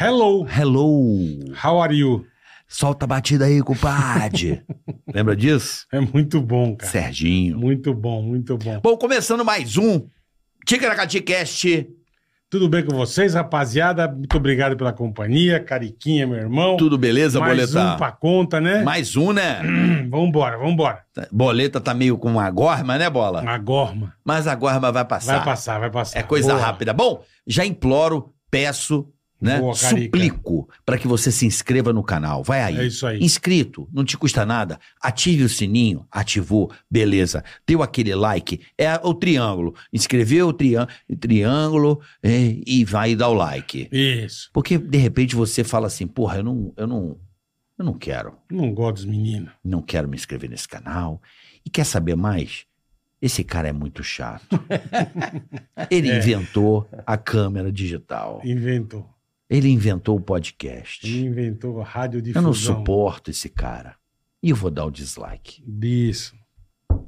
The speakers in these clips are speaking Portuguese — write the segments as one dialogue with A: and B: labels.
A: Hello,
B: Hello!
A: how are you?
B: Solta a batida aí, compadre! Lembra disso?
A: É muito bom, cara.
B: Serginho.
A: Muito bom, muito bom.
B: Bom, começando mais um Ticaracati
A: Tudo bem com vocês, rapaziada? Muito obrigado pela companhia, Cariquinha, meu irmão.
B: Tudo beleza,
A: Mais
B: Boletar?
A: um pra conta, né?
B: Mais um, né?
A: Hum, vambora, vambora.
B: Tá- Boleta tá meio com uma gorma, né, Bola?
A: A gorma.
B: Mas a gorma vai passar.
A: Vai passar, vai passar.
B: É coisa
A: Boa.
B: rápida. Bom, já imploro, peço, né?
A: Boa, Carica.
B: Suplico para que você se inscreva no canal. Vai aí.
A: É isso aí.
B: Inscrito, não te custa nada. Ative o sininho, ativou, beleza. Deu aquele like, é o triângulo. Inscreveu o triân- triângulo é, e vai dar o like.
A: Isso.
B: Porque de repente você fala assim, porra, eu não, eu não, eu não quero,
A: Não gosto dos meninos.
B: não quero me inscrever nesse canal. E quer saber mais? Esse cara é muito chato. Ele
A: É.
B: inventou a câmera digital.
A: Inventou.
B: Ele inventou o podcast.
A: Ele inventou a rádio
B: Eu não suporto esse cara. E eu vou dar o dislike.
A: Isso.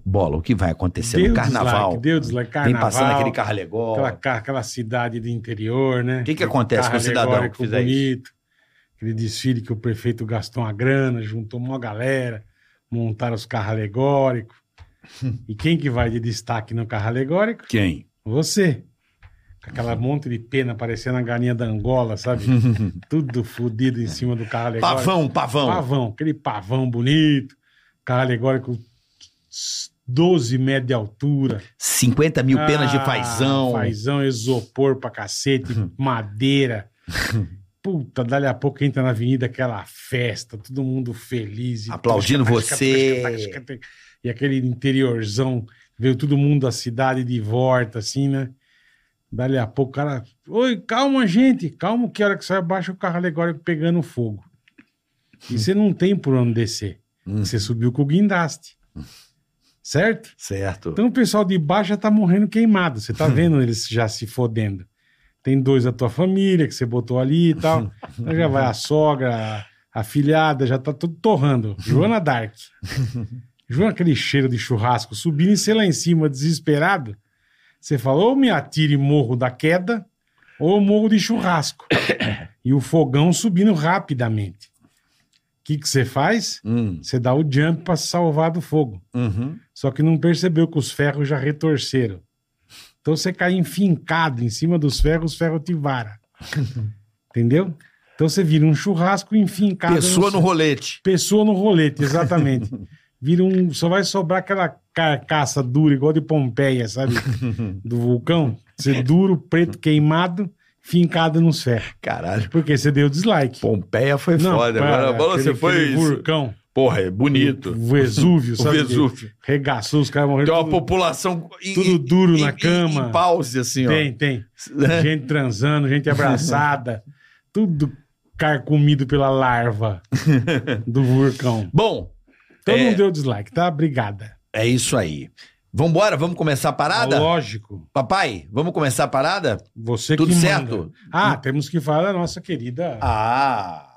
B: Bola, o que vai acontecer
A: Deu
B: é no carnaval?
A: dislike, deu dislike,
B: Vem
A: carnaval.
B: passando aquele carro alegórico.
A: Aquela, ca- aquela cidade do interior, né?
B: Que que acontece
A: Carro
B: com o cidadão que
A: alegórico
B: fizer
A: bonito, Aquele desfile que o prefeito gastou uma grana, juntou uma galera, montaram os carros alegóricos. e quem que vai de destaque no carro alegórico?
B: Quem?
A: Você. Com
B: Uhum.
A: Aquela monte de pena parecendo a galinha da Angola, sabe? Tudo fudido em cima do carro alegórico.
B: pavão, pavão.
A: Pavão, aquele pavão bonito, carro alegórico 12 metros de altura.
B: 50 mil penas de
A: Ah,
B: fazão. Uhum.
A: Fazão, isopor pra cacete, madeira. Puta, dali a pouco entra na avenida aquela festa, todo mundo feliz. e
B: Aplaudindo
A: tusca,
B: você.
A: tusca, tusca, tusca, tusca. E aquele interiorzão, veio todo mundo da cidade de volta, assim, né? Dali a pouco o cara... Oi, calma, gente, calma que a hora que sai baixa o carro alegórico pegando fogo. E você não tem por onde descer.
B: Hum.
A: Você subiu com o guindaste. Certo?
B: Certo.
A: Então o pessoal de baixo já tá morrendo queimado. Você tá vendo eles já se fodendo. Tem dois da tua família que você botou ali e tal. Então já vai a sogra, a, a filhada, já tá tudo torrando. Joana Dark. Joana, aquele cheiro de churrasco subindo e você lá em cima, desesperado. Você fala, ou me atire e morro da queda, ou eu morro de churrasco. e o fogão subindo rapidamente. O que que você faz?
B: Hum,
A: Você dá o jump pra se salvar do fogo.
B: uhum.
A: Só que não percebeu que os ferros já retorceram. Então você cai enfincado em cima dos ferros, os ferros te vara. Entendeu? Então você vira um churrasco enfincado.
B: Pessoa no
A: rolete.
B: rolete.
A: Pessoa no rolete, exatamente. Vira um. Só vai sobrar aquela carcaça dura, igual de Pompeia, sabe? Do vulcão. Você duro, preto, queimado, fincado nos ferros.
B: Caralho.
A: Porque você deu dislike.
B: Pompeia foi foda.
A: para,
B: Agora, bola,
A: aquele-
B: você foi.
A: aquele Vulcão.
B: Porra, é bonito.
A: O Vesúvio,
B: O
A: sabe?
B: Vesúvio.
A: Regaçou, os caras morreram.
B: Tem uma
A: tudo-
B: população. em-
A: tudo duro na
B: em- em-
A: cama.
B: Em pause, assim, ó.
A: Tem, tem.
B: Né?
A: Gente transando, gente abraçada. tudo carcomido pela larva do vulcão.
B: Bom,
A: Então
B: É.
A: não deu dislike, tá? Obrigada.
B: é isso aí. Vambora, vamos começar a parada?
A: Lógico.
B: Papai, vamos começar a parada?
A: Você
B: Tudo
A: que manda.
B: certo?
A: Ah, temos que falar da nossa querida...
B: Ah!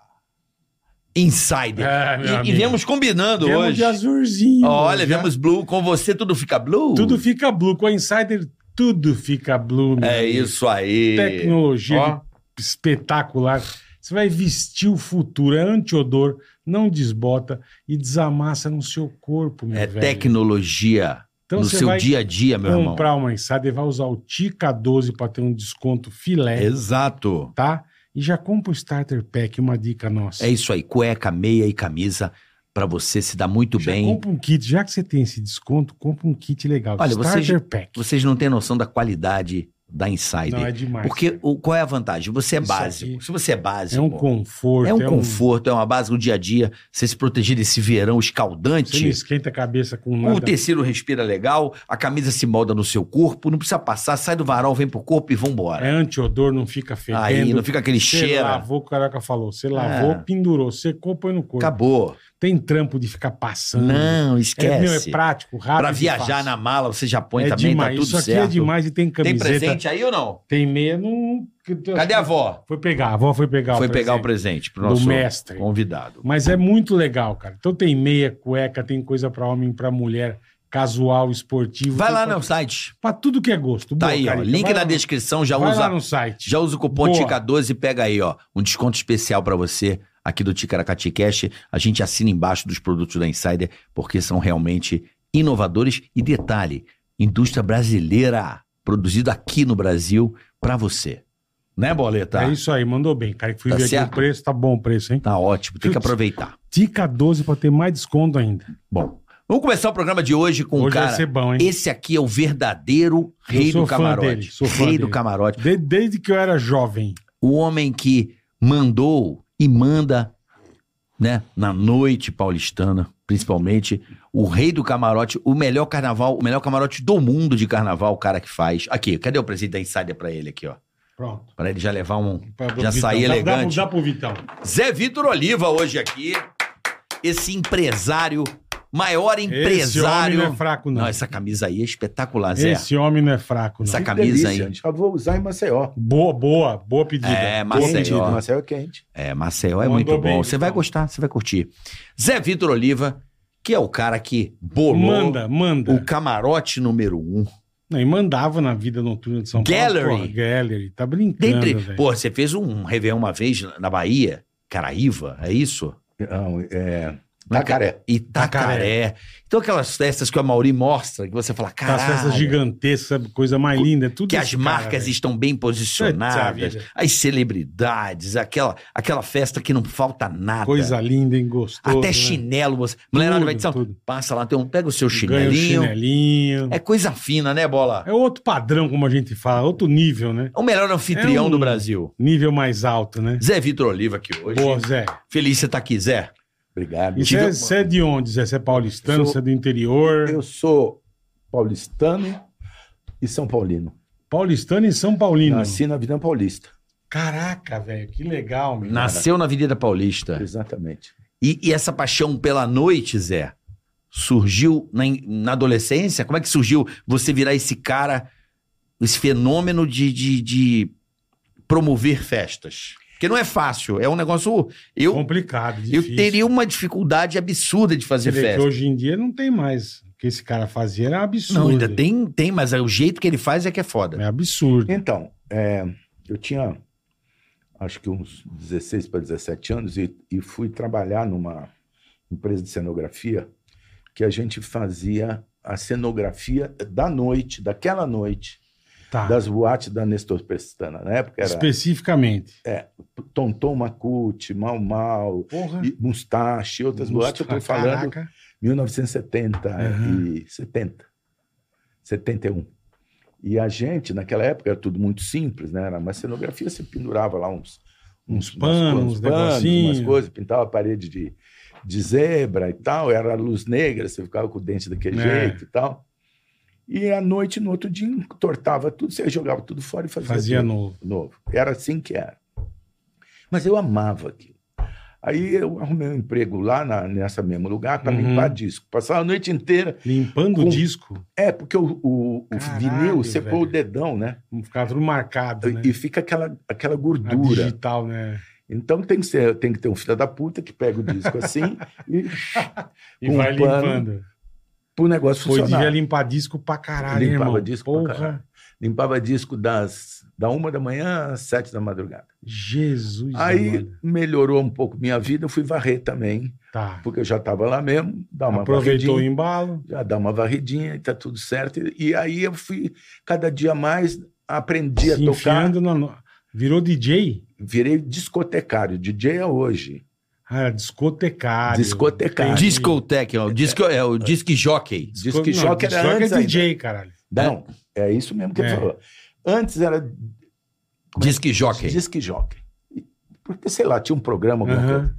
B: Insider.
A: É, meu
B: e, e
A: amigo.
B: viemos combinando
A: Viemos
B: hoje.
A: de azulzinho.
B: Olha,
A: Já-
B: viemos blue com você, tudo fica blue.
A: Tudo fica blue. Com a Insider, tudo fica blue. meu
B: É
A: amigo.
B: isso aí.
A: Tecnologia
B: Ó.
A: espetacular. Você vai vestir o futuro. É antiodor, não desbota e desamassa no seu corpo, meu
B: É
A: velho.
B: tecnologia
A: Então
B: no
A: você
B: seu
A: vai
B: dia a dia, meu irmão.
A: comprar uma Insider, vai usar o Tica 12 para ter um desconto filé,
B: É. Exato.
A: tá? E já compra o Starter Pack, uma dica nossa.
B: É isso aí, cueca, meia e camisa pra você se dar muito
A: já
B: bem.
A: Compra um kit, já que você tem esse desconto, compra um kit legal.
B: Olha, você
A: Starter
B: já-
A: Pack.
B: Vocês não têm noção da qualidade da Insider.
A: Não, é demais.
B: Porque o- qual é a vantagem? Você é
A: Isso
B: básico.
A: aqui
B: Se você é básico.
A: É um conforto.
B: é um conforto, é uma base do dia a dia. Você se proteger desse verão
A: Você não
B: escaldante.
A: esquenta a cabeça com nada.
B: O tecido respira legal, a camisa se molda no seu corpo, não precisa passar, sai do varal, vem pro corpo e vambora.
A: É antiodor, não fica fedendo.
B: Aí não fica aquele
A: Você
B: cheiro.
A: lavou, o caraca falou. Você lavou,
B: É.
A: pendurou, secou, põe no corpo.
B: Acabou.
A: Tem trampo de ficar passando.
B: Não, esquece.
A: É, meu, é prático, rápido.
B: Pra
A: e
B: viajar
A: fácil.
B: na mala, você já põe
A: é
B: também,
A: demais.
B: tá tudo
A: Isso aqui
B: certo.
A: é demais e tem
B: Tem
A: camiseta.
B: presente aí ou não?
A: Tem meia, não...
B: Cadê a avó?
A: Foi pegar, a avó foi pegar
B: Foi
A: o
B: pegar o
A: presente.
B: presente pro
A: Do
B: nosso
A: mestre.
B: convidado.
A: Mas é muito legal, cara. Então tem meia, cueca, tem coisa pra homem, pra mulher, casual, esportivo.
B: Vai
A: tem
B: lá
A: pra...
B: no site.
A: Pra tudo que é gosto.
B: Tá
A: Boa,
B: aí, ó.
A: Carica.
B: Link
A: Vai
B: na
A: lá no-
B: descrição, já
A: Vai
B: usa
A: lá no site.
B: Já usa o cupom
A: Boa.
B: TICA12 e pega aí, ó, um desconto especial pra você aqui do Ticaracati Cash. A gente assina embaixo dos produtos da Insider, porque são realmente inovadores. E detalhe, indústria brasileira, produzido aqui no Brasil pra você. Né, Boleta?
A: É isso aí, mandou bem, cara. Fui
B: Tá
A: ver
B: certo?
A: aqui o preço, tá bom o preço, hein?
B: Tá ótimo, tem que
A: Putz.
B: aproveitar.
A: Tica 12 pra ter mais desconto ainda.
B: Bom, vamos começar o programa de hoje com um
A: Hoje é
B: cara...
A: vai ser bom, hein?
B: Esse aqui é o verdadeiro rei
A: sou
B: do
A: fã
B: camarote.
A: dele, sou fã
B: rei do
A: dele.
B: camarote.
A: De- desde que eu era jovem.
B: o homem que mandou e manda, né, na noite paulistana, principalmente, o rei do camarote, o melhor carnaval, o melhor camarote do mundo de carnaval, o cara que faz. Aqui, cadê o presidente da Insider pra ele aqui, ó?
A: Pronto.
B: Pra ele já levar um
A: Pra- pro
B: Já
A: Vitão.
B: saí
A: Dá-
B: elegante.
A: Dá, dá pro Vitão.
B: Zé Vitor Oliva hoje aqui. Esse empresário, maior
A: Esse homem
B: empresário.
A: não é fraco, não.
B: Não, essa camisa aí é espetacular, Zé.
A: Esse homem não é fraco, não.
B: Essa
C: Que
B: camisa aí.
C: Eu vou usar em Maceió.
A: Boa, boa, boa pedida.
B: É,
A: Boa
B: Maceió.
A: pedida.
C: Quente, Maceió é quente.
B: É, Marcel, é
A: Mandou
B: muito
A: bem,
B: bom. Você vai
A: Vitão.
B: gostar, você vai curtir. Zé Vitor Oliva, que é o cara que bolou
A: Manda, manda.
B: o camarote número um.
A: Não, e mandava na vida noturna de São
B: Gallery.
A: Paulo. Porra, gallery. Tá brincando,
B: Dentre,
A: velho.
B: pô, você fez um Réveillon uma vez na Bahia, Caraíva, é isso?
C: Não, é... Tacaré.
B: Itacaré. Então aquelas festas que a Mauri mostra, que você fala,
A: Aquelas festas
B: caralho,
A: gigantescas, sabe? Coisa mais linda. é Tudo
B: que as
A: esse cara,
B: marcas
A: velho.
B: estão bem
A: Puta
B: posicionadas,
A: vida.
B: as celebridades, aquela, aquela festa que não falta nada.
A: Coisa linda, hein? Gostoso.
B: Até
A: né?
B: chinelo, você. Mulherada
A: Tudo,
B: vai dizer,
A: tudo.
B: passa lá, tem um, pega o seu
A: Ganha o
B: chinelinho.
A: chinelinho.
B: É coisa fina, né, Bola?
A: É outro padrão, como a gente fala, outro nível, né?
B: É o melhor anfitrião
A: É um-
B: do Brasil.
A: Nível mais alto, né?
B: Zé Vitor Oliva aqui hoje.
A: Boa, Zé.
B: Feliz você tá aqui, Zé.
C: Obrigado.
A: E
B: Tive
A: você
B: um-
A: é- você é de onde, Zé? Você é paulistano,
C: Eu
A: você
C: sou-
A: é do interior?
C: Eu sou paulistano e São Paulino.
A: Paulistano e São Paulino.
C: Nasci na Avenida Paulista.
A: Caraca, velho, que legal, meu.
B: Nasceu na Avenida Paulista.
C: Exatamente.
B: E, e essa paixão pela noite, Zé, surgiu na, in- na adolescência? Como é que surgiu você virar esse cara, esse fenômeno de, de- de promover festas? Porque não é fácil, é um negócio. Eu,
A: Complicado,
B: eu
A: difícil.
B: teria uma dificuldade absurda de
A: Você
B: fazer
A: vê que
B: festa.
A: hoje em dia não tem mais. O que esse cara fazia era absurdo.
B: Não, ainda tem, tem, mas é o jeito que ele faz é que é foda.
A: É absurdo.
C: Então, é, eu tinha acho que uns 16 para 17 anos e, e fui trabalhar numa empresa de cenografia que a gente fazia a cenografia da noite, daquela noite,
A: Tá.
C: das boates da Nestor Pestana. Na época era É.
A: Especificamente.
C: Tonton Macute, Mal Mal,
A: Porra.
C: e Mustache e outras boates. Eu tô falando
A: Ah. Caraca.
C: 1970
A: Aham.
C: é, e 70, 71. E a gente, naquela época, era tudo muito simples, né? Era uma cenografia, você pendurava lá uns,
A: Uns
C: umas
A: panos,
C: coisas,
A: uns negocinho.
C: umas coisas, pintava a parede de, de zebra e tal, era luz negra, você ficava com o dente daquele
A: É.
C: jeito e tal. E à noite, no outro dia, tortava tudo, você jogava tudo fora e fazia,
A: Fazia
C: tudo
A: novo.
C: novo. Era assim que era. Mas eu amava aquilo. Aí eu arrumei um emprego lá na, nessa mesmo lugar para
A: Uhum.
C: limpar disco. Passava a noite inteira.
A: Limpando o
C: Com-
A: disco.
C: É, porque o, o- o
A: Caralho,
C: vinil, você
A: velho.
C: põe o dedão, né?
A: Ficava tudo marcado, né?
C: E fica aquela, aquela
A: A
C: gordura.
A: digital, né?
C: Então tem que, ser, tem que ter um filho da puta que pega o disco assim e
A: E
C: Com
A: vai
C: um pano,
A: limpando.
C: o negócio
A: Foi,
C: funcionar.
A: devia limpar disco pra caralho, hein,
C: Limpava
A: irmão.
C: disco pra
A: Porra.
C: caralho. Limpava disco das, da uma da manhã às sete da madrugada.
A: Jesus,
C: Aí
A: amado.
C: melhorou um pouco minha vida, eu fui varrer também,
A: Tá.
C: porque eu já estava lá mesmo, dar uma
A: Aproveitou
C: varridinha.
A: o embalo.
C: já dá uma varridinha e tá tudo certo. E aí eu fui cada dia mais aprendi a
A: se
C: tocar,
A: enfiando na no- Virou DJ?
C: virei discotecário, DJ é hoje.
A: Ah, era discotecário.
C: Discotecário.
A: Ah, Entendi.
B: Discotec, ó, o disco, é o disque jockey.
C: Diz que
A: Não,
C: choque era
A: discoteca
C: antes
A: é
C: ainda.
A: DJ, caralho.
C: Não, é isso mesmo que
A: É.
C: ele falou. Antes era
B: Diz que jockey.
C: disque jockey. Porque, sei lá, tinha um programa, alguma
A: Aham.
C: coisa.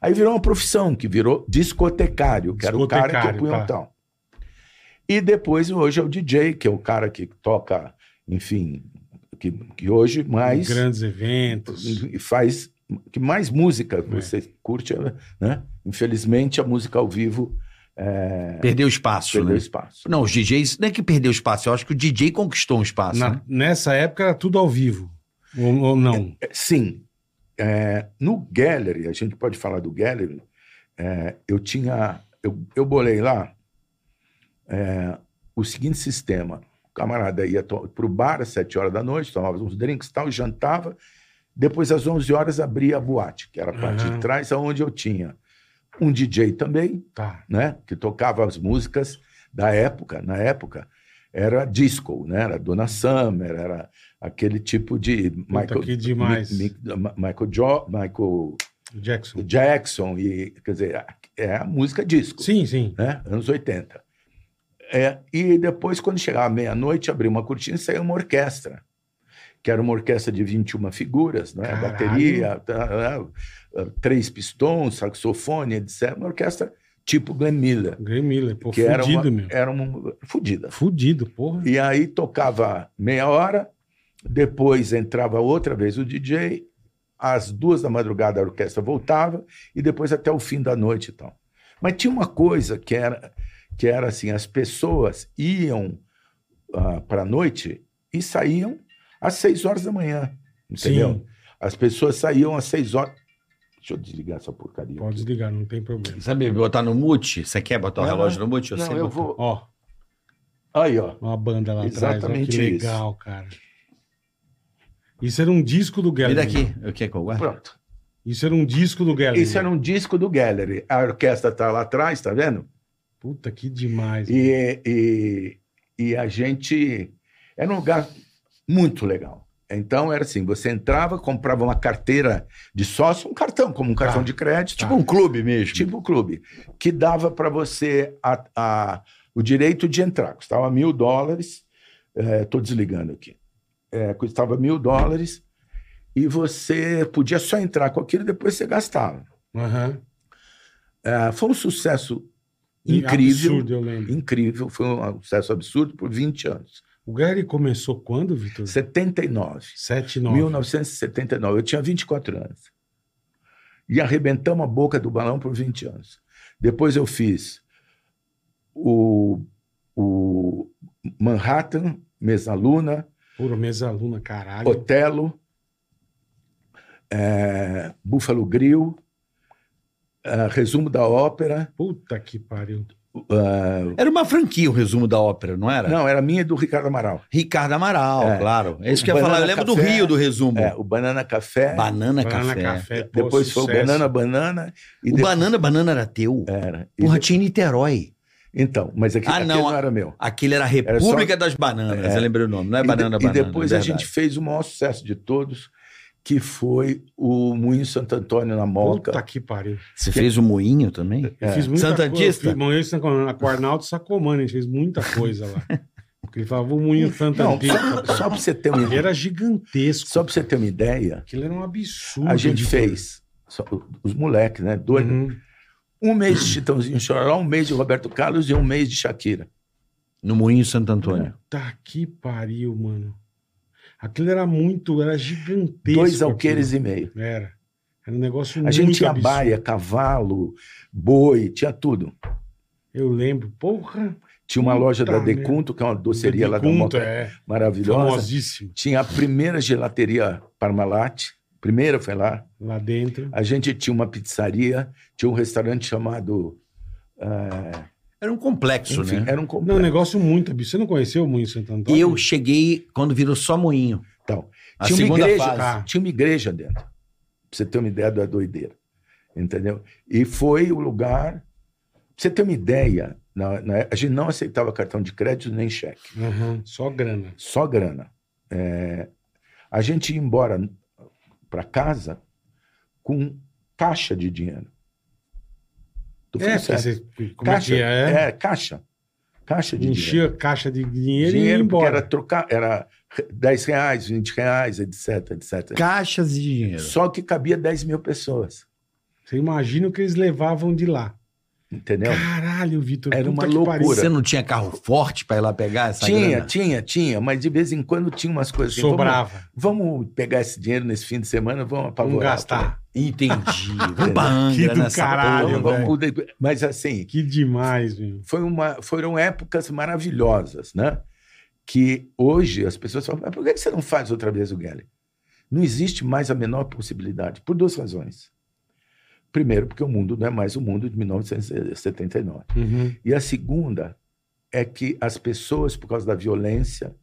C: Aí virou uma profissão, que virou discotecário, que era o cara que
A: Discotecário,
C: punha
A: tá.
C: o tal. E depois, hoje é o DJ, que é o cara que toca, enfim, que, que hoje mais
A: Grandes eventos.
C: e faz que mais música
B: É.
C: você curte, né? Infelizmente, a música ao vivo é,
B: Perdeu espaço,
C: perdeu
B: né?
C: espaço.
B: Não, os DJs, não é que perdeu espaço, eu acho que o DJ conquistou um espaço.
A: Na-
B: né?
A: nessa época era tudo ao vivo. Ou, ou não.
C: É, Sim, é, no Gallery, a gente pode falar do Gallery, é, eu tinha, eu, eu bolei lá é, o seguinte sistema, o camarada ia para o bar às sete horas da noite, tomava uns drinks e tal, jantava, depois às 11 horas abria a boate, que era a parte
A: Aham.
C: de trás, aonde eu tinha um DJ também,
A: Tá.
C: né, que tocava as músicas da época, na época, era disco, né, era Dona Summer, era aquele tipo de
A: Puta,
C: Michael,
A: que demais.
C: Mi- Mi- Ma- Michael, Jo- Michael
A: Jackson.
C: Jackson, e, quer dizer, a- é a música disco,
A: Sim, sim.
C: né, anos 80. É, e depois, quando chegava meia-noite, abria uma cortina e saía uma orquestra, que era uma orquestra de 21 figuras, né,
A: Caralho.
C: bateria, tá, tá, tá, três pistões, saxofone, etc. Uma orquestra tipo Glenn Miller
A: Graham Miller, pô,
C: que
A: fudido,
C: era uma,
A: meu.
C: era uma fudida.
A: Fudido, porra.
C: E aí tocava meia hora, depois entrava outra vez o DJ, às duas da madrugada a orquestra voltava e depois até o fim da noite e tal. Mas tinha uma coisa que era que era assim, as pessoas iam para a noite e saíam às seis horas da manhã, entendeu?
A: Sim,
C: As pessoas saíam às seis horas. Deixa eu desligar essa porcaria.
A: pode
C: aqui.
A: desligar, não tem problema.
B: Sabe, botar no mute? Você quer botar o
C: Não,
B: relógio no mute? Eu
C: Não,
B: sei
C: eu
B: botar.
C: vou.
A: Ó,
C: Aí, ó.
A: uma banda lá atrás, ó,
C: Exatamente
A: que
C: isso.
A: legal, cara. Isso era um disco do
B: Vira
A: Gallagher.
B: aqui. Eu quero que eu guarde?
C: Pronto.
A: Isso era um disco do Gallagher.
C: Isso era um disco do Gallery. A orquestra tá lá atrás, tá vendo?
A: Puta, que demais. meu.
C: E, e, e a gente. Era um lugar muito legal. Então era assim: você entrava, comprava uma carteira de sócio, um cartão, como um cartão
A: Tá.
C: de crédito,
A: Tá.
C: tipo um clube mesmo.
B: mesmo.
C: Tipo um clube, que dava para você a- a- o direito de entrar. Custava mil dólares. Estou desligando aqui. É, custava mil dólares e você podia só entrar com aquilo e depois você gastava.
A: Aham.
C: É, foi um sucesso incrível.
A: Absurdo, eu lembro.
C: Incrível, foi um sucesso absurdo por 20 anos.
A: O Gallagher começou quando, Vitor?
C: 79.
A: 7, 9.
C: 1979. Eu tinha 24 anos. E arrebentamos a boca do balão por 20 anos. Depois eu fiz o, o Manhattan, Mesaluna,
A: Puro mesaluna, caralho.
C: Otelo, eh, Buffalo Grill, eh, Resumo da Ópera.
A: Puta que pariu.
C: eh,
B: Era uma franquia o resumo da ópera, não era?
C: não, era minha e do Ricardo Amaral.
B: Ricardo Amaral,
C: É.
B: claro. É isso que eu ia
C: Banana
B: falar. Eu lembro do
C: Café.
B: Rio do resumo.
C: É, o Banana Café.
B: Banana,
A: Banana
B: Café.
A: Café. pô,
C: Depois foi o
A: sucesso.
C: Banana Banana.
B: O
C: de-
B: Banana, Banana era teu.
C: Era. É. E
B: Porra,
C: de-
B: tinha em Niterói.
C: Então, mas aqui,
B: Ah,
C: aquele
B: não,
C: não,
B: a-
C: era meu.
B: Aquele era a República das Bananas,
C: É.
B: eu lembrei o nome. Não é
C: e, de-
B: Banana,
C: e
B: Banana.
C: depois
B: é
C: a
B: verdade.
C: gente fez o maior sucesso de todos, que foi o Moinho Santo Antônio na Moca.
A: Puta que pariu.
B: Você fez o Moinho também?
C: É.
A: Eu fiz muita
B: Santantista?
A: coisa. Eu fiz Moinho com Arnaldo Sacomani, a gente fez muita coisa lá. Porque ele falava o Moinho
C: não,
A: Santantista.
C: só, só para você ter uma
A: Ele
C: ideia,
A: era gigantesco.
C: só pra você ter uma ideia,
A: Aquilo era um absurdo.
C: a gente
A: de-
C: fez só- os moleques, né? Doido.
A: Uhum.
C: Um mês de Chitãozinho Chororó, um mês de Roberto Carlos e um mês de Shakira.
B: No Moinho Santo Antônio.
C: É.
A: Tá que pariu, mano. Aquilo era muito, era gigantesco.
C: Dois
A: aquilo.
C: alqueires e meio.
A: Era. Era um negócio
C: A
A: muito
C: gente tinha
A: absurdo.
C: baia, cavalo, boi, tinha tudo.
A: Eu lembro, porra.
C: Tinha uma loja
A: Puta
C: da Decunto, que é uma doceria lá da
A: Conto,
C: Moca,
A: é.
C: maravilhosa.
A: Famosíssimo.
C: Tinha a primeira gelateria Parmalat, primeira foi lá.
A: Lá dentro.
C: A gente tinha uma pizzaria, tinha um restaurante chamado... eh,
B: Era um complexo,
C: enfim,
B: né?
C: era um
A: Não, um
C: complexo.
A: negócio muito absurdo. Você não conheceu o Moinho Santo Antônio?
B: Eu cheguei quando virou só Moinho.
C: Então,
B: A
C: tinha uma
B: segunda
C: igreja,
B: fase.
A: Ah.
C: tinha uma igreja dentro. Pra você ter uma ideia da doideira. Entendeu? E foi o lugar... Pra você ter uma ideia, na- na- a gente não aceitava cartão de crédito nem cheque.
A: Aham, Só grana.
C: só grana. É, a gente ia embora para casa com caixa de dinheiro. Tô
A: É,
C: falando
A: porque
C: sério.
A: você, como é
C: caixa,
A: que é?
C: é, caixa. Caixa de
A: Enchia
C: dinheiro.
A: a caixa de dinheiro,
C: Dinheiro,
A: e ia
C: porque
A: embora.
C: era trocar, era 10 reais, 20 reais, etc, etc.
B: Caixas de dinheiro.
C: Só que cabia 10 mil pessoas,
A: Você imagina o que eles levavam de lá.
C: entendeu?
A: Caralho, Vitor.
C: Era
A: puta
C: uma
A: que
C: loucura.
A: pariu.
B: Você não tinha carro forte pra ir lá pegar essa
C: tinha,
B: grana?
C: tinha, tinha, mas de vez em quando tinha umas coisas assim,
A: Sobrava.
C: Vamos, vamos pegar esse dinheiro nesse fim de semana, vamos apavorar.
A: Vamos gastar.
B: Entendi. Vamos pra
A: Que
B: Angra
A: do
B: nessa
A: caralho,
B: porra.
C: Vamos, vamos, mas assim,
A: Que demais, meu.
C: foi uma, foram épocas maravilhosas, né? Que hoje as pessoas falam, mas por que você não faz outra vez o Galley? Não existe mais a menor possibilidade, por duas razões. Primeiro, porque o mundo não é mais o mundo de 1979.
A: Uhum.
C: E a segunda é que as pessoas, por causa da violência,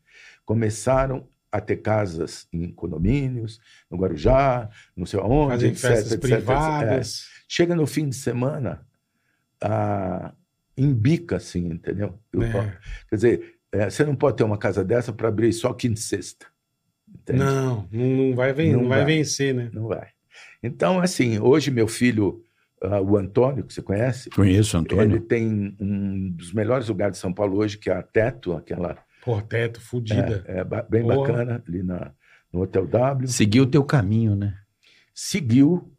C: começaram a ter casas em condomínios, no Guarujá, não sei aonde,
A: Fazer
C: etc,
A: festas
C: etc, etc. É.
A: privadas.
C: Chega no fim de semana, ah, embica assim, entendeu? Eu
A: né?
C: falo, Quer dizer, eh, você não pode ter uma casa dessa para abrir só quinta e sexta. Entende?
A: Não, não, não vai, ven-
C: Não
A: não vai
C: vai.
A: vencer, né?
C: Não vai. Então, assim, hoje meu filho, ah, o Antônio, que você conhece,
B: Conheço,
C: ele tem um dos melhores lugares de São Paulo hoje, que é a Teto, aquela
A: Pô, teto, fudida.
C: é, ba- bem
A: Porra.
C: bacana, ali na, no Hotel W.
B: Seguiu o teu caminho, né?
C: Seguiu,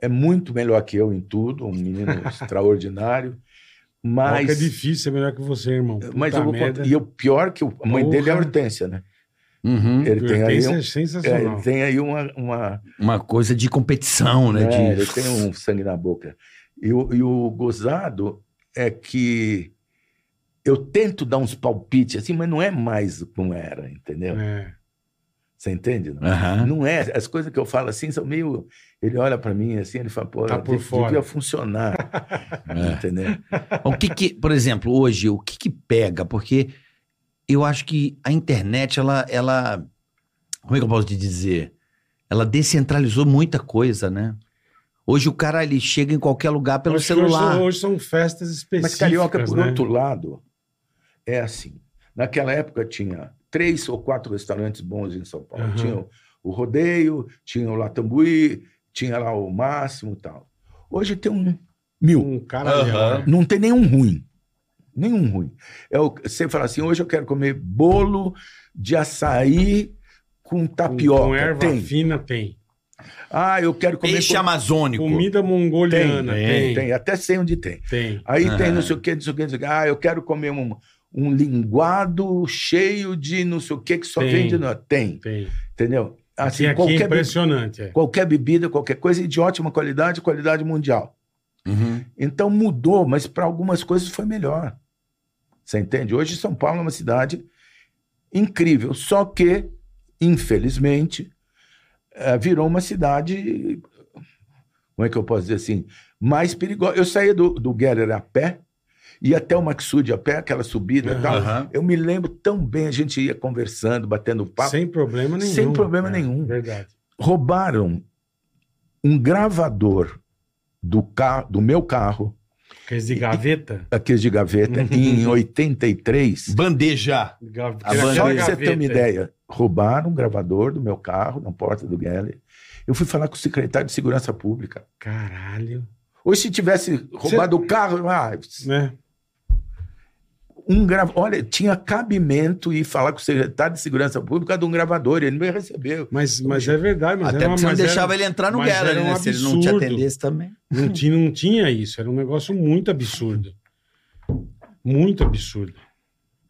C: é muito melhor que eu em tudo, um menino extraordinário,
A: Mas... É
C: mas...
A: difícil, é melhor que você, irmão.
C: Mas
A: Puta
C: eu vou
A: merda.
C: contar. E o pior que o- a mãe dele é a
A: Porra.
C: Hortência, né?
B: Uhum.
C: Ele tem aí,
A: Hortência
C: um,
A: é
C: é,
A: sensacional.
C: ele tem aí uma, uma
B: Uma coisa de competição, né?
C: né,
B: de...
C: ele tem um sangue na boca. E o, e o gozado é que eu tento dar uns palpites assim, mas não é mais como era, entendeu?
A: É.
C: Você entende? Não?
B: Aham.
C: Não é. As coisas que eu falo assim são meio. Ele olha pra mim assim, ele fala, pô,
A: Tá
C: eu
A: por
C: de-
A: fora.
C: devia funcionar,
B: É.
C: entendeu?
B: O que que, por exemplo, hoje, o que que pega? Porque eu acho que a internet, ela, ela, como é que eu posso te dizer? Ela descentralizou muita coisa, né? Hoje o cara, ele chega em qualquer lugar pelo
A: Hoje-
B: celular.
A: Hoje, hoje são festas específicas.
C: Mas carioca, por
A: né?
C: outro lado, é assim. Naquela época tinha três ou quatro restaurantes bons em São Paulo.
A: Aham.
C: Tinha o- o Rodeio, tinha o Latambuí, tinha lá o Máximo e tal. Hoje tem um mil.
A: Um cara de
B: Aham.
A: lá.
C: Não tem nenhum ruim. Nenhum ruim. É o- você fala assim, hoje eu quero comer bolo de açaí com
A: Com-
C: tapioca.
A: Com erva
C: é tem.
A: fina tem.
C: Ah, eu quero comer...
B: Peixe
C: com-
B: amazônico.
A: Comida mongoliana
C: tem,
A: tem.
C: tem. Até sei onde tem.
A: tem.
C: Aí tem
B: Ah.
C: não sei o que, não sei o que, não sei o que. Ah, eu quero comer um, um linguado cheio de não sei o que que só
A: Tem.
C: vende. Não. Tem,
A: Tem.
C: entendeu?
A: Assim,
C: Assim,
A: aqui é
C: qualquer, be-
A: impressionante. É.
C: qualquer bebida, qualquer coisa e de ótima qualidade, qualidade mundial.
B: Uhum.
C: Então mudou, mas para algumas coisas foi melhor. Você entende? Hoje São Paulo é uma cidade incrível, só que, infelizmente, eh, virou uma cidade. Como é que eu posso dizer assim? Mais perigosa. Eu saía do, do Geller a pé, ia até o Maxud a pé, aquela subida
A: Tá.
C: e tal.
B: Aham.
C: Eu me lembro tão bem, a gente ia conversando, batendo papo.
A: Sem problema nenhum.
C: Sem problema
A: É,
C: nenhum.
A: Verdade.
C: Roubaram um gravador do, ca... do meu carro,
A: Aqueles de gaveta.
C: aqueles de gaveta, em 83.
B: Bandeja.
A: Gav...
B: A
A: aquela
C: Só
B: bandeira.
C: que você
A: gaveta,
C: ter uma ideia, roubaram um gravador do meu carro na porta do Geller. Eu fui falar com o secretário de Segurança Pública.
A: Caralho.
C: Hoje, se tivesse roubado o carro, ah,
A: Né?
C: um grava... olha, tinha cabimento ir falar com o secretário de Segurança Pública de um gravador, ele não me recebeu.
A: Mas, mas é verdade. Mas
B: Até
A: era uma-
B: porque você não
A: mas era-
B: deixava ele entrar no
A: mas
B: Gera,
A: era um
B: né? Se ele não te
A: absurdo.
B: atendesse também.
A: Não tinha, não tinha isso, era um negócio muito absurdo. Muito absurdo.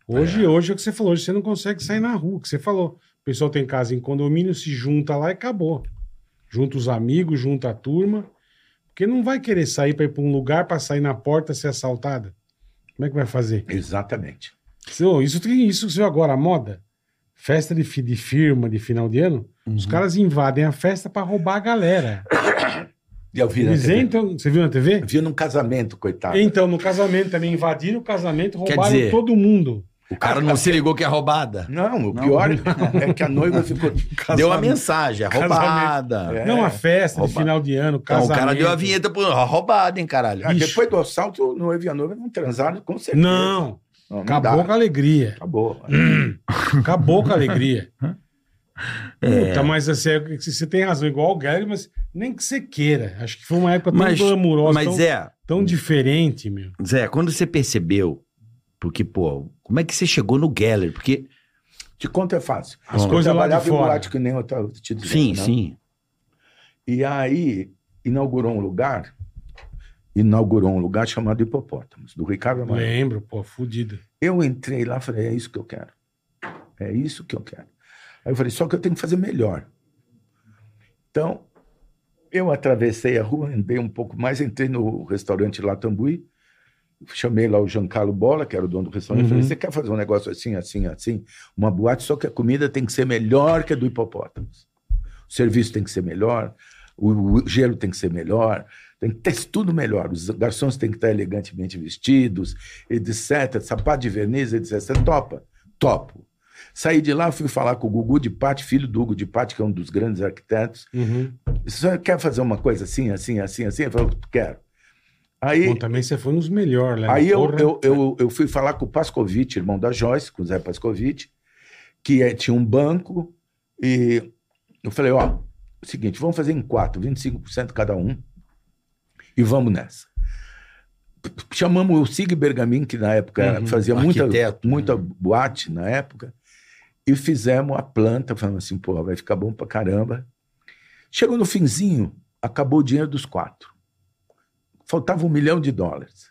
A: Hoje, hoje é o que você falou, hoje você não consegue sair na rua, o que você falou. O pessoal tem casa em condomínio, se junta lá e acabou. Junta os amigos, junta a turma, porque não vai querer sair para ir para um lugar para sair na porta e ser assaltada. Como é que vai fazer?
C: Exatamente.
A: Seu, Isso tem isso que você viu agora, a moda. Festa de, fi- de firma de final de ano, os
B: Uhum.
A: caras invadem a festa para roubar a galera.
C: E eu vi né, na
A: Eles
C: TV.
A: entram, você viu na TV?
C: Vi num casamento, coitado.
A: Então, no casamento também invadiram o casamento,
B: Ah. Quer
A: roubaram
B: dizer-
A: todo mundo.
B: O cara não se ligou que é roubada.
C: Não, o
B: Não.
C: pior é que a noiva ficou.
B: Deu a mensagem, é
A: Casamento.
B: roubada.
C: É.
A: Não, a festa de
B: Roubaram.
A: final de ano,
B: Então, o
A: casamento.
B: cara deu a vinheta pro roubada, hein, caralho.
C: Ah,
A: Ixi.
C: depois do assalto, o noivo e a noiva não transaram, com certeza.
A: Não,
C: Não, não
A: acabou
C: dá.
A: com a alegria.
C: Acabou.
A: Acabou com a alegria. Puta, mas assim, é que você tem razão, igual o Gary, mas nem que você queira. Acho que foi uma época tão
B: Mas,
A: glamurosa,
B: mas
A: tão,
B: é,
A: tão diferente, meu.
B: Zé, quando você percebeu Porque, pô, como é que você chegou no Gallery? Porque,
C: Te conta é fácil.
A: As
B: Bom.
C: Eu
A: coisas lá de
C: trabalhava em um
A: fora.
C: boate que nem eu estava te dizendo.
B: sim,
C: né?
B: sim.
C: E aí inaugurou um lugar, inaugurou um lugar chamado Hipopótamos, do Ricardo Amaral.
A: Lembro, pô, fudido.
C: Eu entrei lá e falei, é isso que eu quero. É isso que eu quero. Aí eu falei, só que eu tenho que fazer melhor. Então, eu atravessei a rua, andei um pouco mais, entrei no restaurante Latambuí, chamei lá o Giancarlo Bola, que era o dono do restaurante, e falei,
A: Uhum.
C: você quer fazer um negócio assim, assim, assim? Uma boate, só que a comida tem que ser melhor que a do hipopótamos. O serviço tem que ser melhor, o, o gelo tem que ser melhor, tem que ter tudo melhor. Os garçons têm que estar elegantemente vestidos, etc. Sapato de verniz, etc. Você topa? Topo. Saí de lá, fui falar com o Gugu de Patti, filho do Hugo de Patti, que é um dos grandes arquitetos.
A: Uhum.
C: Você quer fazer uma coisa assim, assim, assim, assim? Eu falei, quero. Aí,
A: Bom, também você foi nos melhores, né?
C: aí eu,
A: Porra.
C: eu, eu, eu fui falar com o Pascovitch, irmão da Joyce, com o Zé Pascovitch, que é- tinha um banco, e eu falei, ó, o seguinte, vamos fazer em quatro, 25% cada um, e vamos nessa. P- p- Chamamos o Sig Bergamin, que na época era-
A: Uhum. né?
C: fazia muita,
B: Arquiteto,
C: muita boate na época, e fizemos a planta, falamos assim, pô, vai ficar bom pra caramba. Chegou no finzinho, acabou o dinheiro dos quatro. Faltava um milhão de dólares.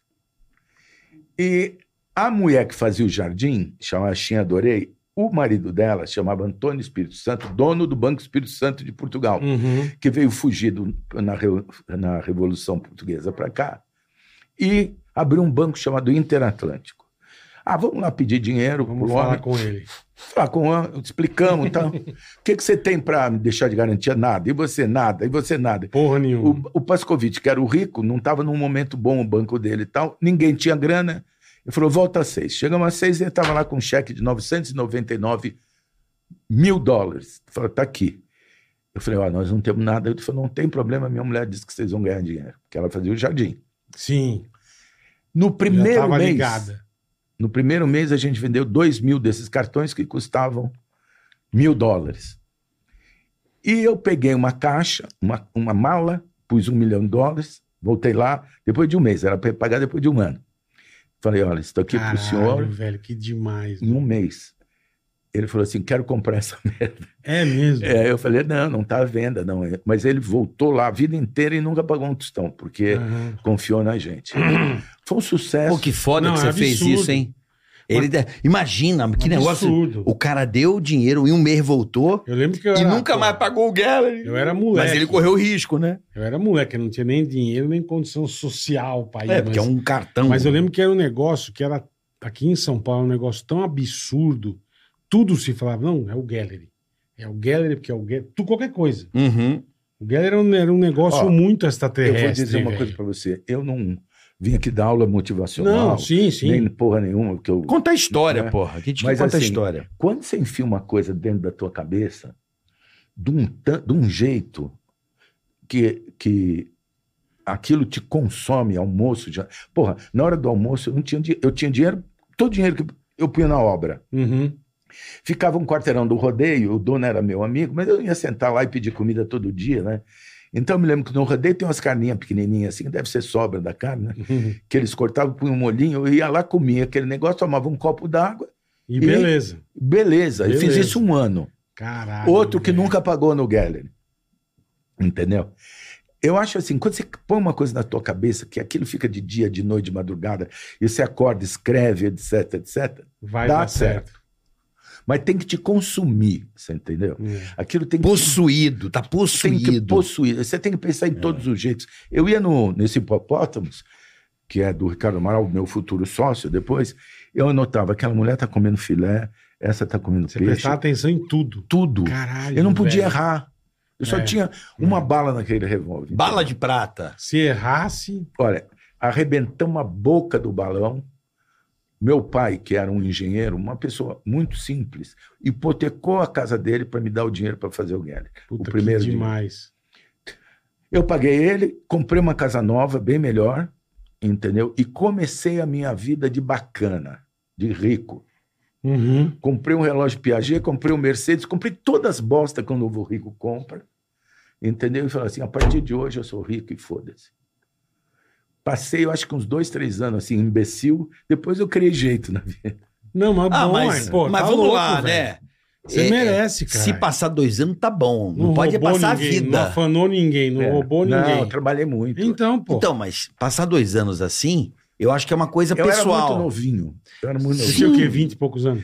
C: E a mulher que fazia o jardim, chamava Xinha Adorei, o marido dela chamava Antônio Espírito Santo, dono do Banco Espírito Santo de Portugal,
A: Uhum.
C: que veio fugido na, Reu- na Revolução Portuguesa para cá, e abriu um banco chamado Interatlântico. Ah, vamos lá pedir dinheiro pro
A: Vamos
C: homem.
A: falar com ele.
C: Falar com a- explicamos, tá? o que, que você tem para me deixar de garantia? Nada. E você nada. E você nada.
A: Porra nenhuma.
C: O, o Pascovitch, que era o rico, não estava num momento bom o banco dele e tal. Ninguém tinha grana. Ele falou, volta às seis. Chegamos às seis e ele estava lá com um cheque de 999 mil dólares. Ele falou, tá aqui. Eu falei, ó, nós não temos nada. Ele falou, não tem problema, minha mulher disse que vocês vão ganhar dinheiro. Porque ela fazia o jardim.
A: Sim.
C: No
A: já
C: primeiro
A: tava
C: mês...
A: ligada.
C: No primeiro mês, a gente vendeu 2 mil desses cartões que custavam mil dólares. E eu peguei uma caixa, uma, uma mala, pus um milhão de dólares, voltei lá, depois de um mês, era para pagar depois de um ano. Falei, olha, isso aqui para o
A: Caralho,
C: senhor
A: velho, que demais.
C: em um mês. Ele falou assim, quero comprar essa merda.
A: É mesmo.
C: É, eu falei, não, não está à venda, não. Mas ele voltou lá a vida inteira e nunca pagou um tostão,
B: é.
C: porque
A: Aham.
C: confiou na gente. Foi um sucesso.
B: Pô, que foda
A: Não,
B: que
A: é
B: você fez
A: absurdo. É
B: isso, hein? Ele de- Imagina, que negócio.
A: Absurdo.
B: O cara deu o dinheiro em um mês voltou
A: Eu lembro que eu
B: e
A: era,
B: nunca
A: Ah, pô,
B: mais pagou o Gallery.
A: Eu era um moleque.
B: Mas ele correu o risco, né?
A: Eu era moleque, eu não tinha nem dinheiro, nem condição social pra ir.
B: É, porque é
A: mas-
B: um cartão.
A: Mas eu lembro que era um negócio que era aqui em São Paulo, um negócio tão absurdo. Tudo se falava, não, é o Gallery. É o Gallery, porque é o Gallery. Tu, qualquer coisa.
B: Uhum.
A: O Gallery era um, era um negócio
C: Ó,
A: muito
C: Eu
A: extraterrestre.
C: vou dizer uma
A: velho.
C: coisa pra você. Eu não vim aqui dar aula motivacional,
A: Não, sim, sim.
C: nem porra nenhuma, porque eu...
B: Conta a história,
C: É.
B: porra. A gente
C: Mas
B: conta a
C: assim,
B: história.
C: quando você enfia uma coisa dentro da tua cabeça, de um, tan- de um jeito que, que aquilo te consome, almoço... Já... Porra, na hora do almoço eu não tinha, di- eu tinha dinheiro, todo o dinheiro que eu punha na obra.
A: Uhum.
C: Ficava um quarteirão do rodeio, o dono era meu amigo, mas eu não ia sentar lá e pedir comida todo dia, né? Então eu me lembro que no rodeio tem umas carninhas pequenininhas assim, que deve ser sobra da carne, né?
A: Uhum.
C: que eles cortavam, punham um molhinho, eu ia lá, comia aquele negócio, tomava um copo d'água,
A: E beleza.
C: beleza, eu fiz
A: Beleza. Ah, é.
C: isso um ano.
A: Caralho.
C: Outro que
A: velho.
C: nunca pagou no Gallery. Entendeu? Eu acho assim, quando você põe uma coisa na tua cabeça, que aquilo fica de dia, de noite, de madrugada, e você acorda, escreve, etc, etc,
A: vai
C: dá
A: dar certo.
C: mas tem que te consumir, você entendeu?
A: É.
C: Aquilo tem que
B: Possuído, tá
C: tem que
B: possuído.
C: possuir. Você tem que pensar
A: É.
C: em todos os jeitos. Eu ia no, nesse hipopótamos, que é do Ricardo Amaral, meu futuro sócio, depois, eu anotava, aquela mulher tá comendo filé, essa tá comendo
A: Você
C: peixe,
A: prestar atenção em tudo.
C: tudo.
A: Caralho.
C: eu não podia
A: velho.
C: errar. Eu só
A: É.
C: tinha uma bala naquele revólver.
B: Bala de prata.
A: Se errasse,
C: Olha, arrebentamos a boca do balão. Meu pai, que era um engenheiro, uma pessoa muito simples, hipotecou a casa dele para me dar o dinheiro para fazer o Guedes.
A: puta,
C: o primeiro
A: que
C: dia.
A: demais.
C: Eu paguei ele, comprei uma casa nova, bem melhor, entendeu? E comecei a minha vida de bacana, de rico.
A: Uhum.
C: Comprei um relógio Piaget, comprei um Mercedes, comprei todas as bostas que um novo rico compra, entendeu? E falei assim: a partir de hoje eu sou rico e foda-se. Passei, eu acho que uns dois, três anos, assim, imbecil. Depois eu criei jeito na vida.
A: Não, mas
B: Ah,
A: bom,
B: mas,
A: hein? Pô,
B: mas
A: tá
B: vamos
A: louco,
B: lá,
A: velho.
B: né?
A: Você
B: É,
A: merece, cara.
B: Se passar dois anos, tá bom. Não, pode é
A: roubou
B: passar
A: ninguém,
B: a
A: Não
B: vida.
A: afanou ninguém, não
C: É.
A: roubou
C: Não,
A: ninguém.
C: eu trabalhei muito.
A: Então, pô.
B: Então, mas passar dois anos assim, eu acho que é uma coisa
C: eu era muito
B: pessoal.
C: novinho. Eu era muito
A: você tinha
C: novinho.
A: o quê? 20 e poucos anos?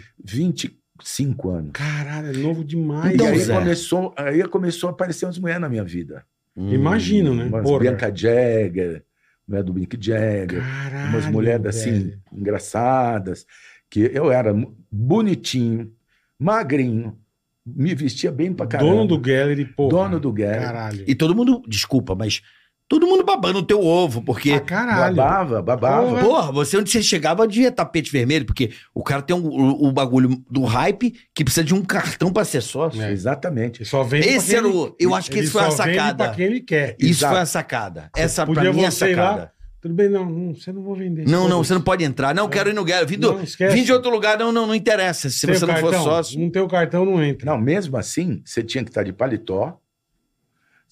C: 25 anos.
A: Caralho, é novo demais.
B: Então,
C: e aí
B: Zé.
C: começou, aí começou a aparecer umas mulheres na minha vida.
B: Hum.
A: Imagino, né?
C: Umas
A: Porra.
C: Bianca Jagger, mulher do Bink Jagger,
A: Caralho,
C: umas mulheres assim,
A: velho.
C: engraçadas, que eu era mu- bonitinho, magrinho, me vestia bem pra caramba.
A: Dono do Gallery, pô.
C: Dono do Gary.
A: Caralho.
B: E todo mundo, desculpa, mas todo mundo babando o teu ovo, porque.
A: Ah, caralho.
C: Babava, babava.
A: Porra.
B: Porra, você onde você chegava devia tapete vermelho, porque o cara tem um- o, o bagulho do hype que precisa de um cartão pra ser sócio.
A: É.
C: assim, Exatamente.
A: Ele só vende
B: Esse
A: pra quem
B: era
A: ele-
B: o- eu acho que
A: ele
B: isso foi a
A: só vende
B: sacada.
A: pra quem ele quer.
B: Isso
C: Exato.
B: foi a sacada. Essa pra
A: Podia
B: mim é a
A: você ir
B: sacada.
A: lá, Tudo bem, não, não, você não vou vender.
B: Não, não, você não pode entrar. Não, quero ir no Galo. Vim, do-
A: Não, esquece.
B: vim de outro lugar. Não, não, não interessa. Se você não for sócio.
A: Não tem o cartão, não entra.
C: Não, mesmo assim, você tinha que estar de paletó,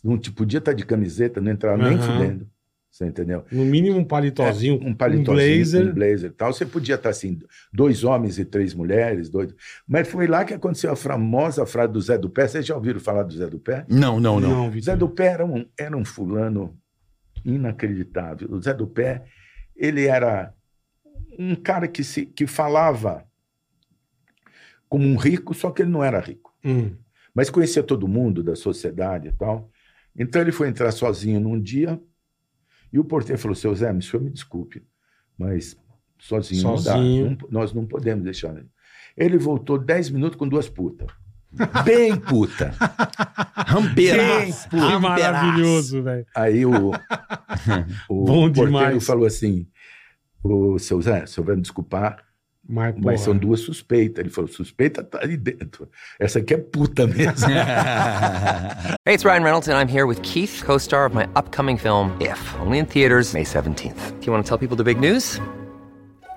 C: não te podia estar de camiseta, não entrava nem
A: Aham.
C: fudendo. Você entendeu?
A: No mínimo um paletózinho,
C: um paletózinho,
A: um blazer.
C: um blazer e tal. Você podia estar assim, dois homens e três mulheres, dois. Mas foi lá que aconteceu a famosa frase do Zé do Pé. Vocês já ouviram falar do Zé do Pé?
B: Não, não, não.
C: O
A: Vitor.
C: Zé do Pé era um, era um fulano inacreditável. O Zé do Pé, ele era um cara que, se, que falava como um rico, só que ele não era rico
A: Hum.
C: mas conhecia todo mundo da sociedade e tal. Então ele foi entrar sozinho num dia e o porteiro falou: Seu Zé, o senhor me desculpe, mas sozinho,
A: Sozinho.
C: não dá. Não- nós não podemos deixar. ele." Ele voltou 10 minutos com duas putas. Bem puta.
B: Rampeiraço.
A: Que maravilhoso, velho.
C: Aí o, o
A: Bom
C: porteiro
A: demais.
C: falou assim: o seu Zé, o senhor vai me desculpar,
A: Mas, porra,
C: mas são duas suspeitas. Ele falou: suspeita tá ali dentro. Essa aqui é puta mesmo.
D: Hey, it's Ryan Reynolds, and I'm here with Keith, co star of my upcoming film, If, only in theaters, May 17th. Do you want to tell people the big news?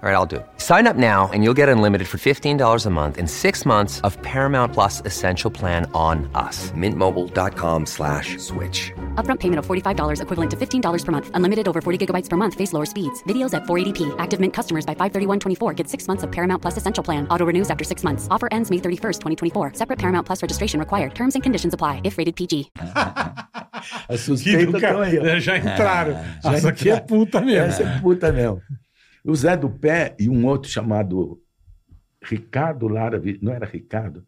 D: All right, I'll do it. Sign up now and you'll get unlimited for $15 a month in six months of Paramount Plus Essential Plan on us. Mintmobile.com slash switch.
E: Upfront payment of $45 equivalent to $15 per month. Unlimited over 40 gigabytes per month. Face lower speeds. Videos at 480p. Active Mint customers by 531.24 get six months of Paramount Plus Essential Plan. Auto renews after six months. Offer ends May 31st, 2024. Separate Paramount Plus registration required. Terms and conditions apply if rated PG.
C: As
A: Que do
C: suspeitas estão aí. ó.
A: cara...
B: É,
A: Já entraram. Essa aqui é
C: entraram.
A: puta mesmo.
C: Essa é puta mesmo. O Zé do Pé e um outro chamado Ricardo Lara, Vi- não era Ricardo?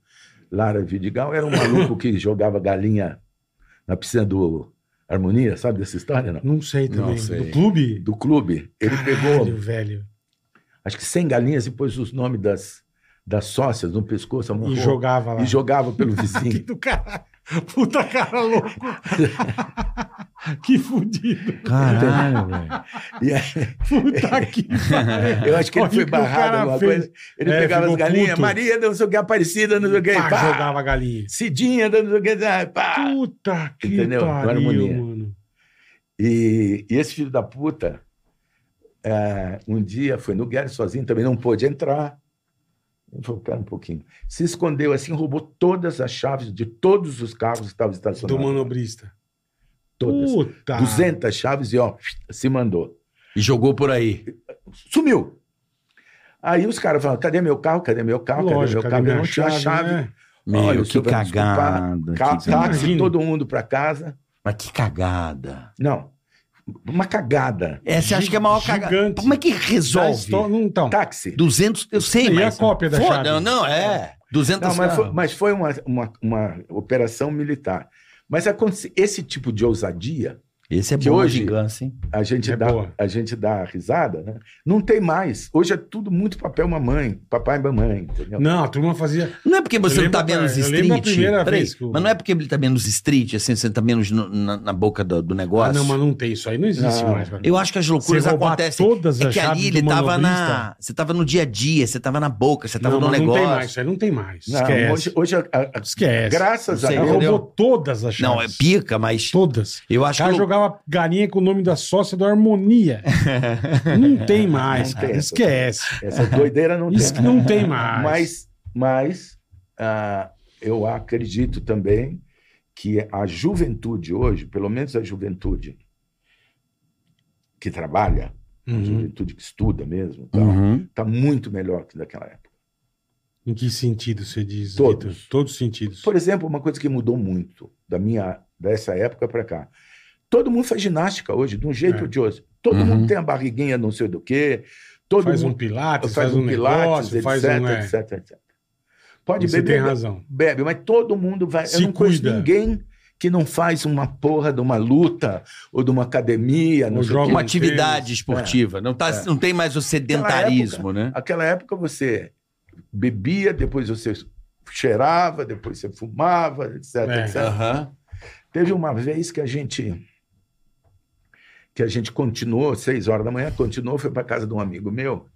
C: Lara Vidigal, era um maluco que jogava galinha na piscina do Harmonia, sabe dessa história? Não?
A: Não sei também.
B: Não sei.
A: Do clube?
C: Do clube. Ele
A: Caralho,
C: pegou,
A: velho.
C: acho que 100 galinhas e pôs os nomes das, das sócias no pescoço, amarrou,
A: E jogava lá.
C: e jogava pelo
A: Que
C: vizinho.
A: do caralho. Puta cara louco. que fudido.
B: Caralho, velho.
C: E aí,
A: Puta que pariu.
C: eu acho que ele
A: Olha
C: foi
A: o que o
C: barrado
A: cara
C: alguma
A: fez.
C: coisa. Ele
A: É,
C: pegava as
A: ficou
C: galinhas,
A: puto.
C: Maria, não sei o que, Aparecida, não sei o que,
A: Pá,
C: pá,
A: jogava a galinha.
C: Cidinha, não sei o que, ah, pá.
A: Puta que
C: Entendeu?
A: pariu,
C: Harmonia.
A: mano.
C: E, e esse filho da puta, eh, um dia foi no Guerra sozinho, também não pôde entrar. Ele falou, pera um pouquinho. Se escondeu assim, roubou todas as chaves de todos os carros que estavam
A: Do
C: estacionados.
A: manobrista.
C: é. Todas.
A: Puta.
C: 200 chaves e ó, se mandou.
B: E jogou por aí.
C: Sumiu. Aí os caras falaram, cadê meu carro? Cadê meu carro?
A: Lógico,
C: cadê meu carro?
A: cadê
C: Ele não tinha a
A: minha
C: chave.
A: né?
B: Meu,
C: Olha, o
B: que
C: senhor vai me desculpar.
B: cagada.
C: Ca-
B: que
C: táxi,
A: Imagina.
C: todo mundo para casa.
B: Mas que cagada.
C: Não, uma cagada.
B: Essa eu acho que é a maior cagada.
A: Gigante.
B: Como é que
A: Da
B: resolve?
A: histó- não, Então,
C: Táxi.
B: 200, eu sei,
A: E
B: mas...
A: é a cópia da
B: Foda,
A: chave?
B: Não, é. 200
C: Não, mas foi,
B: carros.
C: mas foi uma, uma, uma operação militar. Mas aconte- esse tipo de ousadia,
B: Esse é
C: que
B: bom,
C: hoje-
B: vingança, hein?
C: a gente,
A: É boa.
C: dá, a gente dá risada, né? Não tem mais. Hoje é tudo muito papel mamãe, papai e mamãe, entendeu?
A: não, a turma fazia... Ah,
B: Não é porque você
A: Eu
B: não tá
A: lembro,
B: menos
A: eu lembro a
B: street.
A: primeira
B: Peraí,
A: vez que eu-
B: Mas não é porque ele tá menos street, assim, você tá menos no- na, na boca do, do negócio.
A: Ah, não, mas não tem isso aí. Não existe
C: Não.
A: mais. cara.
B: Eu acho que as loucuras
A: Você roubar
B: acontecem.
A: todas
B: é
A: as
B: que ali
A: chaves
B: ele
A: do
B: tava na.
A: manobrista?
B: Você tava no dia a dia, você tava na boca, você tava
A: não,
B: no
A: mas
B: negócio.
A: não tem mais. Isso aí não tem mais.
C: Não,
A: Esquece.
C: hoje, hoje a- a- a-
A: Esquece.
C: graças
B: Não sei,
C: a
A: Ela
C: Deus,
B: entendeu?
A: roubou todas as chaves.
B: Não, é pica, mas.
A: Todas.
B: Eu
A: O
B: acho
A: cara
B: que.
A: jogava galinha com o nome da sócia do Harmonia. não tem mais,
C: Não
A: cara.
C: tem essa.
A: Esquece.
C: essa doideira não tem.
A: Isso que não tem mais.
C: Mas, mas ah, eu acredito também que a juventude hoje, pelo menos a juventude que trabalha, a
A: Uhum.
C: juventude que estuda mesmo, tá,
B: Uhum.
C: tá muito melhor que naquela época.
A: Em que sentido você diz?
C: Todos.
A: Vitor? Todos os sentidos.
C: Por exemplo, uma coisa que mudou muito da minha dessa época para cá. Todo mundo faz ginástica hoje, de um jeito
A: É.
C: ou de outro. Todo
B: Uhum.
C: mundo tem a barriguinha não sei do quê. Todo
A: faz um
C: mundo
A: pilates,
C: faz um pilates,
A: negócio, faz
C: etc,
A: um... é.
C: etc, etc. Pode
A: Você tem
C: beber,
A: razão.
C: bebe, mas todo mundo vai.
A: Se
C: eu não conheço
A: cuida.
C: ninguém que não faz uma porra de uma luta ou de uma academia. Não
A: Ou
C: sei
A: joga
C: o quê.
B: Uma
A: Alguns
B: atividade
A: deles,
B: esportiva. Não, tá,
C: é.
B: não tem mais o sedentarismo, né?
C: Aquela época você bebia, depois você cheirava, depois você fumava, etc,
A: É.
C: etc.
B: Aham.
C: Teve uma vez que a gente que a gente continuou, seis horas da manhã, continuou, foi para casa de um amigo meu.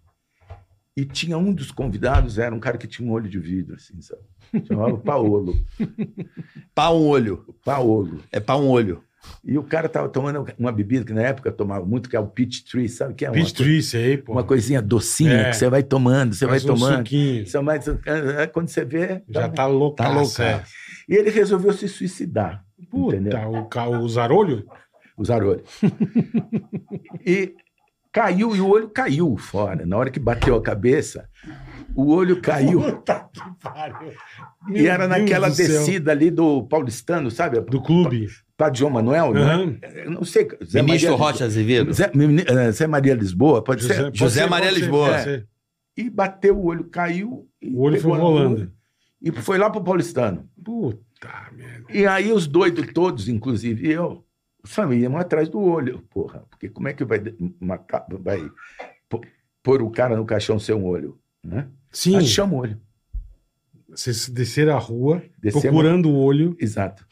C: E tinha um dos convidados, era um cara que tinha um olho de vidro, assim, sabe? Chamava Paolo.
B: Pá um olho.
C: Paolo.
B: É pá um olho.
C: E o cara tava tomando uma bebida que na época eu tomava muito, que é o peach tree, sabe o que é? Uma
A: Peach
C: coi-
A: tree, isso aí, pô.
C: Uma coisinha docinha
A: É.
C: que você vai tomando, você
A: Faz
C: vai
A: um
C: tomando.
A: suquinho.
C: Você vai- é, Quando você vê.
A: Já
C: tá-
A: tá louca.
B: Tá loucaço.
C: E ele resolveu se suicidar.
A: Puta,
C: entendeu?
A: o, ca- o zarolho?
C: Os arolhos. e caiu, e o olho caiu fora. Na hora que bateu a cabeça, o olho caiu.
A: Puta que pariu.
C: e era
A: Meu
C: naquela
A: Deus do céu.
C: descida ali do paulistano, sabe?
A: Do clube.
C: Padre João Manuel, né?
A: Aham.
C: Eu não sei. Zé
B: Ministro
C: Maria-
B: Rocha Azevedo.
C: Zé, mini- eh, Zé Maria Lisboa, pode ser.
A: pode
B: José
A: ser,
B: Maria
A: pode ser,
B: Lisboa.
A: pode ser.
C: E bateu o olho, caiu. E
A: O olho foi
C: pegou na rua.
A: rolando.
C: E foi lá pro paulistano.
A: Puta merda.
C: E aí os doidos todos, inclusive eu, sabe, íamos atrás do olho, porra. Porque como é que vai de- matar, vai pô- pôr o cara no caixão sem um olho, né?
A: Sim,
C: Achamos o olho.
A: vocês desceram a rua,
C: Descemos-
A: procurando o olho.
C: Exato.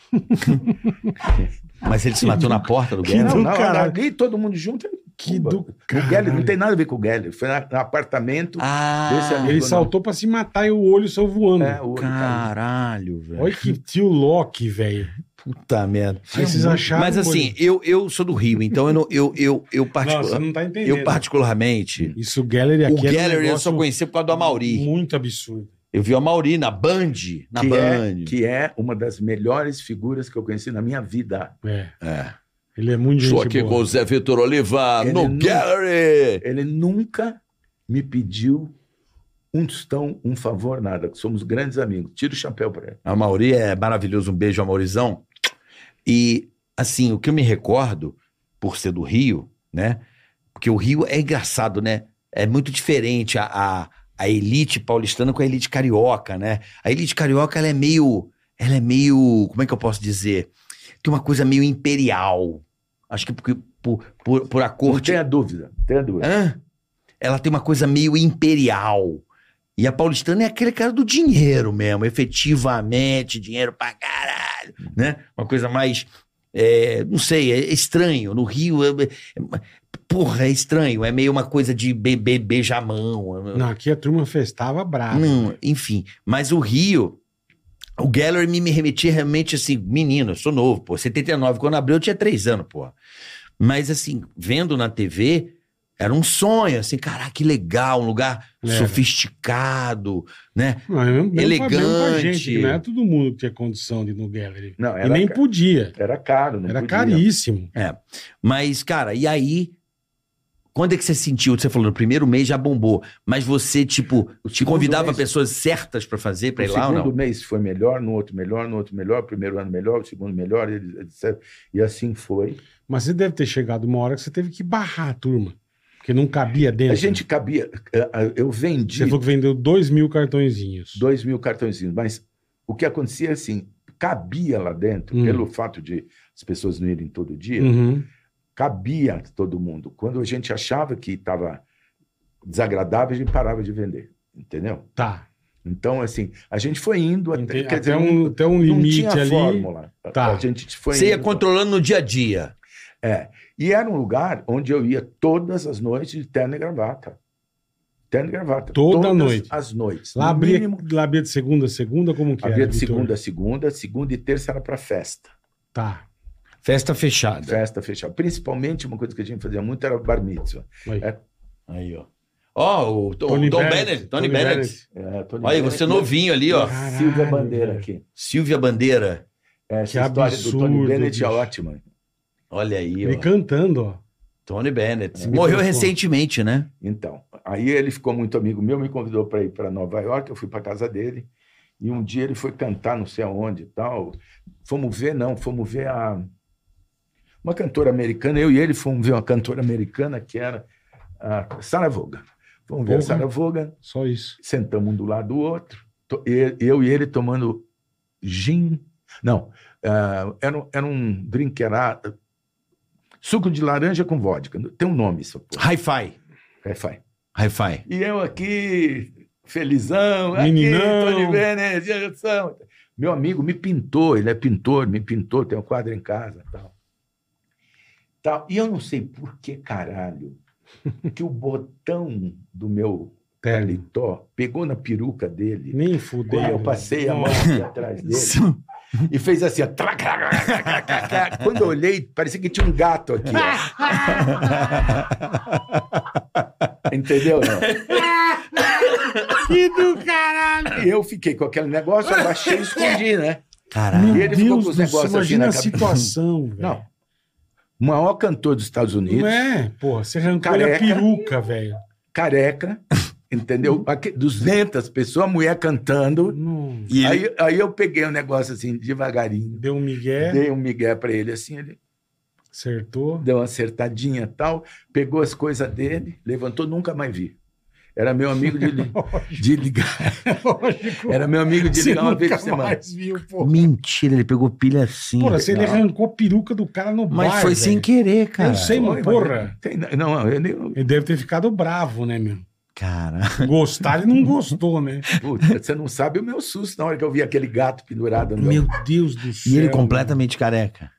B: Mas ele se matou na porta do
A: Que
B: Guedes.
A: do
C: É, não, não,
A: caralho.
C: ali todo mundo junto. é
A: Que
C: Cuba.
A: do
C: O Guedes não
A: caralho.
C: tem nada a ver com o Guedes. Foi na- no apartamento,
B: Ah,
C: Desse ali.
A: Ele
C: Não.
A: saltou pra se matar e o olho saiu voando.
C: é, o olho caiu.
B: caralho, velho.
A: Olha que tio Loki, velho.
B: Puta merda.
A: Aí vocês acharam.
B: Mas
A: o
B: assim,
A: olho.
B: eu, eu sou do Rio, então eu, não- eu, eu, eu,
A: Não, você
B: particular,
A: não tá entendendo.
B: eu particularmente...
A: Isso, o Gallery aqui
B: o
A: era um
B: Gallery eu
A: negócio
B: só conheci por causa do Amauri.
A: Muito absurdo.
B: Eu vi o Amauri na Band. Na
C: Que
B: Band.
C: é, que é uma das melhores figuras que eu conheci na minha vida.
A: É.
B: É.
A: Ele é muito
B: Estou
A: gente
B: aqui
A: boa.
B: com o Zé Vitor Oliva
C: Ele
B: no
C: não-
B: Gallery.
C: Ele nunca me pediu um tostão, um favor, nada. que Somos grandes amigos. Tira o chapéu para ele.
B: A Mauri é maravilhoso, um beijo, Amaurizão. E, assim, o que eu me recordo, por ser do Rio, né? Porque o Rio é engraçado, né? É muito diferente a, a, a elite paulistana com a elite carioca, né? A elite carioca, ela é meio. Ela é meio. Como é que eu posso dizer? Tem uma coisa meio imperial. Acho que porque, por, por, por a
C: Não
B: corte.
C: tenha dúvida, tenha
A: É?
C: dúvida.
B: Hã? Ela tem uma coisa meio imperial. E a paulistana é aquele cara do dinheiro mesmo, efetivamente, dinheiro pra caralho, né? Uma coisa mais, é, não sei, é estranho. No Rio, é- é- porra, é estranho. É meio uma coisa de bebê beijamão. é
A: Não, aqui a turma festava brava.
B: Ah,
C: Hum.
B: Não, né? enfim. Mas o Rio, o Gallery me, me remetia realmente assim, menino, eu sou novo, pô. 79, quando abriu eu tinha 3 anos, pô. Mas assim, vendo na TV, era um sonho, assim, caraca, que legal, um lugar
A: Era.
B: sofisticado, né?
A: Não, é mesmo- mesmo pra- mesmo pra
B: Elegante.
A: gente, que não era todo mundo que tinha condição de ir no Gallery.
C: Não,
A: E
C: era,
A: nem
C: ca-
A: podia.
C: era caro. Não
A: Era
C: podia.
A: caríssimo.
B: Mas, cara, e aí? Quando é que você sentiu? Você falou, no primeiro mês já bombou, mas você, tipo, te
C: segundo
B: convidava
C: mês-
B: pessoas certas pra fazer, pra
C: O
B: ir lá ou
C: segundo
B: não?
C: mês foi melhor, no outro melhor, no outro melhor, primeiro ano melhor, o segundo melhor, etc. E assim foi.
A: Mas você deve ter chegado uma hora que você teve que barrar a turma. Porque não cabia dentro.
C: A gente cabia. eh, eh, Eu
A: Você
C: vendi
A: falou que vendeu dois mil cartõezinhos.
C: dois mil cartõezinhos, mas o que acontecia é assim: cabia lá dentro,
A: Hum.
C: pelo fato de as pessoas não irem todo dia,
A: Uhum.
C: cabia todo mundo. Quando a gente achava que estava desagradável, a gente parava de vender. Entendeu?
A: Tá.
C: Então, assim, a gente foi indo até,
A: Ente-
C: quer dizer,
A: até, um, até um
C: não
A: limite
C: tinha
A: ali.
C: fórmula. A-
A: Tá.
C: A gente foi
B: Você ia
C: indo.
B: controlando no dia a dia.
C: É. E era um lugar onde eu ia todas as noites de terno e gravata. Terno e gravata.
A: Toda
C: todas
A: noite.
C: as noites.
A: Lá
C: No
A: abria,
C: mínimo,
A: lá abria de segunda a segunda, como que
C: abria
A: era,
C: de
A: Vitor?
C: segunda a segunda, segunda e terça era para festa.
A: Tá.
B: Festa fechada.
C: Festa fechada. Principalmente uma coisa que a gente fazia muito era bar mitzvah.
A: Aí.
C: É,
B: Aí, ó. Ó, o Tom, Tom Bennett, Tony Bennett.
C: É, tô
B: Olha aí,
C: ligado
B: você
C: aqui,
B: novinho ali, ó.
A: Caralho,
C: Silvia Bandeira
A: velho.
C: aqui. É,
B: Silvia Bandeira.
C: Essa
A: Que
C: história do Tony
A: absurdo,
C: Bennett é
A: bicho.
C: ótima.
B: Olha aí,
A: Ele
B: ó.
A: cantando, ó.
B: Tony Bennett. Morreu recentemente, né?
C: Então, aí ele ficou muito amigo meu, me convidou para ir para Nova York, eu fui para casa dele. E um dia ele foi cantar não sei aonde e tal. Fomos ver, não, fomos ver a uma cantora americana. Eu e ele fomos ver uma cantora americana que era a Sarah Vaughan. Fomos ver a
A: Vaughan.
C: Sarah Vaughan,
A: Só isso.
C: sentamos um do lado do outro. to- e- Eu e ele tomando gin. Não, ah, era, um- era um drink, era suco de laranja com vodka. Tem um nome isso. pô. é,
B: Hi-Fi.
C: Hi-Fi.
B: Hi-Fi.
C: E eu aqui, felizão, aqui,
A: Meninão.
C: Tony Bennett, direção. Meu amigo me pintou, ele é pintor, me pintou, tem um quadro em casa e tal. tal. E eu não sei por que caralho que o botão do meu
A: Tele.
C: paletó pegou na peruca dele.
A: Nem fudeu. né?
C: Quando eu passei a mão aqui atrás dele e fez assim, ó, tra- tra- tra- tra- tra- tra- tra. quando eu olhei, parecia que tinha um gato aqui. ó. Entendeu? Não?
A: Que do caralho!
C: E eu fiquei com aquele negócio, eu baixei e escondi, né?
B: Caralho.
C: E
A: Meu
C: ele ficou com
A: Deus
C: os
A: do céu,
C: negócios assim
A: imagina
C: na
A: a
C: cabeça.
A: situação, velho.
C: Não. O maior cantor dos Estados Unidos,
A: Não é, porra. Você arrancou ele a
C: Careca.
A: peruca, velho.
C: careca,
A: Uhum.
C: entendeu? Aqui, 200 pessoas, a mulher cantando.
A: Não-
B: E ele-
C: Aí, aí eu peguei um negócio assim, devagarinho.
A: Deu um migué,
C: Dei um migué pra ele assim, ele
A: acertou.
C: deu uma acertadinha e tal, pegou as coisas dele, levantou, nunca mais vi. Era meu amigo de, li- de ligar.
A: Lógico.
C: Era meu amigo de
A: Você
C: ligar uma vez por
A: nunca
C: semana.
A: mais viu, porra.
B: Mentira, ele pegou pilha assim.
A: Porra, você ele
B: Não.
A: arrancou a peruca do cara no bar,
B: Mas foi
A: velho.
B: sem querer, cara.
A: Eu sei,
C: Oi,
A: mas
C: mas
A: porra.
C: tem- não, eu nem.
A: Ele deve ter ficado bravo, né, meu?
B: Cara.
A: Gostar, ele não gostou, né?
C: Puta, você não sabe o meu susto na hora que eu vi aquele gato pendurado andando.
A: Meu Deus do céu.
B: E ele
A: meu.
B: completamente careca.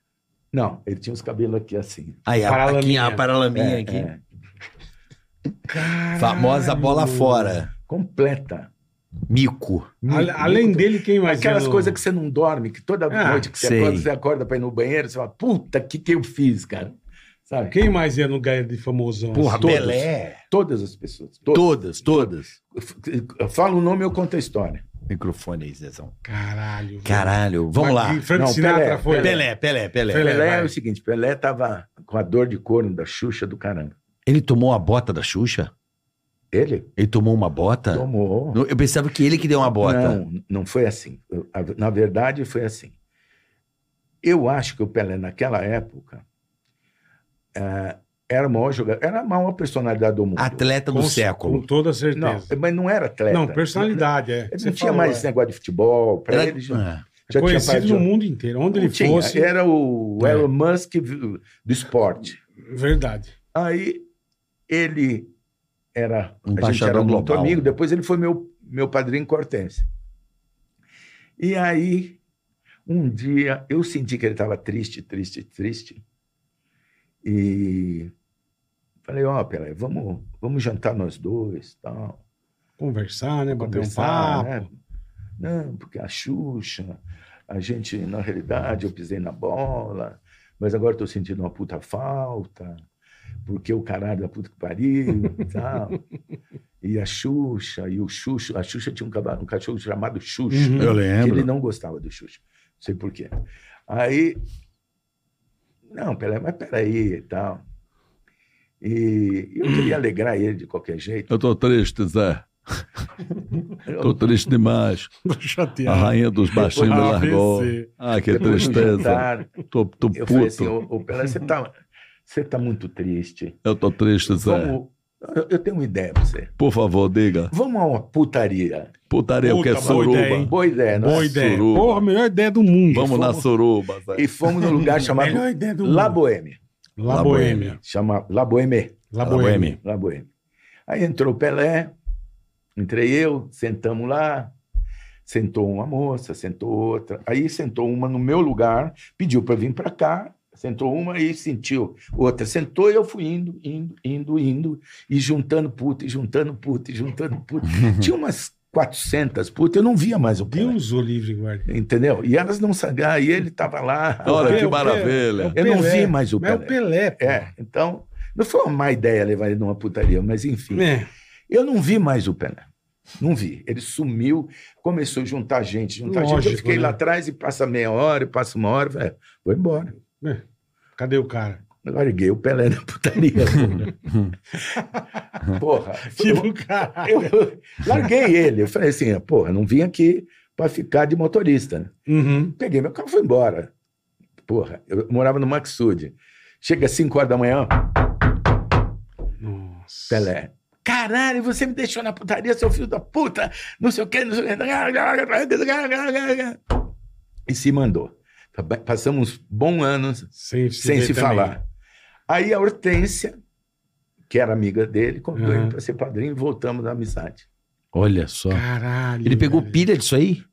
C: Não, ele tinha os cabelos aqui assim.
B: Aí, a- aqui,
A: Paralaminha.
B: a paralaminha
C: É,
B: aqui.
C: é.
A: Caralho.
B: Famosa bola fora.
C: completa.
B: Mico.
A: A- além dele, quem mais?
C: Aquelas
A: é o-
C: coisas que você não dorme, que toda
A: Ah,
C: noite que você
B: sei.
C: acorda, você acorda pra ir no banheiro, você fala, puta, o que, que eu fiz, cara? Sabe?
A: Quem mais ia no lugar de famosão?
B: Porra,
A: Todos.
B: Pelé.
C: Todas as pessoas. Todas.
B: Todas, todas.
C: Fala o nome, eu conto a história.
B: Microfone aí, Zezão.
A: Caralho. velho.
B: Caralho, vamos lá.
A: Aqui, Frank
C: Não,
A: Sinatra
C: Pelé,
A: foi. né?
B: Pelé, Pelé, Pelé.
A: Pelé,
C: Pelé
A: vai.
C: é o seguinte, Pelé tava com a dor de corno da Xuxa do caramba.
B: Ele tomou a bota da Xuxa?
C: Ele
B: Ele tomou uma
A: Ah.
B: bota?
C: tomou.
B: Eu pensava que ele que deu uma bota.
A: então.
C: Não, não foi assim. Eu- a- Na verdade, foi assim. Eu acho que o Pelé, naquela época, ah, era o maior jogador, era a maior personalidade do mundo.
B: Atleta do
A: Com-
B: século.
A: Com toda
C: Não,
A: certeza.
C: mas não era atleta.
A: Não, personalidade, é.
C: Ele não
A: Você
C: tinha
A: falou,
C: mais
A: é.
B: né?
C: esse negócio de futebol. Pra
B: Era-
C: ele já,
B: Ah.
C: já tinha
A: Conhecido
C: parado
A: no
C: de-
A: mundo inteiro. Onde
C: Não
A: ele
C: tinha,
A: fosse.
C: Era o
A: É.
C: Elon Musk do esporte.
A: Verdade.
C: Aí ele era. a gente
B: Embaixador
C: era muito
B: global.
C: amigo. Depois ele foi meu, meu padrinho em Cortense. E aí, um dia, eu senti que ele estava triste, triste, triste. E falei: Ó, Pelé, vamos, vamos jantar nós dois tal.
A: Conversar, né? Bater um
C: Conversar,
A: papo.
C: né? Não, porque a Xuxa, a gente, na realidade, eu pisei na bola, mas agora estou sentindo uma puta falta, porque o caralho da puta que pariu e tal. E a Xuxa, e o Xuxa, a Xuxa tinha um, cava- um cachorro chamado Xuxa,
A: Uhum. Eu
C: que ele não gostava do Xuxa, não sei porquê. Aí, não, Pelé, mas peraí e tal. E eu queria alegrar ele de qualquer jeito.
F: Eu tô triste, Zé. Tô triste demais.
A: Tô
B: é.
F: A
A: chateado.
F: rainha dos baixinhos me
A: Ah,
F: largou.
A: ABC.
F: Ah, que
C: Depois do
F: tristeza.
C: jantar,
F: Tô, tô
C: Eu falei assim,
F: puto.
C: ô, ô, Pelé, você tá, você tá muito triste.
F: Eu tô triste,
A: é.
F: Zé.
C: Vamos, eu, eu tenho uma ideia pra você.
F: Por favor, diga.
C: Vamos a uma putaria.
F: Putaria, o que é
A: Puta, boa ideia, hein?
F: suruba.
C: Boa ideia, não é?
A: Boa ideia.
F: Suruba.
A: Porra, a melhor ideia do mundo.
F: Vamos na suruba, Zé.
C: E fomos num lugar chamado
A: Melhor ideia do
C: La
A: mundo.
C: Boêmia.
A: La Boêmia.
C: Chama La Boêmia.
A: La
B: Boêmia.
A: Boêmia.
C: La Boêmia. Aí entrou o Pelé, entrei eu, sentamos lá. Sentou uma moça, sentou outra. Aí sentou uma no meu lugar, pediu para vir para cá. Sentou uma e sentiu outra. Sentou e eu fui indo, indo, indo, indo. E juntando puta, e juntando puta, e juntando puta. Tinha umas 400 putas, eu não via mais o Pelé.
A: Deus o livre, guarda.
C: Entendeu? E elas não sabiam, e ele estava lá.
F: Olha que
A: Eu-
F: maravilha.
C: Eu não
A: Pelé.
C: vi mais o
A: Mas é o Pelé.
C: Pelé.
A: pô.
C: É, então, não foi uma má ideia levar ele numa putaria, mas enfim.
A: É.
C: Eu não vi mais o Pelé. Não vi. Ele sumiu, começou a juntar gente, juntar gente.
A: Lógico,
C: Eu fiquei
A: né?
C: lá atrás e passa meia hora, passa uma hora, falei, vou embora.
A: Cadê o cara?
C: Agora gay, o Pelé na putaria. porra.
A: Que
C: eu-
A: do caralho.
C: eu, larguei ele. Eu falei assim, porra, não vim aqui pra ficar de motorista. né?
A: Uhum.
C: Peguei meu carro e fui embora. Porra, eu morava no Maxud. Chega às 5 horas da manhã,
A: Nossa.
C: Pelé. Caralho, você me deixou na putaria, seu filho da puta, não sei o quê, não sei o quê. E se mandou. Passamos bons anos
A: Sem se,
C: sem
A: ver
C: se
A: também.
C: falar. Aí a Hortência, que era amiga dele, convidou
A: Uhum.
C: ele para ser padrinho e voltamos à amizade.
B: Olha só.
A: Caralho.
B: Ele pegou
A: velho.
B: pilha disso aí?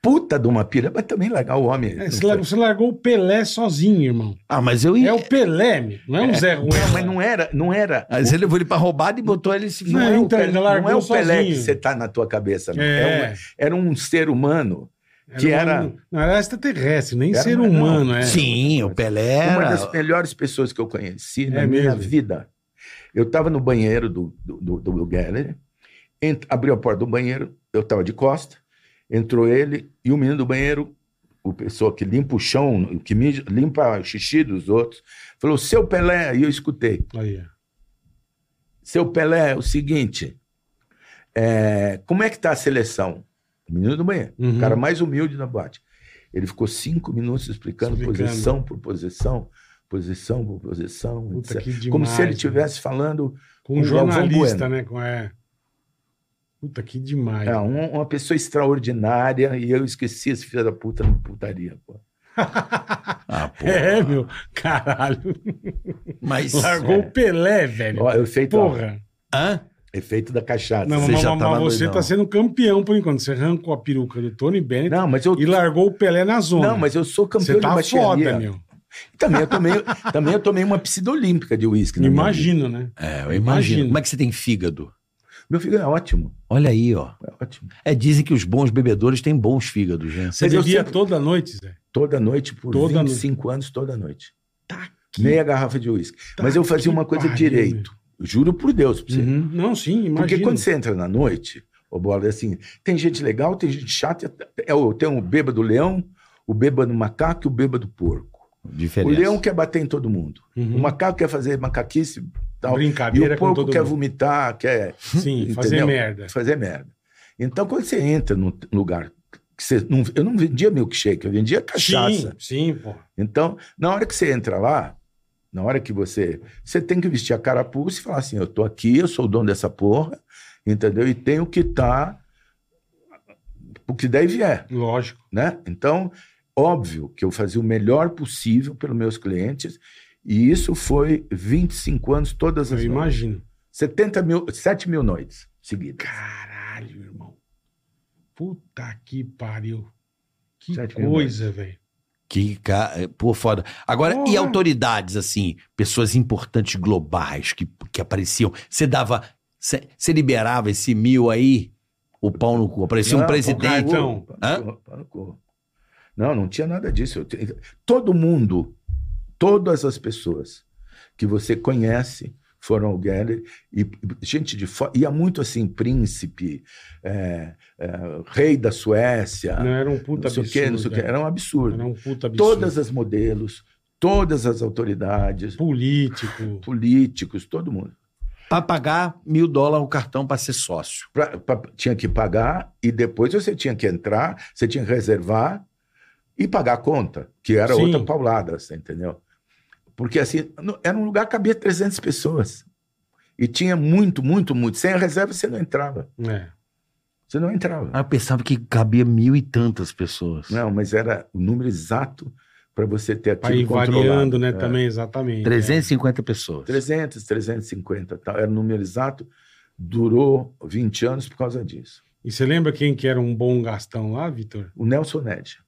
C: Puta de uma pira, mas também legal o homem.
A: É,
C: Não
A: você,
C: foi?
A: largou, você largou o Pelé sozinho, irmão.
B: Ah, mas eu
A: É o Pelé, meu. não é um Zé Ruela.
C: Não, mas não era, não era.
B: Mas ele levou ele pra roubada e botou ele se
A: Não,
C: Não, é o
A: Ah, então,
C: Pelé-
A: ele largou
C: não é o Pelé
A: sozinho.
C: que você tá na tua cabeça, não.
A: É.
C: É um- era um ser humano. que era-
A: um- Não era extraterrestre, nem
C: Era,
A: ser
C: mas não.
A: humano, é.
B: Sim, o Pelé
C: Uma
B: era...
C: das melhores pessoas que eu conheci na
A: É
C: minha
A: mesmo?
C: vida. Eu estava no banheiro do, do, do, do Gallery, ent- abriu a porta do banheiro, eu estava de costa, entrou ele e o menino do banheiro, o pessoa que limpa o chão, que mija- limpa o xixi dos outros, falou, seu Pelé, e eu escutei.
A: Aí, ó.
C: Seu Pelé, é o seguinte, é, como é que tá a seleção? O menino do banheiro,
A: Uhum.
C: o cara mais humilde da boate. Ele ficou cinco minutos explicando,
A: Explicando.
C: posição por posição, posição por posição,
A: Puta,
C: etc.
A: que demais,
C: Como se ele
A: né?
C: estivesse falando
A: Com um
C: um Galvão
A: jornalista,
C: Bueno.
A: né? Com, é. Puta, que demais.
C: é, um- uma pessoa extraordinária e eu esqueci esse filho da puta na putaria. Pô.
B: Ah, pô.
A: É, meu. Caralho.
B: Mas...
A: Largou
C: é.
A: o Pelé, velho.
C: Ó, efeito, ó,
A: Porra.
B: Hã?
C: efeito da cachaça.
A: Não,
B: Você
A: mas,
B: já
A: mas-
B: tava
A: mas você
B: doidão.
A: tá sendo campeão por enquanto. Você arrancou a peruca do Tony Bennett
C: Não, mas eu,
A: e largou o Pelé na zona.
C: não, mas eu sou campeão
A: Você
C: de é.
A: tá
C: baixaria.
A: foda, meu.
C: Também eu tomei, também eu tomei uma pseudolímpica de uísque. na minha vida.
A: Imagino, né?
B: É, eu
A: Imagino.
B: imagino. Como é que você tem fígado?
C: Meu filho é ótimo,
B: Olha aí, ó.
C: é ótimo.
B: É, dizem que os bons bebedores têm bons fígados, né?
A: Você
C: Mas eu
A: bebia
C: sempre-
A: toda noite, Zé.
C: Toda noite, por
A: Toda
C: 25 anos, toda noite.
A: Tá
C: Meia garrafa de uísque. Mas eu fazia uma coisa direito. Juro por Deus pra você.
A: Uhum. Não, sim, imagina.
C: Porque quando você entra na noite, o bola é assim, tem gente legal, tem gente chata, é o, tem o bêbado leão, o bêbado macaco e o bêbado porco.
B: Diferença.
C: O leão quer bater em todo mundo.
A: Uhum.
C: O macaco quer fazer macaquice tal. e
A: Brincadeira
C: o
A: com
C: porco
A: todo
C: quer
A: mundo. É.
C: vomitar, quer
A: Sim,
C: entendeu?
A: fazer merda.
C: fazer merda. Então quando você entra num lugar que você não, eu não vendia milkshake, eu vendia cachaça.
A: Sim, sim, pô.
C: Então, na hora que você entra lá, na hora que você. Você tem que vestir a carapuça e falar assim: eu tô aqui, eu sou o dono dessa porra, entendeu? E tenho que estar. o que der e vier,
A: Lógico.
C: né? Então, óbvio que eu fazia o melhor possível pelos meus clientes. E isso foi 25 anos, todas
A: Eu
C: as noites.
A: imagino.
C: 70 mil, 7 mil noites seguidas.
A: Caralho, irmão. Puta que pariu. Que
C: Sete mil
A: coisa, velho.
B: Que ca... é, Pô, foda. Agora, e
A: Porra.
B: autoridades, assim, pessoas importantes globais que, que apareciam? Você dava. Você você liberava esse mil aí, o pau no cu.
A: é
B: Aparecia
C: Não, ah,
B: um presidente.
A: cartão.
C: pau no cu, pau no cu. Não, não tinha nada disso. Eu te- Todo mundo, todas as pessoas que você conhece foram ao gallery e e gente de fora. Ia muito assim, príncipe, é, é, rei da Suécia,
A: Não era um puta
C: não sei o
A: absurdo.
C: quê, não sei o quê.
A: velho.
C: Era um absurdo.
A: Era um puta absurdo.
C: Todas as modelos, todas as autoridades,
A: Político.
C: políticos, todo mundo.
B: Pra pagar mil dólares o cartão pra ser sócio.
C: Pra- pra- tinha que pagar e depois você tinha que entrar, você tinha que reservar e pagar a conta, que era
A: Sim.
C: outra paulada, você entendeu? Porque assim, não- era um lugar que cabia 300 pessoas. E tinha muito, muito, muito. Sem a reserva você não entrava.
A: É.
C: Você não entrava.
B: Aí eu pensava que cabia mil e tantas pessoas.
C: Não, mas era o número exato para você ter
A: Pra ir
C: aquilo controlado.
A: variando, né?
C: É.
A: Também, exatamente.
B: 350 pessoas.
C: 300, 350 e tal. Era o número exato. Durou 20 anos por causa disso.
A: É. E você lembra quem que era um bom gastão lá, Vitor?
C: O Nelson Ned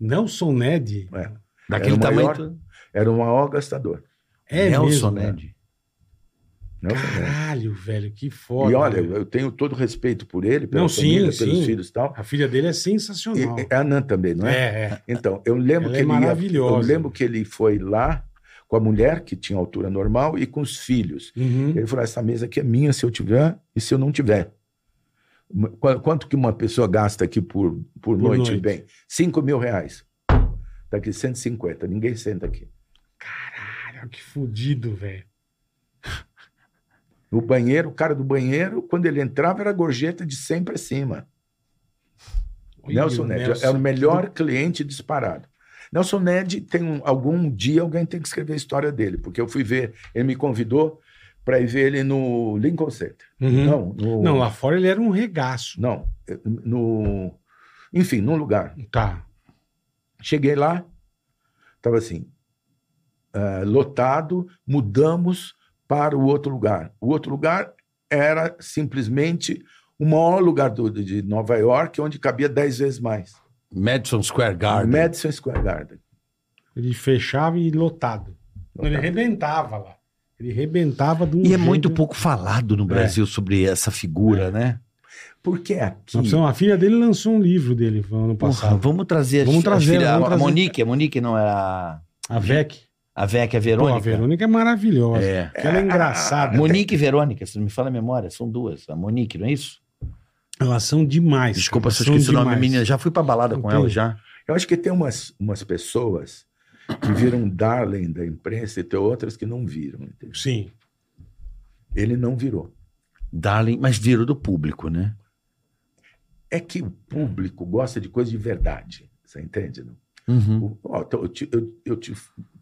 A: Nelson Ned.
C: É.
B: Daquele
C: Era o
B: tamanho.
C: maior- era o maior gastador.
A: É
B: Nelson
A: mesmo, né?
B: Ned.
C: Nelson Ned.
A: Caralho, velho, que foda.
C: é. e olha,
A: velho.
C: eu tenho todo o respeito por ele, pela
A: né? Não, sim,
C: família,
A: sim.
C: pelos filhos e tal.
A: a filha dele é
C: E,
A: sensacional.
C: é a Nan também, não é?
A: É, é.
C: Então, eu lembro
A: Ela
C: que
A: é
C: ele ia- eu
A: maravilhosa.
C: lembro que ele foi lá com a mulher que tinha altura normal e com os filhos.
A: Uhum.
C: Ele falou: essa mesa aqui é minha se eu tiver e se eu não tiver. Qu- Quanto que uma pessoa gasta aqui por, por, noite,
A: noite.
C: bem? 5 mil reais. Tá aqui 150, ninguém senta aqui.
A: Caralho, Cara, que fudido, velho.
C: No banheiro, o cara do banheiro, quando ele entrava, era gorjeta de 100 para cima. O Nelson
A: Ih,
C: Ned é o melhor cliente disparado. Nelson Ned tem um- algum dia alguém tem que escrever a história dele, porque eu fui ver, ele me convidou para ir ver ele no Lincoln Center.
A: Uhum.
C: Não, no,
A: Não, lá fora ele era um regaço.
C: não, no enfim, num lugar.
A: Tá.
C: Cheguei lá, estava assim, ah, lotado, mudamos para o outro lugar. O outro lugar era simplesmente o maior lugar do- de Nova York, onde cabia 10 vezes mais.
G: Madison Square Garden.
C: Madison Square Garden.
A: Ele fechava e lotado. Não, ele rebentava lá. Ele rebentava de um
B: E é
A: jeito-
B: muito pouco falado no Brasil sobre essa figura, né?
C: Porque aqui,
A: Nós precisamos- A filha dele lançou um livro dele ano
B: Porra,
A: passado.
B: vamos trazer
A: Vamos
B: as- as
A: trazer,
B: filhas-
A: vamos
B: a
A: trazer.
B: Monique, a Monique não é era
A: A Vec.
B: a Veca a
A: Pô, a
B: Verônica.
A: Verônica é maravilhosa.
B: É.
A: Porque ela é engraçada.
B: Monique e Verônica, se não me fala a memória, são duas. A Monique, não é isso?
A: Elas são demais.
B: Desculpa
A: cara.
B: se eu
A: São
B: esqueci o nome da
A: demais.
B: menina. Já fui pra balada com
A: Entendi.
B: ela já.
C: eu acho que tem umas, umas pessoas que viram Darling da imprensa e tem outras que não viram. entendeu?
A: Sim.
C: Ele não virou.
B: Darling, mas virou do público, né?
C: É que o público gosta de coisa de verdade. Você entende? Não?
B: Uhum.
C: O- ó, tô- eu te, eu- eu te-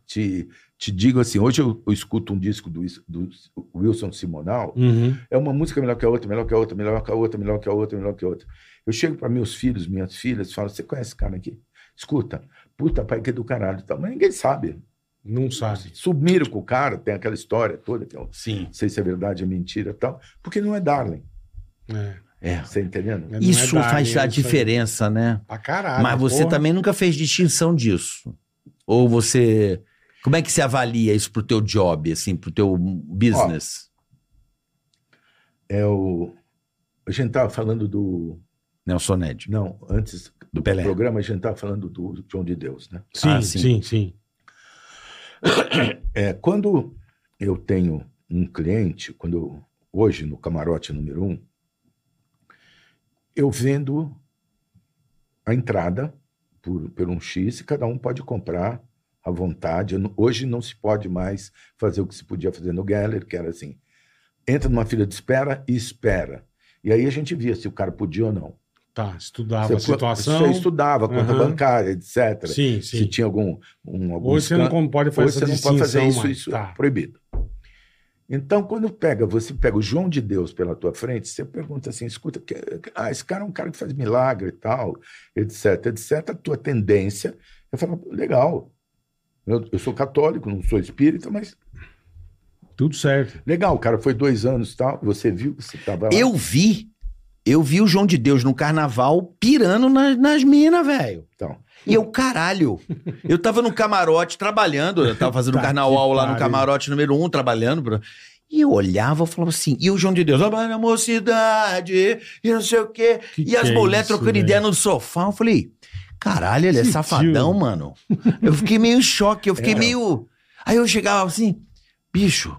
C: te- te digo assim, hoje eu, eu escuto um disco do, Is- do S- Wilson Simonal,
A: Uhum.
C: é uma música melhor que a outra, melhor que a outra, melhor que a outra, melhor que a outra, melhor que a outra. Eu chego para meus filhos, minhas filhas, falo, você conhece esse cara aqui? Escuta, puta pai que é do caralho, e tal. mas ninguém sabe.
A: Não sabe.
C: Sumiram com o cara, tem aquela história toda, que eu
B: Sim.
C: não sei se é verdade, é mentira e tal, porque não é Darling,
A: É.
B: É.
C: você tá entendendo?
A: Não é
B: Isso
A: Darling,
B: faz a
A: isso aí.
B: diferença, né?
A: Pra caralho.
B: Mas você
A: porra.
B: também nunca fez distinção disso. Ou você. Como é que você avalia isso pro teu job, assim, pro teu business?
C: É o... A gente estava falando do...
B: Nelson né, Ned.
C: Não, antes
B: Do Pelé.
C: programa a gente estava falando do João de Deus, né?
A: Sim,
B: Ah, sim.
A: sim, sim, sim.
C: É, quando eu tenho um cliente, quando eu- hoje no camarote número um, eu vendo a entrada por, por um X e cada um pode comprar à vontade. Eu não- hoje não se pode mais fazer o que se podia fazer no Geller, que era assim: entra numa fila de espera e espera. E aí a gente via se o cara podia ou não.
A: Tá, estudava a
C: Você-
A: situação.
C: Você estudava, conta
A: Aham.
C: bancária, etc.
A: Sim,
C: Se
A: sim.
C: tinha algum. Um, algum
A: Hoje você
C: escan-
A: não com- pode fazer
C: Hoje
A: essa
C: você não pode fazer
A: distinção
C: isso,
A: mais.
C: isso é
A: Tá.
C: proibido. Então, quando pega, você pega o João de Deus pela tua frente, você pergunta assim, escuta, que- ah, esse cara é um cara que faz milagre e tal, etc, etc. A tua tendência é falar, legal, eu, eu sou católico, não sou espírita, mas
A: Tudo certo.
C: legal, o cara foi dois anos e tal, você viu que você estava lá.
B: Eu vi. Eu vi o João de Deus no carnaval pirando nas, nas minas, velho.
C: Então.
B: E eu, caralho. Eu tava no camarote trabalhando. Eu tava fazendo
A: Tá
B: carnaval
A: que
B: lá no
A: pariu.
B: camarote número um, trabalhando. pra- E eu olhava e falava assim. E o João de Deus, ó, na mocidade, e não sei o quê.
A: Que
B: e
A: que
B: as
A: é
B: mulheres
A: isso,
B: trocando ideia no sofá. Eu falei, caralho, ele é
A: Que
B: safadão,
A: tio.
B: mano. Eu fiquei meio em choque. Eu fiquei
C: É.
B: meio. Aí eu chegava assim, bicho,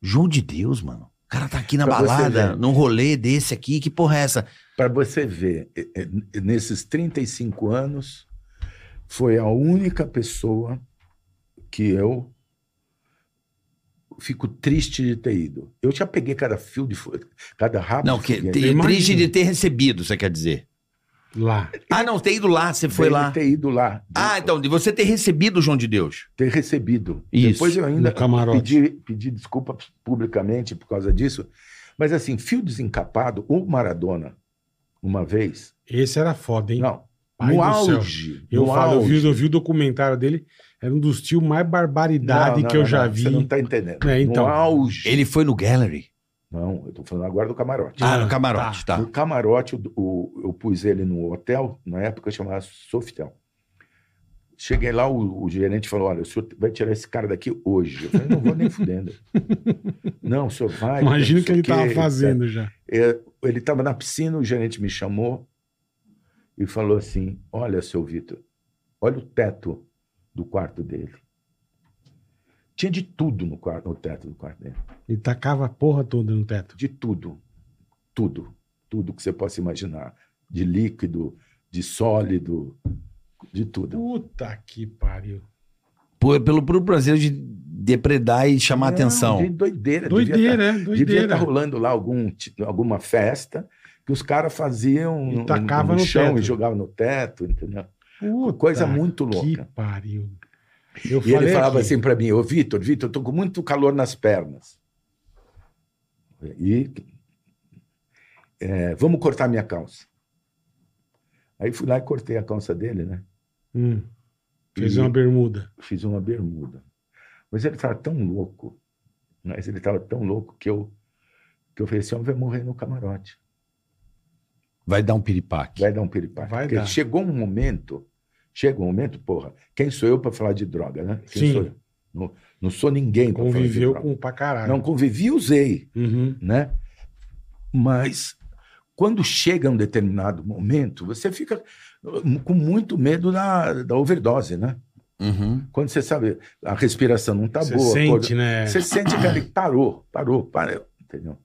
B: João de Deus, mano. O cara tá aqui na
C: Pra você
B: balada,
C: ver.
B: num rolê desse aqui, que porra é essa?
C: Para você ver, eh, eh, nesses 35 anos, foi a única pessoa que eu fico triste de ter ido. Eu já peguei cada fio de fogo, cada rabo
B: Não,
C: de
B: que,
C: foguete.
B: te-
A: imagino.
B: triste de ter recebido, você quer dizer.
A: Lá.
B: Ah, não, ter ido lá, você foi
C: Dele
B: lá.
C: ter ido lá. de-
B: Ah, então, de você ter recebido o João de Deus.
C: Ter recebido.
B: Isso,
C: Depois eu ainda
A: no camarote.
C: pedi, pedi desculpa publicamente por causa disso. Mas assim, fio desencapado, o Maradona, uma vez...
A: Esse era foda, hein?
C: Não,
A: Pai
C: no
A: do céu.
C: auge.
A: Eu
C: no
A: falo, eu
C: auge.
A: vi, eu vi o documentário dele, era um dos tios mais barbaridade
C: Não, não,
A: que eu
C: não,
A: já
C: não,
A: vi.
C: Você não tá entendendo.
A: É, então.
C: No auge.
B: Ele foi no gallery.
C: Não, eu tô falando agora do camarote.
B: Ah,
A: Ah,
B: no camarote, tá.
C: No camarote, o- o- eu pus ele no hotel, na época chamava Sofitel. Cheguei lá, o, o gerente falou: Olha, o senhor vai tirar esse cara daqui hoje. Eu falei: Não vou nem fudendo. não, o senhor vai.
A: Imagina o
C: não
A: que
C: sei
A: ele
C: quê,
A: tava
C: etc.
A: fazendo já.
C: É, ele estava na piscina, o gerente me chamou e falou assim: Olha, seu Vitor, olha o teto do quarto dele. Tinha de tudo no, quarto, no teto do quarto dele.
A: Ele tacava a porra toda no teto.
C: de tudo, tudo, tudo que você possa imaginar, de líquido, de sólido, de tudo.
A: Puta que pariu.
B: por- pelo pro prazer de depredar e chamar atenção.
C: Gente, doideira.
A: Doideira, é,
C: Devia
A: doideira.
C: estar rolando lá algum, ti- alguma festa que os caras faziam
A: E
C: um-
A: tacava
C: um
A: no
C: chão
A: teto.
C: e jogavam no teto, entendeu?
A: Puta
C: Coisa muito
A: que
C: louca.
A: pariu. Eu
C: E ele falava
A: aqui,
C: assim pra mim, ô Vitor, Vitor, eu tô com muito calor nas pernas. E é, vamos cortar minha calça. Aí fui lá e cortei a calça dele, né?
A: hum, fez uma bermuda.
C: Fiz uma bermuda. Mas ele estava tão louco, mas ele estava tão louco que eu, que eu falei, esse homem vai morrer no camarote.
G: Vai dar um piripaque.
C: Vai dar um piripaque.
A: Vai
C: Porque
A: dar.
C: chegou um momento, chega um momento, porra, quem sou eu para falar de droga, né? Quem
A: Sim.
C: sou eu? Não, não sou ninguém pra falar de
A: Conviveu
C: droga.
A: com um pra caralho.
C: Não convivi, usei,
A: Uhum.
C: né? Mas quando chega um determinado momento, você fica uh, com muito medo da, da overdose, né?
B: Uhum.
C: Quando você sabe, a respiração não tá
A: Você
C: boa. a
A: sente,
C: coisa-
A: né?
C: Você sente que ele parou, parou, parou, entendeu?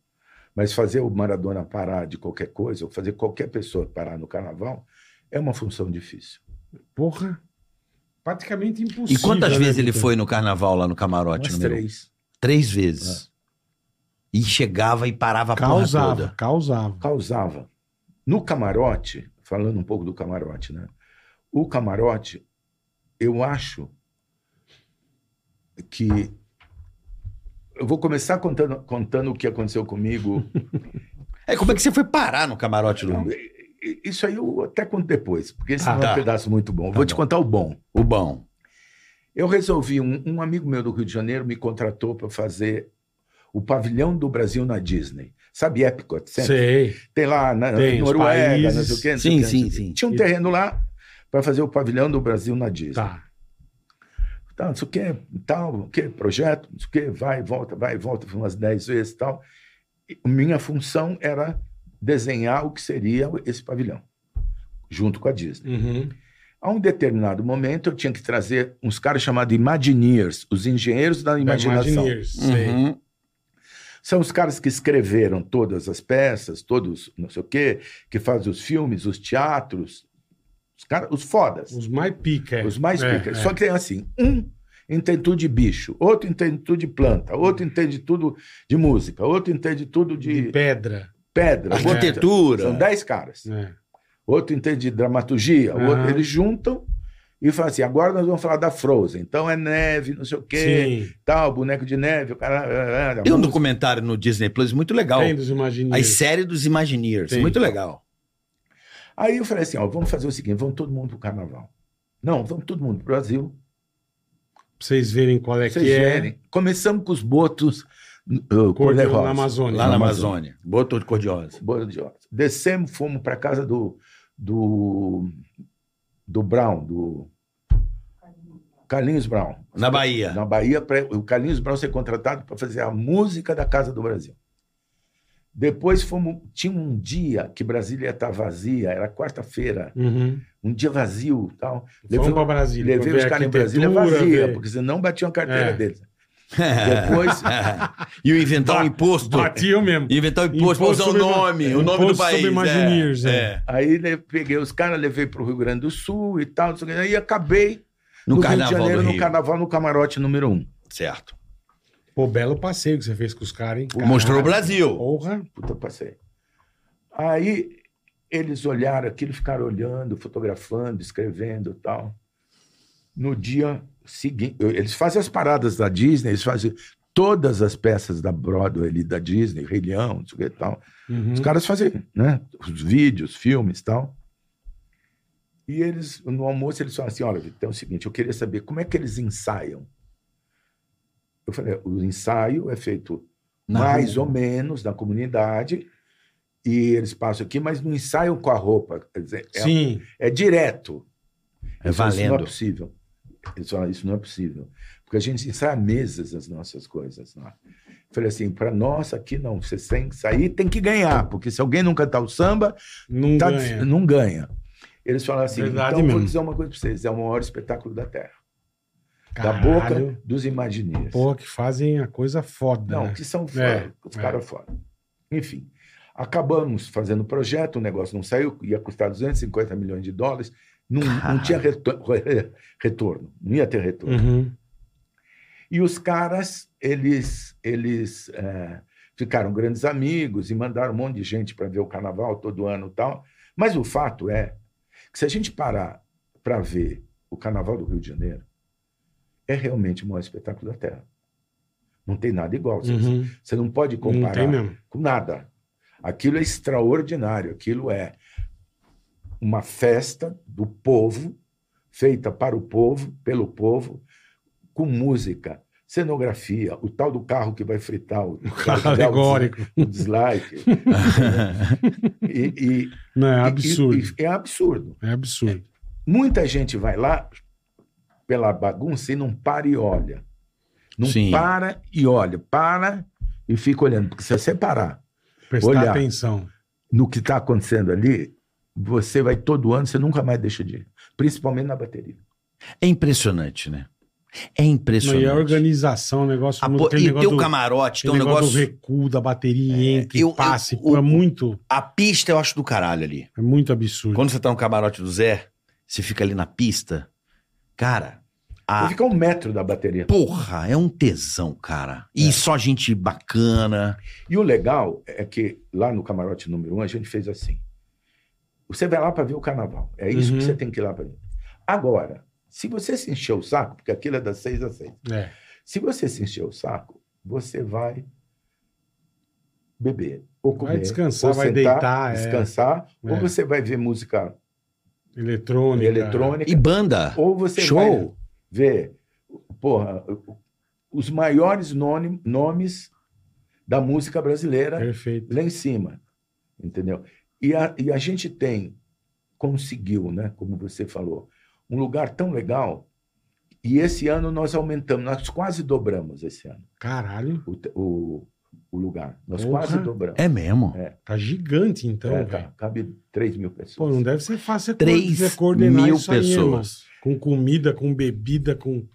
C: Mas fazer o Maradona parar de qualquer coisa, ou fazer qualquer pessoa parar no carnaval, é uma função difícil.
A: Porra. Praticamente
B: E
A: impossível.
B: quantas
A: né,
B: vezes ele
A: Vitor?
B: foi no carnaval lá no camarote?
C: Mas
B: número um?
C: três.
B: Três vezes. E chegava e parava a porra
A: Causava,
B: toda.
A: causava.
C: causava. No camarote, falando um pouco do camarote, né? O camarote, eu acho que. Eu vou começar contando, contando o que aconteceu comigo.
B: É, como é que você foi parar no camarote do
C: Não, e- e- Isso aí eu até conto depois, porque esse
A: Ah,
C: não é
B: tá.
C: um pedaço muito bom.
B: Tá
C: vou te
B: bom.
C: contar o bom.
B: o bom?
C: Eu resolvi, um, um amigo meu do Rio de Janeiro me contratou para fazer o pavilhão do Brasil na Disney. Sabe Epcot Center?
A: Sei.
C: Tem lá na
A: Tem, os
C: Noruega, não sei
A: países.
C: o quê. não sei
B: Sim,
C: o quê, não sei o
B: sim,
C: quê.
B: sim.
C: Tinha um
A: E-
C: terreno lá para fazer o pavilhão do Brasil na Disney.
A: Tá.
C: Tá, não sei o quê, tal, o quê, projeto, não sei o quê, vai, volta, vai, volta, foi umas 10 vezes tal. e tal. Minha função era desenhar o que seria esse pavilhão, junto com a Disney.
A: Uhum.
C: A um determinado momento, eu tinha que trazer uns caras chamados Imagineers, os engenheiros da imaginação.
A: Imagineers, sei.
B: Uhum.
C: São os caras que escreveram todas as peças, todos não sei o quê, que fazem os filmes, os teatros, os, cara, os fodas,
A: Os mais pica. é.
C: os mais
A: É,
C: picas.
A: é.
C: Só que tem assim, um entende tudo de bicho, outro entende tudo de planta, outro entende tudo de música, outro entende tudo de,
A: de pedra.
C: pedra. outro-
B: Arquitetura.
C: São dez caras.
A: né?
C: Outro entende de dramaturgia,
A: Ah.
C: outro- eles juntam e falam assim, agora nós vamos falar da Frozen. Então é neve, não sei o quê,
A: Sim.
C: tal, boneco de neve, o cara... ah, ah, ah,
B: Tem um
C: música.
B: documentário no Disney Plus muito legal.
A: Tem dos
B: As
A: Imagineers.
B: séries dos Imagineers.
A: Tem.
B: Muito legal.
C: Aí eu falei assim, ó, vamos fazer o seguinte, vamos todo mundo pro carnaval. Não, vamos todo mundo pro Brasil.
A: Pra vocês verem qual é
C: Vocês
A: que é.
C: verem. Começamos com os botos uh,
A: Cor de rosa. na é
C: cor-de-rosa.
A: um Amazônia.
B: Lá na
C: Na
B: Amazônia. Boto de cor-de-rosa.
C: Botos de rosa. Descemos, fomos pra casa do, do, do Brown, do Carlinhos Brown.
B: Na Bahia.
C: Na Bahia, pra- o Carlinhos Brown ser contratado para fazer a música da Casa do Brasil. Depois fomos. Tinha um dia que Brasília tá vazia, era quarta-feira,
A: Uhum.
C: um dia vazio tal.
A: Vamos pra
C: E
A: Brasília.
C: levei
A: pra
C: os
A: ver
C: caras em Brasília
A: arquitetura,
C: vazia,
A: ver-
C: porque senão batiam a carteira
A: É.
C: deles.
B: É.
C: Depois,
B: E o inventar
A: Ba-
B: um imposto.
A: Batiam mesmo.
B: Inventar o imposto, pra
A: Imposto
B: usar o
A: sobre-
B: nome, o nome
A: Imposto
B: do país.
A: sobre Imagineers,
B: é.
A: é.
B: É.
C: aí né, peguei os caras, levei para o Rio Grande do Sul e tal, não sei o quê, aí acabei
B: No,
C: no Rio de
B: carnaval
C: Janeiro,
B: do Rio.
C: no carnaval, no camarote número um.
B: Certo.
A: Pô, belo passeio que você fez com os caras, hein?
B: Mostrou o
A: Caralho.
B: Brasil.
A: Porra.
C: Puta, passei. Aí eles olharam aquilo, ficaram olhando, fotografando, escrevendo e tal. No dia seguinte, eu- eles fazem as paradas da Disney, eles fazem todas as peças da Broadway ali, da Disney, Rei Leão, não sei o que e tal.
A: Uhum.
C: Os caras fazem, né? Os vídeos, filmes e tal. E eles, no almoço, eles falam assim: olha, Vitor, é o seguinte, eu queria saber como é que eles ensaiam. Eu falei: o ensaio é feito
B: Na
C: mais
B: rua.
C: ou menos na comunidade, e eles passam aqui, mas não ensaiam com a roupa. Quer dizer, é,
A: Sim.
C: é direto.
B: É
C: Eles falam, Isso não é
B: valendo.
C: possível. Eles falam, isso não é possível. Porque a gente ensaia mesas as nossas coisas. Lá. Falei assim, para nós aqui não, você tem que sair, tem que ganhar, porque se alguém não cantar o samba,
A: Não
C: tá-
A: ganha.
C: não ganha. Eles falaram assim,
A: Verdade
C: então
A: mesmo.
C: vou dizer uma coisa para vocês, é o maior espetáculo da Terra. Da
A: Caralho.
C: boca dos imagineers.
A: Porra, que fazem a coisa foda.
C: Não,
A: né?
C: que são fora, os
A: é.
C: caras fora. Enfim, acabamos fazendo o projeto, o negócio não saiu, ia custar 250 milhões de dólares, não, não tinha retor- retorno, não ia ter retorno.
A: Uhum.
C: E os caras, eles, eles é, ficaram grandes amigos e mandaram um monte de gente para ver o carnaval todo ano e tal. Mas o fato é que se a gente parar para ver o carnaval do Rio de Janeiro, é realmente o maior espetáculo da Terra. Não tem nada igual. Você,
A: Uhum.
C: você não pode
A: Não
C: comparar
A: tem mesmo.
C: com nada. Aquilo é extraordinário, aquilo é uma festa do povo, feita para o povo, pelo povo, com música, cenografia, o tal do carro que vai fritar, o o
A: Cara,
C: que dá o
A: alegórico.
C: des- o dislike. E- e-
A: Não, é
C: e-
A: absurdo.
C: e- e é absurdo.
A: É absurdo.
C: Muita gente vai lá pela bagunça e não para e olha. Não
B: Sim.
C: para e olha, para e fica olhando. Porque se você
A: É,
C: parar
A: Prestar
C: Olhar.
A: atenção.
C: no que está acontecendo ali, você vai todo ano, você nunca mais deixa de ir. Principalmente na bateria.
B: É impressionante, né? É
A: Não,
B: impressionante.
A: e a organização, o negócio.
B: A
A: não
B: po- Ah,
A: tem um
B: E o
A: negócio
B: teu
A: do-
B: camarote, tem
A: tem
B: um negócio.
A: do recuo da bateria, entre,
B: eu- eu-
A: passe.
B: o-
A: pô, é muito,
B: A pista eu acho do caralho ali.
A: é muito absurdo.
B: Quando você tá no camarote do Zé, você fica ali na pista. Cara, a
C: Fica um metro da bateria.
B: porra é um tesão, cara. E
A: É.
B: só gente bacana.
C: E o legal é que lá no camarote número um, a gente fez assim. Você vai lá para ver o carnaval. É isso
A: Uhum.
C: que você tem que ir lá para ver. Agora, se você se encher o saco, porque aquilo é das seis às seis.
A: É.
C: Se você se encher o saco, você vai beber, ou comer,
A: Vai descansar,
C: ou
A: vai
C: sentar,
A: deitar, é.
C: descansar, ou
A: É.
C: você vai ver música
A: Eletrônica.
C: eletrônica,
B: E banda.
C: ou você vai
B: Show.
C: ver, porra, os maiores noni- nomes da música
A: É.
C: brasileira
A: Perfeito.
C: lá em cima, entendeu? E a, e a gente tem, conseguiu, né, como você falou, um lugar tão legal, e esse ano nós aumentamos, nós quase dobramos esse ano
A: Caralho,
C: o, te- o, o lugar. Nós
A: Porra.
C: quase dobramos.
B: É mesmo.
C: É,
A: tá gigante então,
C: É,
A: velho.
C: ca- cabe 3 mil
A: Pô,
C: pessoas.
A: não deve ser fácil você
B: tá. Três
A: coor- você coordenar
B: mil
A: isso aí,
B: pessoas.
A: irmão. Com comida, com bebida, com...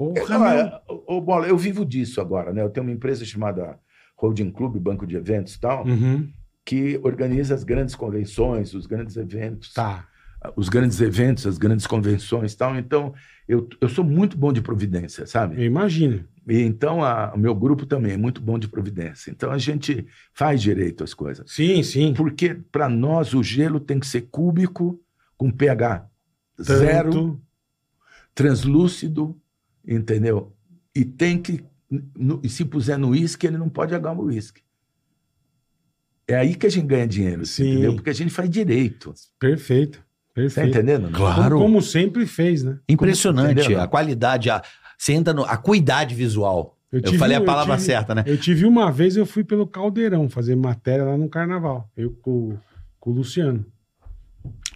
C: Eu,
A: Porra,
B: é-
A: meu.
C: olha, ô, ô, é, Bola, eu vivo disso agora, né? Eu tenho uma empresa chamada Holding Club, banco de eventos e tal,
A: Uhum.
C: que organiza as grandes convenções, os grandes eventos.
A: Tá.
C: Os grandes eventos, as grandes convenções e tal. Então, eu, eu sou muito bom de providência, sabe?
A: Eu imagino.
C: E então, a- o meu grupo também é muito bom de providência. Então, a gente faz direito às coisas.
A: Sim, sim.
C: Porque, para nós, o gelo tem que ser cúbico, com pH zero,
A: Tanto.
C: translúcido, entendeu? E tem que. no- e se puser no uísque, ele não pode agarrar o uísque. É aí que a gente ganha dinheiro, você
A: Sim.
C: entendeu? Porque a gente faz direito.
A: Perfeito.
C: Tá
A: Perfeito.
C: entendendo?
A: Como,
B: Claro.
A: como sempre fez, né?
B: Impressionante.
C: Entendeu?
B: A qualidade, a... você entra no. A cuidade visual.
A: Eu
B: Eu,
A: tive- um,
B: falei a
A: eu
B: palavra
A: tive-
B: certa, né?
A: Eu tive uma vez, eu fui pelo Caldeirão fazer matéria lá no Carnaval. Eu com, com o Luciano.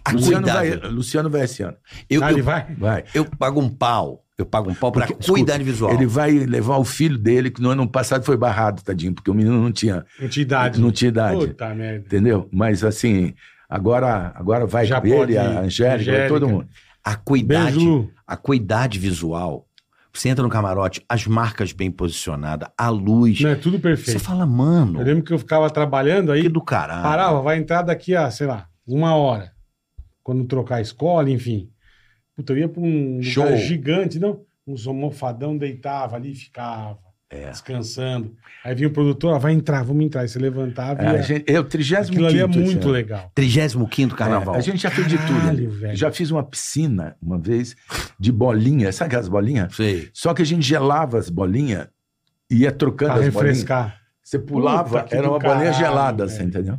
B: A
C: Luciano
B: cuidade.
C: vai, Luciano vai esse ano.
B: Eu,
A: ah, ele
B: eu,
A: vai?
C: Vai.
B: eu pago um pau. Eu pago um pau pra
C: Porque,
B: cuidade
C: escuta,
B: visual.
C: Ele vai levar o filho dele, que no ano passado foi barrado, tadinho, porque o menino não tinha,
A: Entidade.
C: não tinha idade.
A: Puta merda.
C: Entendeu? Mas assim, agora, agora vai
A: Já
C: ele,
A: pode ir.
C: a Angélica, vai todo
A: Angélica.
C: mundo.
B: A cuidade.
A: Beijo, Lu.
B: a cuidade visual. Você entra no camarote, as marcas bem posicionadas, a luz.
A: Não, é tudo
B: Você
A: perfeito. é
B: fala, mano,
A: Eu lembro que eu ficava trabalhando aí,
B: que do
C: Ah.
B: caralho.
A: parava, vai entrar daqui a, sei lá, uma hora. Quando trocar a escola, enfim. Puta, eu ia pra um
B: Show.
A: lugar gigante, não? Uns almofadão deitava ali e ficava.
B: É.
A: Descansando. Aí vinha o produtor, ó, vai entrar, vamos entrar. Aí você levantava
C: É,
A: e
C: a
A: ia-
C: gente, é o 35
A: Aquilo ali é
C: esse
A: muito
C: ano.
A: legal.
B: 35
C: É,
B: carnaval.
C: a gente já fez de tudo.
A: Caralho,
C: ali.
A: velho.
C: Já fiz uma piscina uma vez de bolinha, sabe aquelas bolinhas?
B: Sei.
C: Só que a gente gelava as bolinhas e ia trocando
A: Pra
C: as bolinhas.
A: refrescar.
C: Você pulava,
A: Puta, que
C: era
A: do
C: uma bolinha
A: caralho,
C: gelada,
A: velho.
C: assim, entendeu?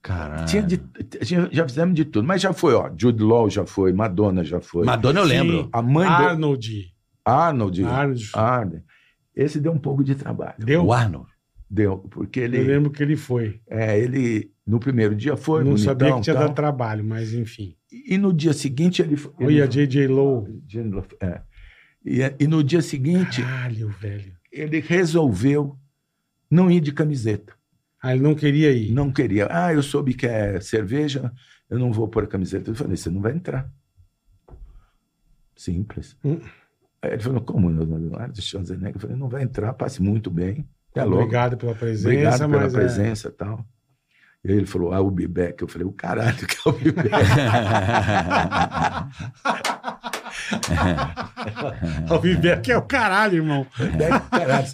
B: Caralho.
C: Tinha de, t- já, já fizemos de tudo, mas já foi, ó. Jude Law já foi, Madonna já foi.
B: Madonna, eu lembro.
A: Sim.
C: a mãe Ah, do
A: Arnold.
C: Arnold.
A: Arnold.
C: Arnold. Esse deu um pouco de trabalho.
A: Deu?
B: O Arnold.
C: Deu, porque
A: Eu
C: ele,
A: lembro que ele foi.
C: é, ele no primeiro dia foi,
A: não
C: bonitão,
A: sabia que tinha
C: tal.
A: dado trabalho, mas enfim.
C: E no dia seguinte ele foi. ele
A: Olha, a J.J. Lowe.
C: Jane Lof- é. E, e no dia seguinte,
A: Caralho, velho.
C: ele resolveu não ir de camiseta.
A: Ah, ele não queria ir.
C: Não queria. Ah, eu soube que é cerveja, eu não vou pôr a camiseta. Eu falei, você não vai entrar. Simples.
A: Hum.
C: Aí ele falou, como? Leonardo Schwarzenegger? Eu falei, não vai entrar, passe muito bem.
B: É
C: Até logo.
A: Obrigado pela presença.
C: Obrigado pela
A: mas é-
C: presença e tal. E aí ele falou, ah, o Bibek. Eu falei, o caralho que é o Bibek.
A: Alviverca é o caralho, irmão.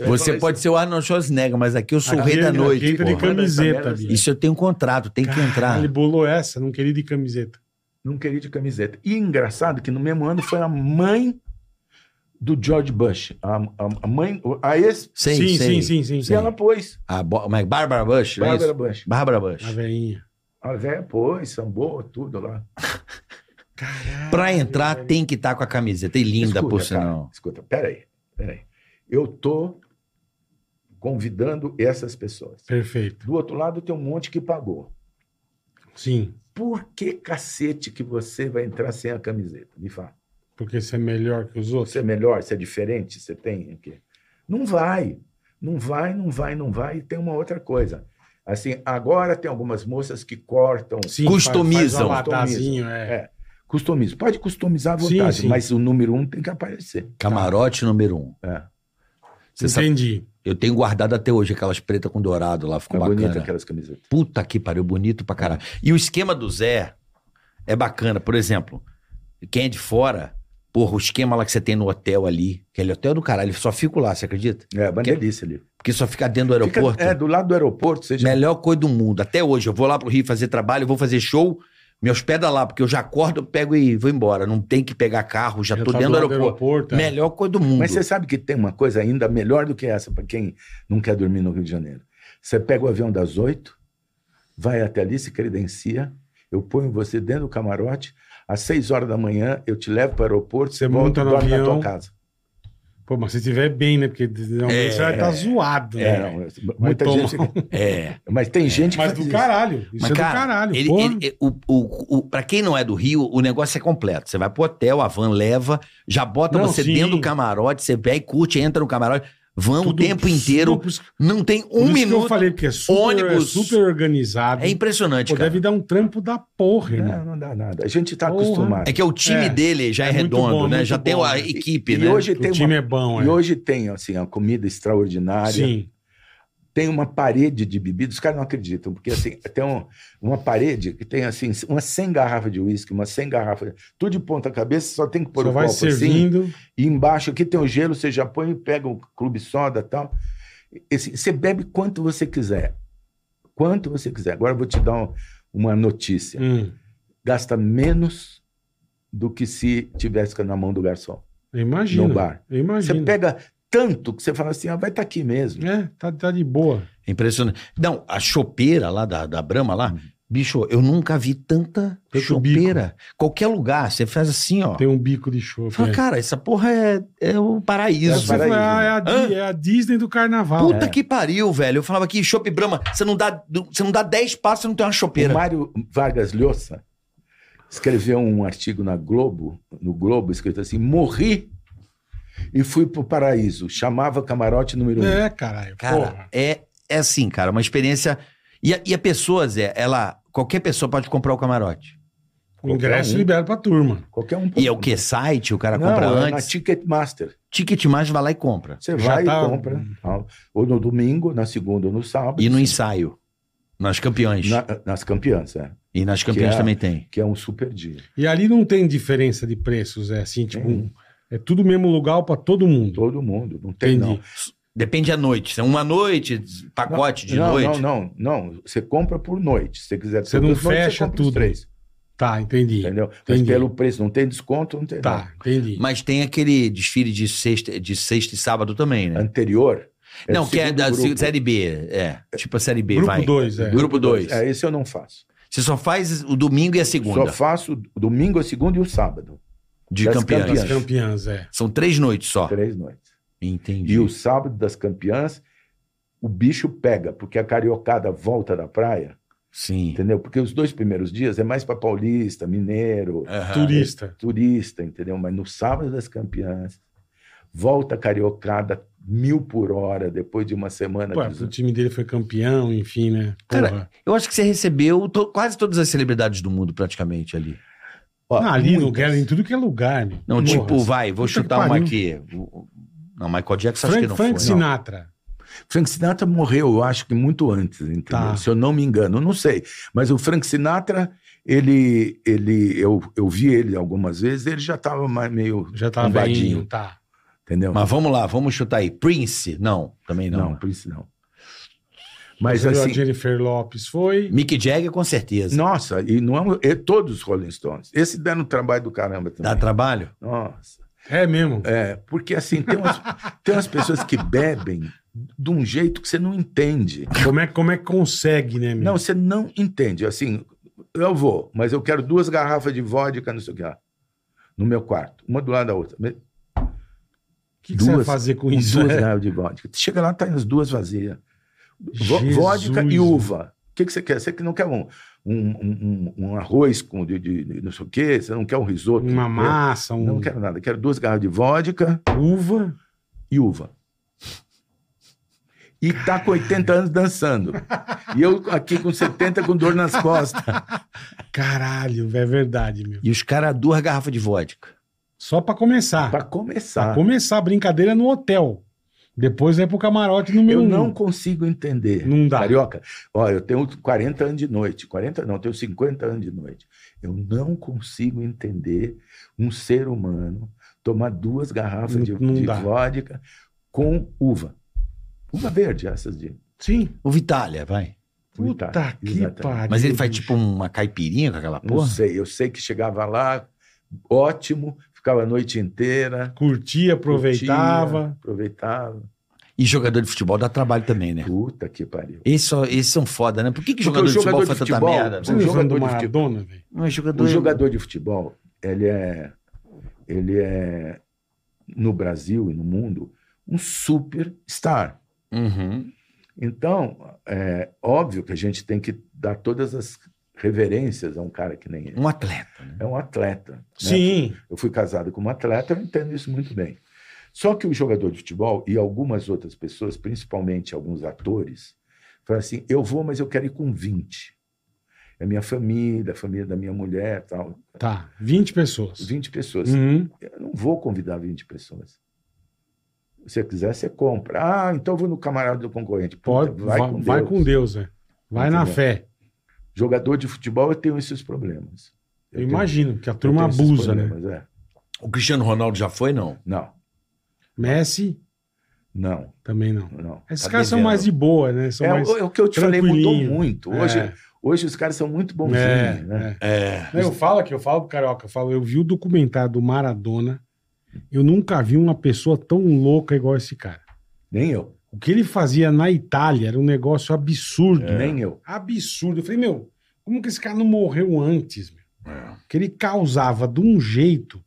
B: Você pode ser o Arnold Schwarzenegger, mas aqui eu sou o
A: Aqui
B: rei da
A: ele- aqui
B: noite.
A: entra de
B: porra.
A: camiseta, bicho.
B: Isso eu tenho um contrato, tem que entrar.
A: Ele bolou essa, não queria ir de camiseta.
C: Não queria de camiseta. E engraçado que no mesmo ano foi a mãe do George Bush. A, a, a mãe, a ex.
B: Sei,
A: sim,
B: sei.
A: sim, sim, sim,
C: E ela pôs.
B: A Bo- mas Bárbara Bush, não é
C: Bárbara
B: isso?
C: Bush.
B: Bárbara Bush.
A: A veinha.
C: A véia pôs, sambou, tudo lá.
B: Pra entrar tem que estar com a camiseta. E linda,
C: é- Escuta,
B: por
C: cara, Tá.
B: sinal.
C: Escuta, peraí, peraí. Eu tô convidando essas pessoas.
A: Perfeito.
C: Do outro lado tem um monte que pagou.
A: Sim.
C: Por que cacete que você vai entrar sem a camiseta? Me fala.
A: Porque você é melhor que os outros.
C: Você é melhor, você é diferente, você tem o quê? Não vai. Não vai, não vai, não vai. E tem uma outra coisa. Assim, agora tem algumas moças que cortam,
A: Sim,
B: Customizam.
A: Faz, faz um é.
C: É. customizam. Pode customizar à
A: Sim,
C: vontade,
A: sim.
C: mas o número um tem que aparecer.
B: Camarote número um.
C: É.
B: Você sabe,
A: Entendi.
B: eu tenho guardado até hoje aquelas pretas com dourado lá, ficou
C: Ficou
B: bacana.
C: Tá bonita aquelas camisetas.
B: Puta que pariu, bonito pra caralho. E o esquema do Zé é bacana. Por exemplo, quem é de fora, porra, o esquema lá que você tem no hotel ali, aquele hotel do caralho, só fico lá, você acredita?
C: É, uma delícia ali.
B: Porque só fica dentro do aeroporto.
C: Fica- é, do lado do aeroporto, você já
B: Melhor coisa do mundo. Até hoje, eu vou lá pro Rio fazer trabalho, eu vou fazer show, me hospeda lá, porque eu já acordo, eu pego e vou embora. Não tem que pegar carro, já, tô
A: tá
B: dentro do
A: lado
B: aeroporto.
A: é.
B: Melhor coisa do mundo.
C: Mas você sabe que tem uma coisa ainda melhor do que essa para quem não quer dormir no Rio de Janeiro. Você pega o avião das oito, vai até ali, se credencia, eu ponho você dentro do camarote, às seis horas da manhã eu te levo para o aeroporto,
A: Você
C: você volta
A: monta
C: e
A: no
C: dorme na
A: avião.
C: tua casa.
A: Pô, mas se tiver bem, né? Porque normalmente
B: É,
A: você vai estar zoado,
C: É,
A: né?
C: não, muita
A: tomar
C: gente,
B: É.
C: mas tem gente que
A: Mas
C: faz
A: do
C: isso.
A: caralho. Isso
B: Mas,
A: é
B: cara,
A: do caralho.
B: ele,
A: porra.
B: ele- o, o, o- pra quem não é do Rio, o negócio é completo. Você vai pro hotel, a van leva, já bota
A: Não,
B: você
A: sim.
B: dentro do camarote, você pega e curte, entra no camarote, van
A: Tudo
B: o tempo inteiro,
A: super- por
B: não tem
A: isso
B: um
A: que
B: minuto.
A: eu falei, porque é super,
B: ônibus.
A: é super organizado.
B: É impressionante,
A: Pô,
B: cara.
A: deve dar um trampo da porra, irmão.
C: Não, não dá nada. A gente está
A: né? Porra.
C: acostumado.
B: É que o time
A: É.
B: dele já é,
A: É muito
B: redondo,
A: bom,
B: né?
A: muito
B: Já tem
A: bom,
B: a
A: né?
B: equipe,
C: e
B: né?
C: hoje tem
A: O time
C: uma,
A: é bom, é.
C: e hoje tem assim a comida extraordinária.
A: Sim.
C: tem uma parede de bebida, os caras não acreditam, porque assim, tem um- uma parede que tem assim, umas 100 garrafas de uísque, umas 100 garrafas, tudo de ponta cabeça, só tem que
B: um
C: pôr
A: Só
C: o
A: vai
C: copo assim,
A: servindo.
C: e embaixo aqui tem o gelo, você já põe e pega o clube soda e tal. E, assim, você bebe quanto você quiser, quanto você quiser. Agora eu vou te dar um- uma notícia,
A: Hum,
C: gasta menos do que se tivesse na mão do garçom,
A: eu imagino.
C: no bar.
A: Eu imagino.
C: Você pega tanto que você fala assim, ah, vai estar aqui mesmo.
A: É, tá, tá de boa.
B: Impressionante. Não, a chopeira lá da, da Brahma lá, bicho, eu nunca vi tanta
A: Fecha o
B: chopeira. Qualquer lugar, você faz assim, ó.
A: Tem um bico de chofre.
B: Fala,
A: é.
B: cara, essa porra é, é o
A: Essa
B: paraíso.
C: É o
A: foi a- é, a,
B: Hã?
A: Di- é a Disney do carnaval. É.
B: Puta que pariu, velho. Eu falava que chopp Brahma, você não dá, você não dá 10 passos e não tem uma
C: O
B: chopeira.
C: Mário Vargas Llosa escreveu um artigo na Globo, no Globo, escrito assim: morri e fui pro paraíso. Chamava camarote número um.
A: É, caralho.
B: Cara,
A: porra.
B: é, é assim, cara, uma experiência. E a, e a pessoa, Zé, ela. Qualquer pessoa pode comprar o camarote.
A: O ingresso
C: qualquer um.
A: libera pra turma.
C: Qualquer um.
B: E é o que? Site? O cara
C: Não,
B: compra
C: é na
B: antes.
C: Ticketmaster.
B: Ticketmaster vai lá e compra.
C: Você
A: Já
C: vai
A: tá-
C: e compra. tal. Ou no domingo, na segunda ou no sábado.
B: E no ensaio. Nas campeãs.
C: Na- nas campeãs, é.
B: E nas campeãs
C: que é-
B: também tem.
C: Que é um super dia.
A: E ali não tem diferença de preços, é assim, tipo, um- é tudo mesmo lugar pra todo mundo.
C: Todo mundo. Não tem,
A: Entendi.
C: não.
B: Depende da noite. Se é uma noite, pacote de
C: não,
B: noite.
C: Não, não, não. Você compra por noite. Se você quiser
A: Você
C: todas
A: não
C: as noites,
A: fecha
C: compra os
A: tudo.
C: Três,
A: Tá, entendi.
C: entendeu? Mas
A: Entendi.
C: pelo preço, não tem desconto, não tem nada.
A: Tá, entendi.
B: Mas tem aquele desfile de sexta, de sexta e sábado também, né?
C: Anterior. é
B: não,
C: do
B: que é
C: segundo
B: da
C: grupo.
B: série B. É. Tipo a série B, vai.
A: Grupo 2, é.
B: Grupo 2.
C: É, esse eu não faço.
B: Você só faz o domingo e a segunda
C: Só faço o domingo, a segunda e o sábado.
B: de
C: das
B: campeãs.
A: As
C: campeãs.
A: campeãs, é.
B: São três noites só.
C: Três noites.
B: Tá. Entendi.
C: E o sábado das campeãs, o bicho pega, porque a cariocada volta da praia,
B: Sim.
C: entendeu? Porque os dois primeiros dias é mais para paulista, mineiro,
B: Aham.
A: Turista.
C: turista, entendeu? Mas no sábado das campeãs, volta a cariocada mil por hora, depois de uma semana.
A: Pô,
C: de-
A: o time dele foi campeão, enfim, né?
B: Cara,
A: Porra.
B: Eu acho que você recebeu to- quase todas as celebridades do mundo praticamente ali.
C: Ó,
A: Não, ali no
C: muitas.
A: Guerra, em tudo que é lugar, né?
B: Não,
A: Porra.
B: tipo, vai, vou
A: Puta que
B: chutar uma
A: pariu.
B: aqui. O- o- Não, Michael Jackson acho que
A: Frank,
B: não
A: Frank
B: foi. Não.
A: Sinatra.
C: Frank Sinatra morreu, eu acho que muito antes, entendeu?
A: Tá.
C: Se eu não me engano, eu não sei. Mas o Frank Sinatra, ele, ele, eu, eu vi ele algumas vezes, ele já estava meio
A: Já tava
C: bombadinho,
A: velhinho, tá.
C: entendeu?
B: Mas vamos lá, vamos chutar aí. Prince? Não, também
C: não,
B: não. né?
C: por isso não. Mas
A: Você viu
C: assim,
A: a Jennifer Lopes foi.
B: Mick Jagger, com certeza.
C: nossa, e não é, um- e todos os Rolling Stones. Esse dando trabalho do caramba também.
B: Dá trabalho?
C: Nossa.
A: É mesmo.
C: É, porque assim, tem umas, tem umas pessoas que bebem de um jeito que você não entende.
A: Como, é, como é que consegue, né, meu?
C: Não, você não entende. Assim, eu vou, mas eu quero duas garrafas de vodka, não sei o que lá, no meu quarto, uma do lado da outra. Me-
A: o que, que você vai
C: duas-
A: fazer com
C: Com
A: isso?
C: duas né?
A: É.
C: garrafas de vodka. Chega lá, tá as duas vazias. Vo-
A: Jesus.
C: Vodka e uva. O que, que você quer? Você que não quer um, um, um- um arroz com de, de- de não sei o quê, você não quer um risoto.
A: Uma massa, um
C: Não quero nada, quero duas garrafas de vodka.
A: uva.
C: e uva. E tá com 80 anos dançando. E eu aqui com 70 com dor nas costas.
A: Caralho, velho, é verdade, meu.
B: E os caras, duas garrafas de vodka.
A: Só pra começar.
C: Pra
A: Pra
C: começar,
A: começar a brincadeira no hotel. Depois vai pro camarote número
C: eu
A: um.
C: não consigo entender.
A: Não dá.
C: Carioca, ó, eu tenho 40 anos de noite. 40 não, eu tenho 50 anos de noite. Eu não consigo entender um ser humano tomar duas garrafas
A: Não-
C: de,
A: não
C: de
A: dá.
C: vodka com uva. Uva verde, essas de.
A: Sim.
B: O Vitália, vai.
A: Puta
C: Itália,
A: que
C: exatamente.
A: pariu.
B: Mas ele faz tipo uma caipirinha com aquela
C: Não
B: porra?
C: sei, eu sei que chegava lá, ótimo, ficava a noite inteira.
A: Curtia,
C: curtia,
A: aproveitava.
C: aproveitava.
B: E jogador de futebol dá trabalho também,
A: É.
B: né?
C: Puta que pariu.
B: Esses só- esses são foda, né? Por que, que
C: Porque
B: jogador,
C: o jogador
B: de futebol
C: de
B: faz tanta
C: futebol-
B: merda?
A: Você não
C: jogador
A: jogador do
C: de
A: Maradona, velho?
B: Não é jogador.
C: O jogador de futebol, ele é, ele é no Brasil e no mundo um superstar.
B: Uhum.
C: Então, é óbvio que a gente tem que dar todas as reverências a um cara que nem ele.
B: Um atleta, né?
C: É um atleta. né?
A: Sim.
C: Eu fui casado com uma atleta, eu entendo isso muito bem. Só que o jogador de futebol e algumas outras pessoas, principalmente alguns atores, falam assim: eu vou, mas eu quero ir com 20. É minha família, a família da minha mulher, tal.
A: Tá. 20 pessoas.
C: 20 pessoas.
A: Uhum.
C: Eu não vou convidar 20 pessoas. Se você quiser, você compra. Ah, então eu vou no camarada do concorrente. Puta,
A: Pode, vai, vai com, Deus, velho. Vai na
C: Entendeu?
A: fé.
C: Jogador de futebol, eu tenho esses problemas.
A: Eu
C: tenho-
A: imagino, que a
C: eu tenho
A: turma
C: esses
A: abusa, né?
C: problemas, é.
B: O Cristiano Ronaldo já foi, não?
C: Não,
A: Messi
C: não,
A: também não.
C: não.
A: Esses
B: Tá
A: caras são
B: devendo.
A: mais de boa, né? São
C: É,
A: mais...
C: o, o que eu te falei mudou
A: tranquilinho.
C: muito. Hoje,
A: É,
C: hoje os caras são muito bonzinhos,
A: é,
C: né?
A: é.
B: É.
A: Não, eu falo aqui, eu falo pro Carioca, eu falo, eu vi o documentário do Maradona, eu nunca vi uma pessoa tão louca igual esse cara.
C: Nem eu,
A: O que ele fazia na Itália era um negócio absurdo.
C: É. nem eu.
A: Absurdo. Eu falei, meu, como que esse cara não morreu antes, meu?
B: É.
A: Que ele causava de um jeito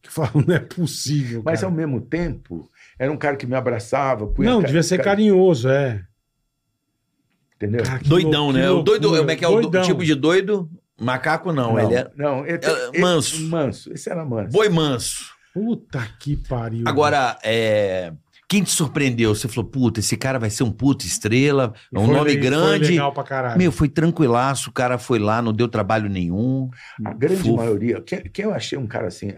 A: que eu falava, não é possível,
C: Mas é um ao
A: cara.
C: mesmo tempo, era um cara que me abraçava. punha
A: Não,
C: ca-
A: devia ser
C: ca-
A: carinhoso, é.
C: Entendeu?
A: Cara, que
B: Doidão,
A: lou-
B: né?
A: que
B: o doido,
A: loucura.
B: como é que é o do-
A: Doidão.
B: tipo de doido? Macaco não, ele é
C: não, ele-
B: é
C: ele-
B: manso.
C: Manso, esse era manso.
B: boi manso.
A: Puta que pariu.
B: Agora, é, quem te surpreendeu? Você falou, puta, esse cara vai ser um puta estrela, é um
A: Foi
B: nome
A: le-
B: grande.
A: Foi legal pra caralho.
B: Meu, foi tranquilaço, o cara foi lá, não deu trabalho nenhum.
C: A grande
B: Fofo.
C: maioria. Quem, quem eu achei um cara assim,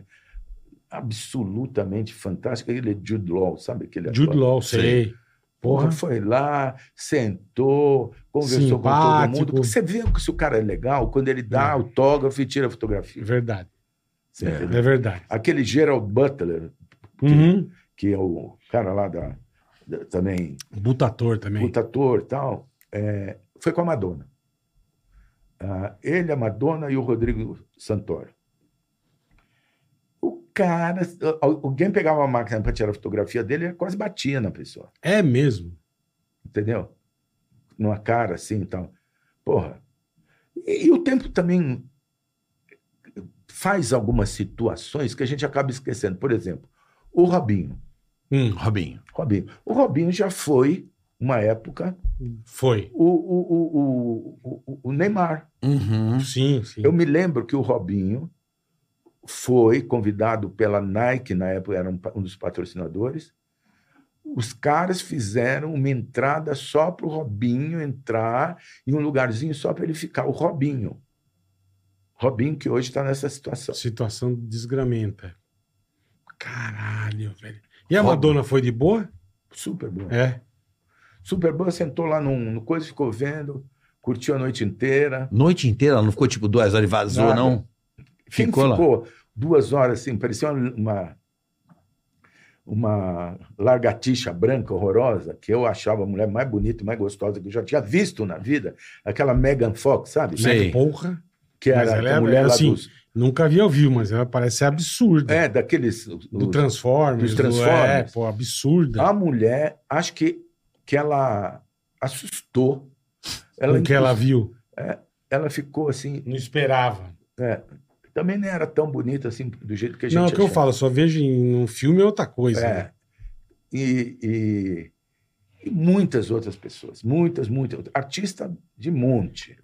C: absolutamente fantástico, ele é Jude Law, sabe aquele ator?
A: Jude Law, sei. Porra.
C: Porra, foi lá, sentou, conversou com todo
A: Simpático.
C: mundo. Porque você vê que se o cara é legal, quando ele dá
A: É.
C: autógrafo e tira fotografia.
A: Verdade.
C: Você entendeu?
A: É verdade.
C: Aquele Gerald Butler,
A: Uhum.
C: que é o cara lá da, da- também,
A: Butator também.
C: puta ator e tal, é, foi com a Madonna. Ah, ele, a Madonna e o Rodrigo Santoro. O cara, al- alguém pegava uma máquina para tirar a fotografia dele, ele quase batia na pessoa,
A: É mesmo.
C: entendeu? Numa cara assim e tal. Porra. E, e o tempo também faz algumas situações que a gente acaba esquecendo. Por exemplo, o Robinho.
A: Hum,
B: Robinho.
C: Robinho. O Robinho já foi, uma época,
A: foi.
C: o, o, o, o, o- o Neymar.
B: Uhum.
A: Sim, sim.
C: Eu me lembro que o Robinho foi convidado pela Nike, na época era um, pa- um dos patrocinadores. Os caras fizeram uma entrada só para o Robinho entrar e um lugarzinho só para ele ficar. O Robinho. Robinho que hoje está nessa situação.
A: Situação desgramenta. Caralho, velho. E a
B: Robin.
A: Madonna foi de boa?
C: Super bom.
A: É.
C: Superboy sentou lá num, no coisa, ficou vendo, curtiu a noite inteira.
B: Noite inteira, ela não ficou tipo duas horas e vazou,
C: Nada.
B: não?
C: Quem
B: Ficou lá?
C: ficou duas horas assim, parecia uma, uma largatixa branca horrorosa, que eu achava a mulher mais bonita e mais gostosa que eu já tinha visto na vida, aquela Megan Fox, sabe? Né?
B: Sim. Sei.
A: Porra.
C: Que
A: Mas
C: era
A: ela
C: a
A: é-
C: mulher
A: é
C: lá
A: assim,
C: dos.
A: Nunca vi ao vivo, mas ela parece absurda.
C: É, daqueles.
A: do
C: os-
A: Transformers.
C: dos
A: do- é,
C: Transformers.
A: pô, absurda.
B: Ah,
C: A mulher, acho que, que ela assustou.
A: Ela, que ela viu.
C: ela ficou assim.
A: Não esperava.
C: é, também não era tão bonita assim, do jeito que a gente
A: Não, é o que eu
C: achava.
A: falo, só vejo em um filme é outra coisa.
C: É.
A: né?
C: E, e- e muitas outras pessoas, muitas, muitas. Artista de monte.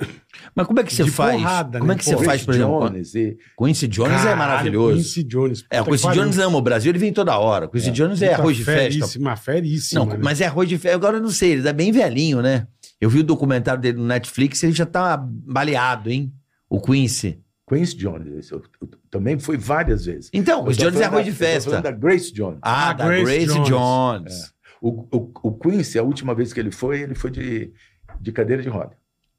B: Mas como é que você
A: De
B: faz?
A: porrada,
B: como é
A: né?
B: que você
A: Pô,
B: faz, por exemplo?
C: Jones e
B: Quincy Jones é
A: Caralho,
B: maravilhoso.
A: Quincy Jones.
B: É, o
A: puta que
B: Quincy
A: pariu.
B: Jones ama o Brasil, ele vem toda hora. Quincy Jones é
A: Puta,
B: arroz de festa.
A: Feríssima, feríssima.
B: Não,
A: né?
B: mas é arroz de festa. Agora eu não sei, ele tá bem velhinho, né? Eu vi o documentário dele no Netflix, ele já tá baleado, hein? O Quincy.
C: Quincy Jones. esse eu- eu- também foi várias vezes.
B: Então,
C: Eu
B: o
C: tô
B: Jones é
C: falando
B: arroz de
C: da- eu tô
B: festa.
C: falando da Grace Jones.
B: Ah,
A: Ah,
B: da
A: Grace
B: Grace Jones.
A: Jones.
C: O, o- o Quincy, a última vez que ele foi, ele foi de, de cadeira de roda.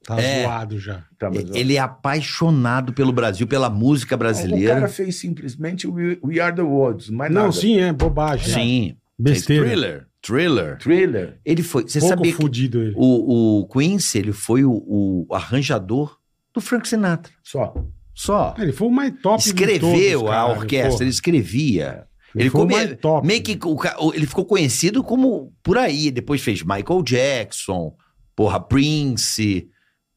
A: Tá
B: É.
A: zoado já.
C: Tava
B: E- Ele é apaixonado pelo Brasil, pela música
A: é um
C: O cara
B: brasileira.
C: fez simplesmente We, We Are the Worlds, mas
A: Não,
C: nada.
A: sim, é bobagem.
B: Sim.
A: Besteira.
F: Thriller. Thriller.
C: Thriller.
B: Ele foi. Você
A: Pouco
B: sabia que
A: fudido ele.
B: o, o Quincy ele foi o, o arranjador do Frank Sinatra.
C: Só.
B: Só.
A: Ele foi o mais top de
B: Escreveu
A: todos,
B: a
A: caralho,
B: orquestra,
A: porra.
B: ele escrevia. Ele,
A: foi o
B: come-
A: mais top.
B: meio que o ca- o- ele ficou conhecido como por aí. Depois fez Michael Jackson, porra, Prince.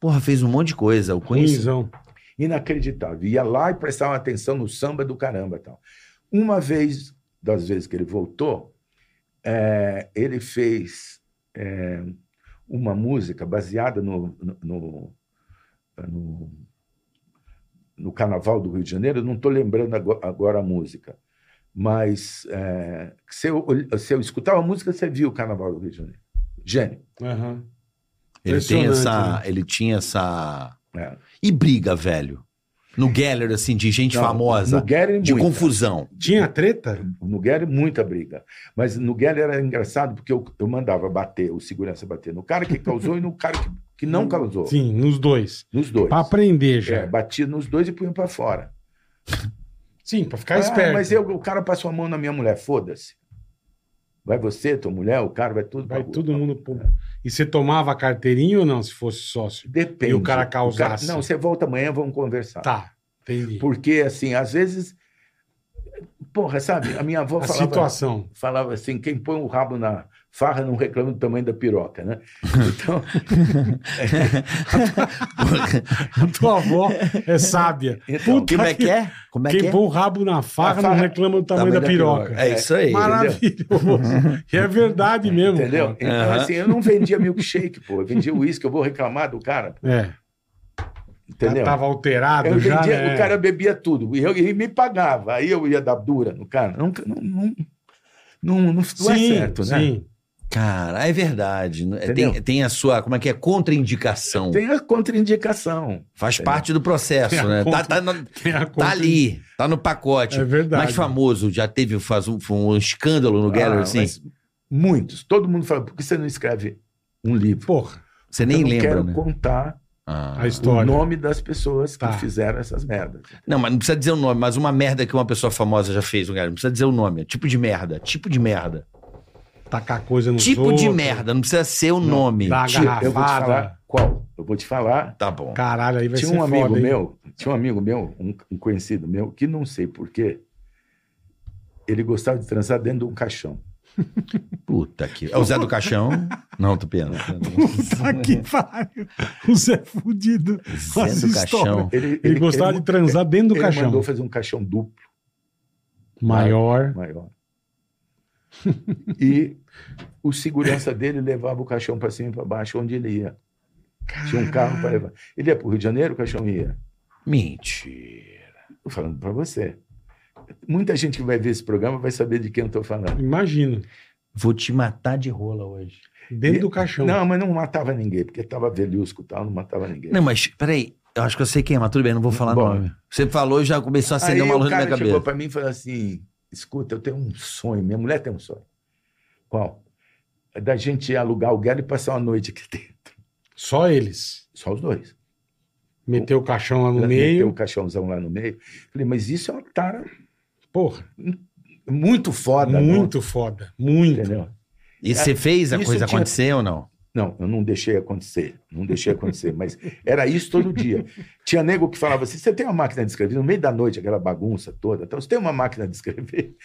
B: Porra, fez um monte de coisa. O Quincy.
A: Ruinzão.
C: inacreditável. Ia lá e prestava atenção no samba do caramba e tal. Uma vez, das vezes que ele voltou, eh, ele fez eh, uma música baseada no, no, no, no- no Carnaval do Rio de Janeiro, eu não estou lembrando ago- agora a música, mas eh, se, eu, olh- se eu escutava a música, você via o Carnaval do Rio de Janeiro. Gênio.
A: Aham.
B: Ele, tem essa,
A: Impressionante, né?
B: ele tinha essa.
C: né?
B: E briga, velho. No Geller, assim, de gente
C: Não,
B: famosa.
C: no Gary,
B: de
C: muita.
B: confusão.
A: Tinha treta?
C: No Guedes, muita briga. Mas no Guedes era engraçado porque eu, eu mandava bater, o segurança bater no cara que causou e no cara que, que não causou.
A: Hum, Sim, nos dois.
C: Nos dois.
A: Pra aprender já.
C: É, batia nos dois e punha pra fora.
A: Sim, pra ficar
C: Ah,
A: esperto.
C: Mas eu, o cara passou a mão na minha mulher, foda-se. Vai você, tua mulher, o cara, vai tudo pra
A: Vai
C: rua.
A: todo mundo... pro- E você tomava a carteirinha ou não, se fosse sócio?
C: Depende.
A: E o cara
C: O
A: causasse.
C: Não, você volta amanhã, vamos conversar.
A: Tá, entendi.
C: Porque, assim, às vezes... Porra, sabe? A minha avó
A: a
C: falava...
A: situação.
C: falava assim: quem põe o rabo na farra não reclama do tamanho da piroca, né? Então,
A: A tua avó é sábia.
C: Então,
A: Puta
B: Como é que é? Como é que
A: Quem
B: é?
A: põe o rabo na farra,
C: A farra-
A: não reclama do tamanho, da piroca.
B: É isso aí.
A: Maravilhoso. e é verdade mesmo.
C: entendeu?
A: cara.
C: Então,
B: Aham.
C: assim, eu não vendia milkshake, pô. Eu vendia uísque, eu vou reclamar do cara,
A: É.
C: entendeu?
A: Já tava alterado
C: eu
A: já,
C: vendia,
A: né?
C: o cara bebia tudo. E eu, e me pagava. Aí eu ia dar dura no cara. Não, não, não, não, não, é
A: sim,
C: certo, né?
A: sim.
B: Cara, é verdade. né?
C: Entendeu?
B: Tem, tem a sua, como é que é? Contraindicação.
C: Tem a contraindicação.
B: Faz
C: Entendeu?
B: parte do processo,
A: Tem a
B: né? Tá,
A: contra-
B: tá na-
A: Tem
C: é
A: a
B: tá
A: contra-
B: ali, tá no pacote.
A: É verdade.
B: Mais famoso, já teve faz um, foi um escândalo no Geller,
C: Ah,
B: assim.
C: mas Muitos. Todo mundo fala, por que você não escreve um livro?
A: Porra,
B: Você nem
C: eu não
B: lembra,
C: quero
B: né?
C: contar
B: Ah.
A: a história.
C: o nome das pessoas
A: Tá.
C: que fizeram essas merdas.
B: Não, mas não precisa dizer o nome, mas uma merda que uma pessoa famosa já fez no Geller. Não precisa dizer o nome. é Tipo de merda. Tipo de merda.
A: Tacar coisa no
B: tipo de merda. Não precisa ser o
A: Não,
B: nome. Tipo,
A: dá. A
C: Tio, eu vou te
A: garrafada.
C: falar qual. Eu vou te falar.
B: Tá bom.
A: Caralho, aí vai
C: Tinha
A: ser
C: um amigo
A: foda, hein?
C: meu, tinha um amigo meu, um, um conhecido meu, que não sei porquê, ele gostava de transar dentro de um caixão.
B: Puta que. É o Zé do Caixão? não, tô pena.
A: Puta que pariu. O Zé é fudido.
B: Zé
A: Essa
B: do
A: história.
B: Caixão.
C: Ele,
A: Ele, gostava de transar dentro do
C: ele
A: caixão.
C: mandou fazer um caixão duplo,
A: Maior.
C: maior. e o segurança dele levava o caixão para cima e para baixo, onde ele ia. Tinha um carro para levar. Ele ia para o Rio de Janeiro, o caixão ia.
B: Mentira.
C: Estou falando para você. Muita gente que vai ver esse programa vai saber de quem eu estou falando.
A: Imagino.
B: Vou te matar de rola hoje.
A: Dentro
C: E-
A: do caixão.
C: Não, mas não matava ninguém, porque estava velhusco e tal, não matava ninguém.
B: Não, mas peraí. Eu acho que eu sei quem é, mas tudo bem, não vou falar
C: Bom.
B: nome. Você falou e já começou a
C: Aí
B: acender uma
C: o
B: luz na minha
C: cara
B: cabeça.
C: chegou para mim e falou assim: escuta, eu tenho um sonho, minha mulher tem um sonho. Qual? da gente alugar o Galo e passar uma noite aqui dentro.
A: Só eles.
C: Só os dois.
A: Meteu o caixão lá no
C: Ela meteu
A: meio.
C: o caixãozão lá no meio. Falei, mas isso é uma tara
A: Porra,
C: muito foda.
A: muito foda. Muito.
C: Não, entendeu?
B: E você fez a
C: É, Isso
B: coisa
C: tinha-
B: acontecer ou não?
C: Não, eu não deixei acontecer. Não deixei acontecer, mas era isso todo dia. Tinha nego que falava assim: você tem uma máquina de escrever? No meio da noite, aquela bagunça toda. Então, você tem uma máquina de escrever?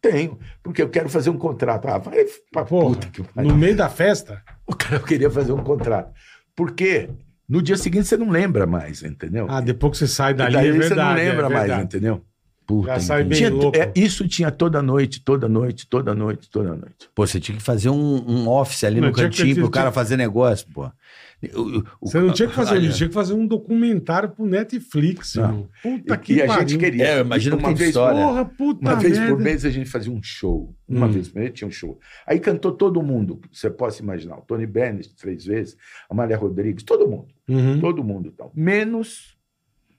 C: Tenho, porque eu quero fazer um contrato. Ah, vai pra
A: Porra,
C: puta que pariu.
A: No meio da festa,
C: O cara queria fazer um contrato. Porque no dia seguinte você não lembra mais, entendeu?
A: ah, depois que você sai
C: E
A: dali,
C: daí
A: é verdade.
C: você não lembra
A: é
C: mais,
A: verdade.
C: entendeu?
A: Já
B: Puta,
A: sai
B: entendi.
A: bem
C: Tinha-
A: louco.
C: é, isso tinha toda noite, toda noite, toda noite, toda noite.
B: Pô, você tinha que fazer um, um office ali
A: Não,
B: no
A: tinha que-
B: cantinho pro
A: tinha-
B: cara fazer negócio, pô. O- o- o-
A: Você não tinha que fazer
B: Olha,
A: isso, tinha que fazer um documentário pro Netflix,
C: Não.
A: irmão. Puta
C: E-
A: que
C: e a
A: pariu.
C: gente queria.
B: É, eu imagino que
C: uma
B: tem
C: vez,
B: história. Olha,
A: Porra, puta
C: Uma vez
A: merda.
C: por mês a gente fazia um show. Uma
A: Hum.
C: vez por mês tinha um show. Aí cantou todo mundo, que você possa imaginar. O Tony Bennett três vezes, Amália Rodrigues, todo mundo.
A: Uhum.
C: Todo mundo e tal. Menos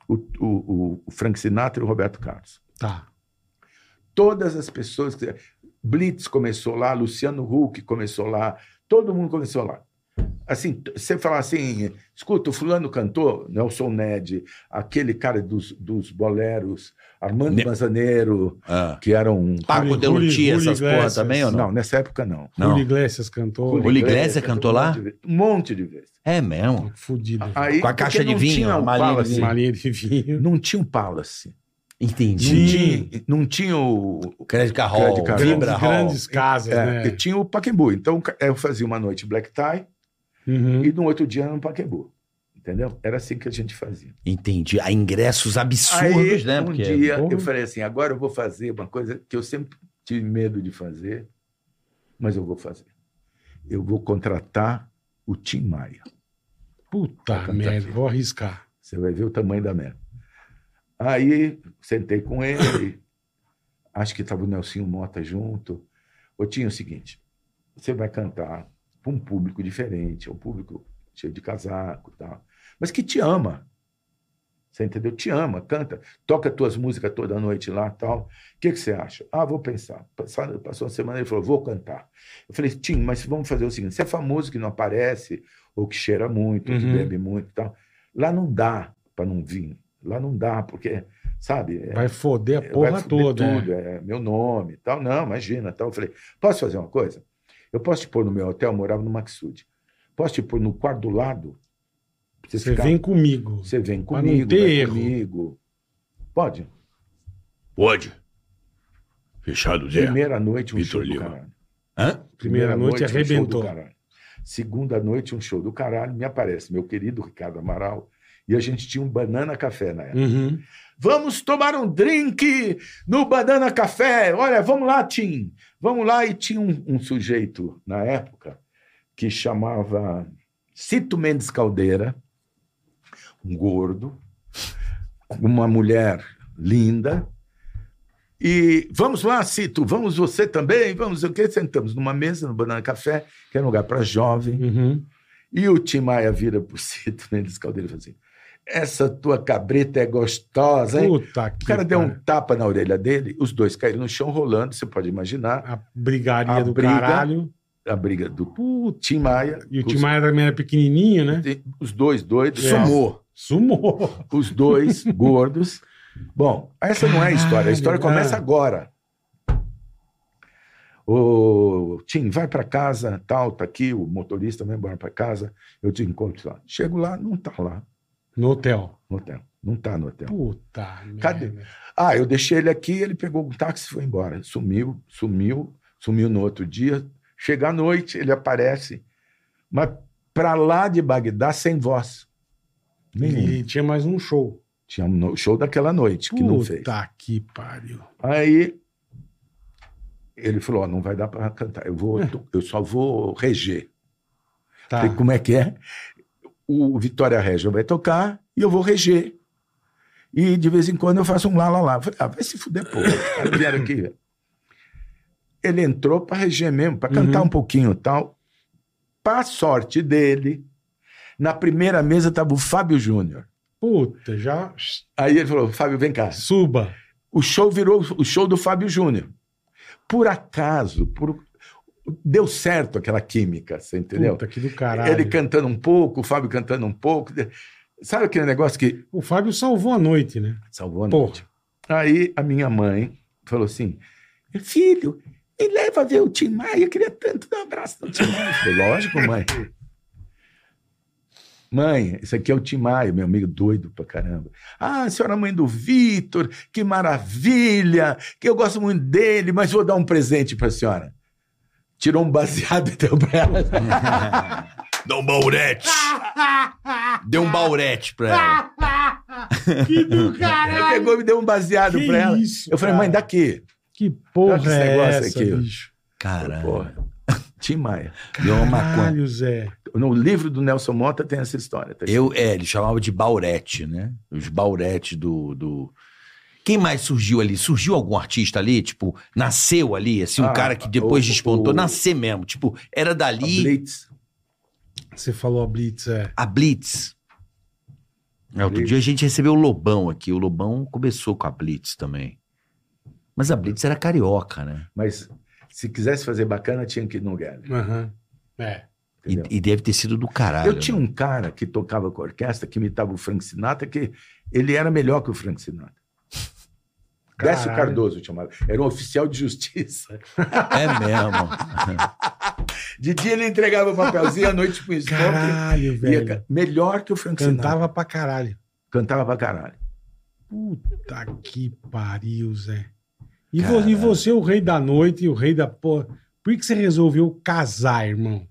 C: o, o- o- o Frank Sinatra e o Roberto Carlos.
A: Tá.
C: Todas as pessoas que. Blitz começou lá, Luciano Huck começou lá, todo mundo começou lá. Assim, t- você falar assim, escuta, o fulano cantou, Nelson Ned, aquele cara dos, dos boleros, Armando
B: Ne-
C: Manzaneiro,
B: ah,
C: que era um
B: Paco
A: Rulli-
B: de Lutia,
A: Rulli
B: essas porra
A: Iglesias.
B: também ou não?
C: Não, nessa época não.
A: Não.
B: Não.
A: Julio Iglesias cantou.
B: Julio- Rulli Iglesias cantou lá?
C: Um monte de vezes. Um monte de vezes.
B: É mesmo?
A: Fudido.
C: Aí,
B: Com a
C: porque
B: caixa de
C: não
B: vinho,
C: tinha
B: a
C: um
B: malinha de
C: palace.
A: Marinha de vinho.
C: Não tinha um palace.
B: Entendi.
C: Não,
A: Sim.
C: tinha, não tinha o...
B: Crédito Carrol,
C: Credit Carol.
B: Vibra
A: Grandes,
B: Hall.
A: grandes casas,
C: É,
A: né?
C: Tinha o Paquembu. Então, eu fazia uma noite black tie
A: Uhum.
C: e no outro dia era no Paquembu. Entendeu? Era assim que a gente fazia.
B: Entendi. Há ingressos absurdos,
C: Aí,
B: né?
C: um
B: Porque...
C: dia,
A: Porra.
C: eu falei assim, agora eu vou fazer uma coisa que eu sempre tive medo de fazer, mas eu vou fazer. Eu vou contratar o Tim Maia.
A: Puta
C: Tanta
A: merda,
C: fila.
A: vou arriscar.
C: Você vai ver o tamanho da merda. Aí, sentei com ele, acho que estava o Nelsinho Mota junto. Ô, tinha o seguinte, você vai cantar para um público diferente, é um público cheio de casaco e tal, mas que te ama. Você entendeu? Te ama, canta, toca tuas músicas toda noite lá tal. O que, que você acha? Ah, vou pensar. Passada- passou uma semana, ele falou, vou cantar. Eu falei, Tim, mas vamos fazer o seguinte, você é famoso que não aparece, ou que cheira muito, ou que
A: Uhum.
C: bebe muito e tal. Lá não dá para não vir. Lá não dá, porque, sabe? é-
A: Vai foder a
C: vai
A: porra
C: fuder
A: toda. é.
C: Tudo, é. meu nome e tal. Não, imagina. Tal. Eu falei, posso fazer uma coisa? Eu posso te pôr no meu hotel, eu morava no Maxud. Posso te pôr no quarto do lado? Pra
A: Você vem comigo.
C: você vem
A: pra não
C: comigo,
A: ter
C: vai
A: erro.
C: comigo. Pode.
F: Pode. Fechado, Zé.
C: Primeira noite, um
F: Vitor
C: show do
F: Lima.
C: caralho.
F: Hã?
A: Primeira noite, arrebentou.
C: Um show do caralho. Segunda noite, um show do caralho. Me aparece meu querido Ricardo Amaral. E a gente tinha um banana café na época.
A: Uhum.
C: Vamos tomar um drink no Banana Café. Olha, vamos lá, Tim. Vamos lá. E tinha um, um sujeito na época que chamava Cito Mendes Caldeira, um gordo, uma mulher linda. E vamos lá, Cito, vamos você também, vamos o quê? Sentamos numa mesa no Banana Café, que era um lugar para jovem.
A: Uhum.
C: E o Tim Maia vira pro Cito Mendes Caldeira e fala assim: Essa tua cabreta é gostosa, hein?
A: Puta que
C: o cara deu um
A: pariu.
C: tapa na orelha dele, os dois caíram no chão rolando, você pode imaginar
A: A brigaria
C: A
A: do
C: briga.
A: caralho.
C: a briga do Pô, Tim Maia.
A: E o
C: com
A: Tim Maia também era pequenininho, né?
C: os, os dois doidos,
A: É.
C: sumou.
A: Sumou.
C: Os dois gordos. Bom, essa não é a história, a história
A: Caralho,
C: começa
A: ah.
C: agora. Ô, Tim, vai para casa, tal, tá aqui, o motorista vai embora para casa, eu te encontro lá. Chego lá, não tá lá
A: No hotel.
C: no hotel, não tá no hotel.
A: Puta
C: Cadê?
A: merda.
C: Ah, eu deixei ele aqui, ele pegou um táxi e foi embora. Sumiu, sumiu, sumiu no outro dia. Chega à noite, ele aparece, mas pra lá de Bagdá sem voz. Nenhum.
A: E tinha mais um show.
C: Tinha um no- show daquela noite que não fez.
A: Puta que pariu.
C: Aí ele falou: ó, não vai dar pra cantar, eu, vou, eu só vou reger.
A: Tá.
C: Falei, como é que é? O Vitória Regia vai tocar e eu vou reger. E de vez em quando eu faço um lá, lá, lá. Falei, ah, vai se fuder, pô. Os caras vieram aqui. velho. Ele entrou para reger mesmo, para cantar
A: Uhum.
C: um pouquinho e tal. Para sorte dele, na primeira mesa estava o Fábio Júnior.
A: Puta, já
C: Aí ele falou, Fábio, vem cá.
A: suba.
C: O show virou o show do Fábio Júnior. Por acaso, por... Deu certo aquela química, você entendeu?
A: Puta, que do caralho.
C: Ele cantando um pouco, o Fábio cantando um pouco. Sabe aquele negócio que
A: O Fábio salvou a noite, né?
C: salvou a
A: Pô.
C: noite? Aí a minha mãe falou assim: Filho, me leva a ver o Tim Maia, eu queria tanto dar um abraço no Tim Maia. Eu falei, Lógico, mãe. Mãe, esse aqui é o Tim Maia, meu amigo doido pra caramba. Ah, a senhora é mãe do Vitor, que maravilha, que eu gosto muito dele, mas vou dar um presente pra senhora. Tirou um baseado e deu pra ela.
B: Dá um baurete. Deu um baurete pra ela.
A: Que do
C: Ela
A: caralho!
C: pegou e me deu um baseado
A: Que
C: pra ela.
A: isso,
C: eu falei,
A: cara.
C: mãe, daqui.
A: Que porra
C: Olha Tá esse
A: é
C: negócio
A: essa,
C: aqui, ó.
A: bicho?
B: Caralho.
C: Porra. Tim Maia.
B: Deu uma maconha.
A: Caralho, Zé.
C: No livro do Nelson Mota tem essa história. Tá
B: Eu, é, ele chamava de baurete, né? Os bauretes do, do... Quem mais surgiu ali? Surgiu algum artista ali? Tipo, nasceu ali? Assim, um
C: Ah,
B: cara que depois
C: o-
B: despontou.
C: o-
B: Nascer mesmo. Tipo, era
C: A
B: dali...
C: Blitz.
A: Você falou a Blitz, é.
B: A Blitz. É, outro
C: Blitz.
B: dia a gente recebeu o Lobão aqui. O Lobão começou com a Blitz também. Mas a Blitz era carioca, né?
C: Mas se quisesse fazer bacana, tinha que ir no Gallagher.
A: Aham. É.
B: E,
C: Entendeu?
B: e deve ter sido do caralho. né?
C: Eu tinha um cara que tocava com a orquestra, que imitava o Frank Sinatra, que ele era melhor que o Frank Sinatra. Décio
A: Caralho.
C: Cardoso chamava. Era um oficial de justiça. um
B: É mesmo.
C: De dia ele entregava o papelzinho, à noite punha estoque.
A: Caralho,
C: Ia
A: velho.
C: ca- Melhor que o Frank Sinatra.
A: Cantava pra caralho.
C: Cantava pra caralho.
A: Puta que pariu, Zé. E, vo-
B: Caralho.
A: e você, o rei da noite, o rei da porra. Por que que você resolveu casar, irmão?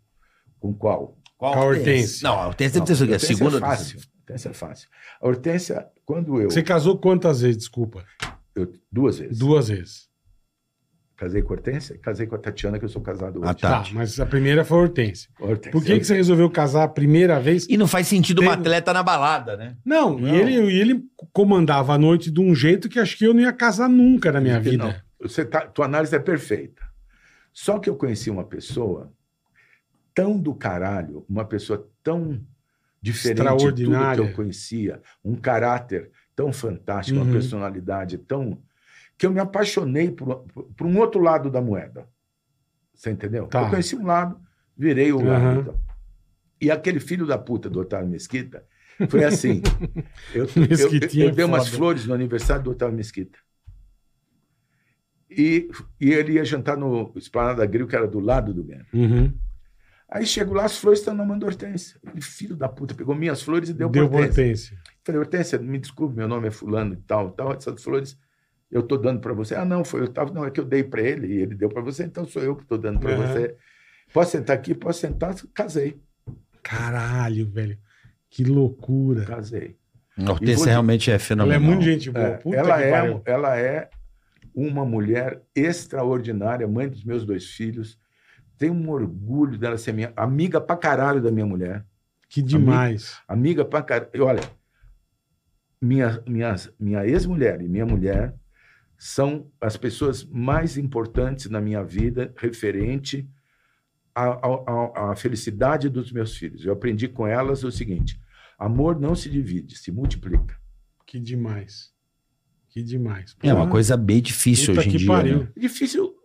C: Com qual?
B: Qual
A: Com a Hortência.
B: Não, a Hortência deve ter sido Então, a segunda.
C: Hortência É fácil. Hortência é fácil. A Hortência, quando eu,
A: Você casou quantas vezes, desculpa?
C: eu- Duas vezes.
A: Duas vezes.
C: Casei com a Hortência, casei com a Tatiana, que eu sou casado hoje.
B: Ah,
A: Tá,
B: Tá.
A: mas a primeira foi a Hortência.
C: Hortência.
A: Por que, que você resolveu casar a primeira vez?
B: E não faz sentido um
A: Tem-
B: atleta na balada, né?
A: Não, E, ele, e ele comandava a noite de um jeito que acho que eu não ia casar nunca na minha vida.
C: Não, você tá, tua análise é perfeita. Só que eu conheci uma pessoa tão do caralho, uma pessoa tão diferente de tudo que
A: Extraordinária.
C: eu conhecia, um caráter tão fantástico,
A: Uhum.
C: uma personalidade tão que eu me apaixonei por, por um outro lado da moeda. Você entendeu?
A: Tá.
C: Eu conheci um lado, virei o lado.
A: Aham.
C: então. E aquele filho da puta do Otávio Mesquita foi assim. eu, eu-
A: Mesquitinha é
C: eu dei umas
A: foda.
C: flores no aniversário do Otávio Mesquita. E, e ele ia jantar no Esplanada Grill, que era do lado do Guerra.
A: Uhum.
C: Aí chego lá, as flores estão na mão da Hortência. Ele, filho da puta, pegou minhas flores e deu,
A: Deu,
C: deu
A: por
C: Hortência.
A: Hortência.
C: Falei, Hortência, me desculpe, meu nome é fulano e tal, tal. Essas flores eu estou dando para você. Ah, não, foi o Otávio. Não, é que eu dei para ele e ele deu para você, então sou eu que estou dando para
A: Aham.
C: você. Posso sentar aqui? Posso sentar? Casei.
A: Caralho, velho. Que loucura.
C: Casei.
B: A
C: E vou
B: Hortência
C: te-
B: realmente é
A: Ela
B: fenomenal.
A: é muito gente boa.
C: É,
A: Puta
C: ela,
A: que
C: é,
A: pariu.
C: ela é uma mulher extraordinária, mãe dos meus dois filhos. Tenho um orgulho dela ser minha amiga pra caralho da minha mulher.
A: Que demais.
C: Amiga pra caralho. E Olha, minha, minha, minha ex-mulher e minha mulher são as pessoas mais importantes na minha vida referente à, à, à- à felicidade dos meus filhos. Eu aprendi com elas o seguinte: amor não se divide, se multiplica.
A: Que demais. Que demais.
B: É uma
A: Porra,
B: coisa bem difícil
A: né? puta
B: hoje em
A: que
B: dia.
A: pariu.
B: né?
C: É Difícil.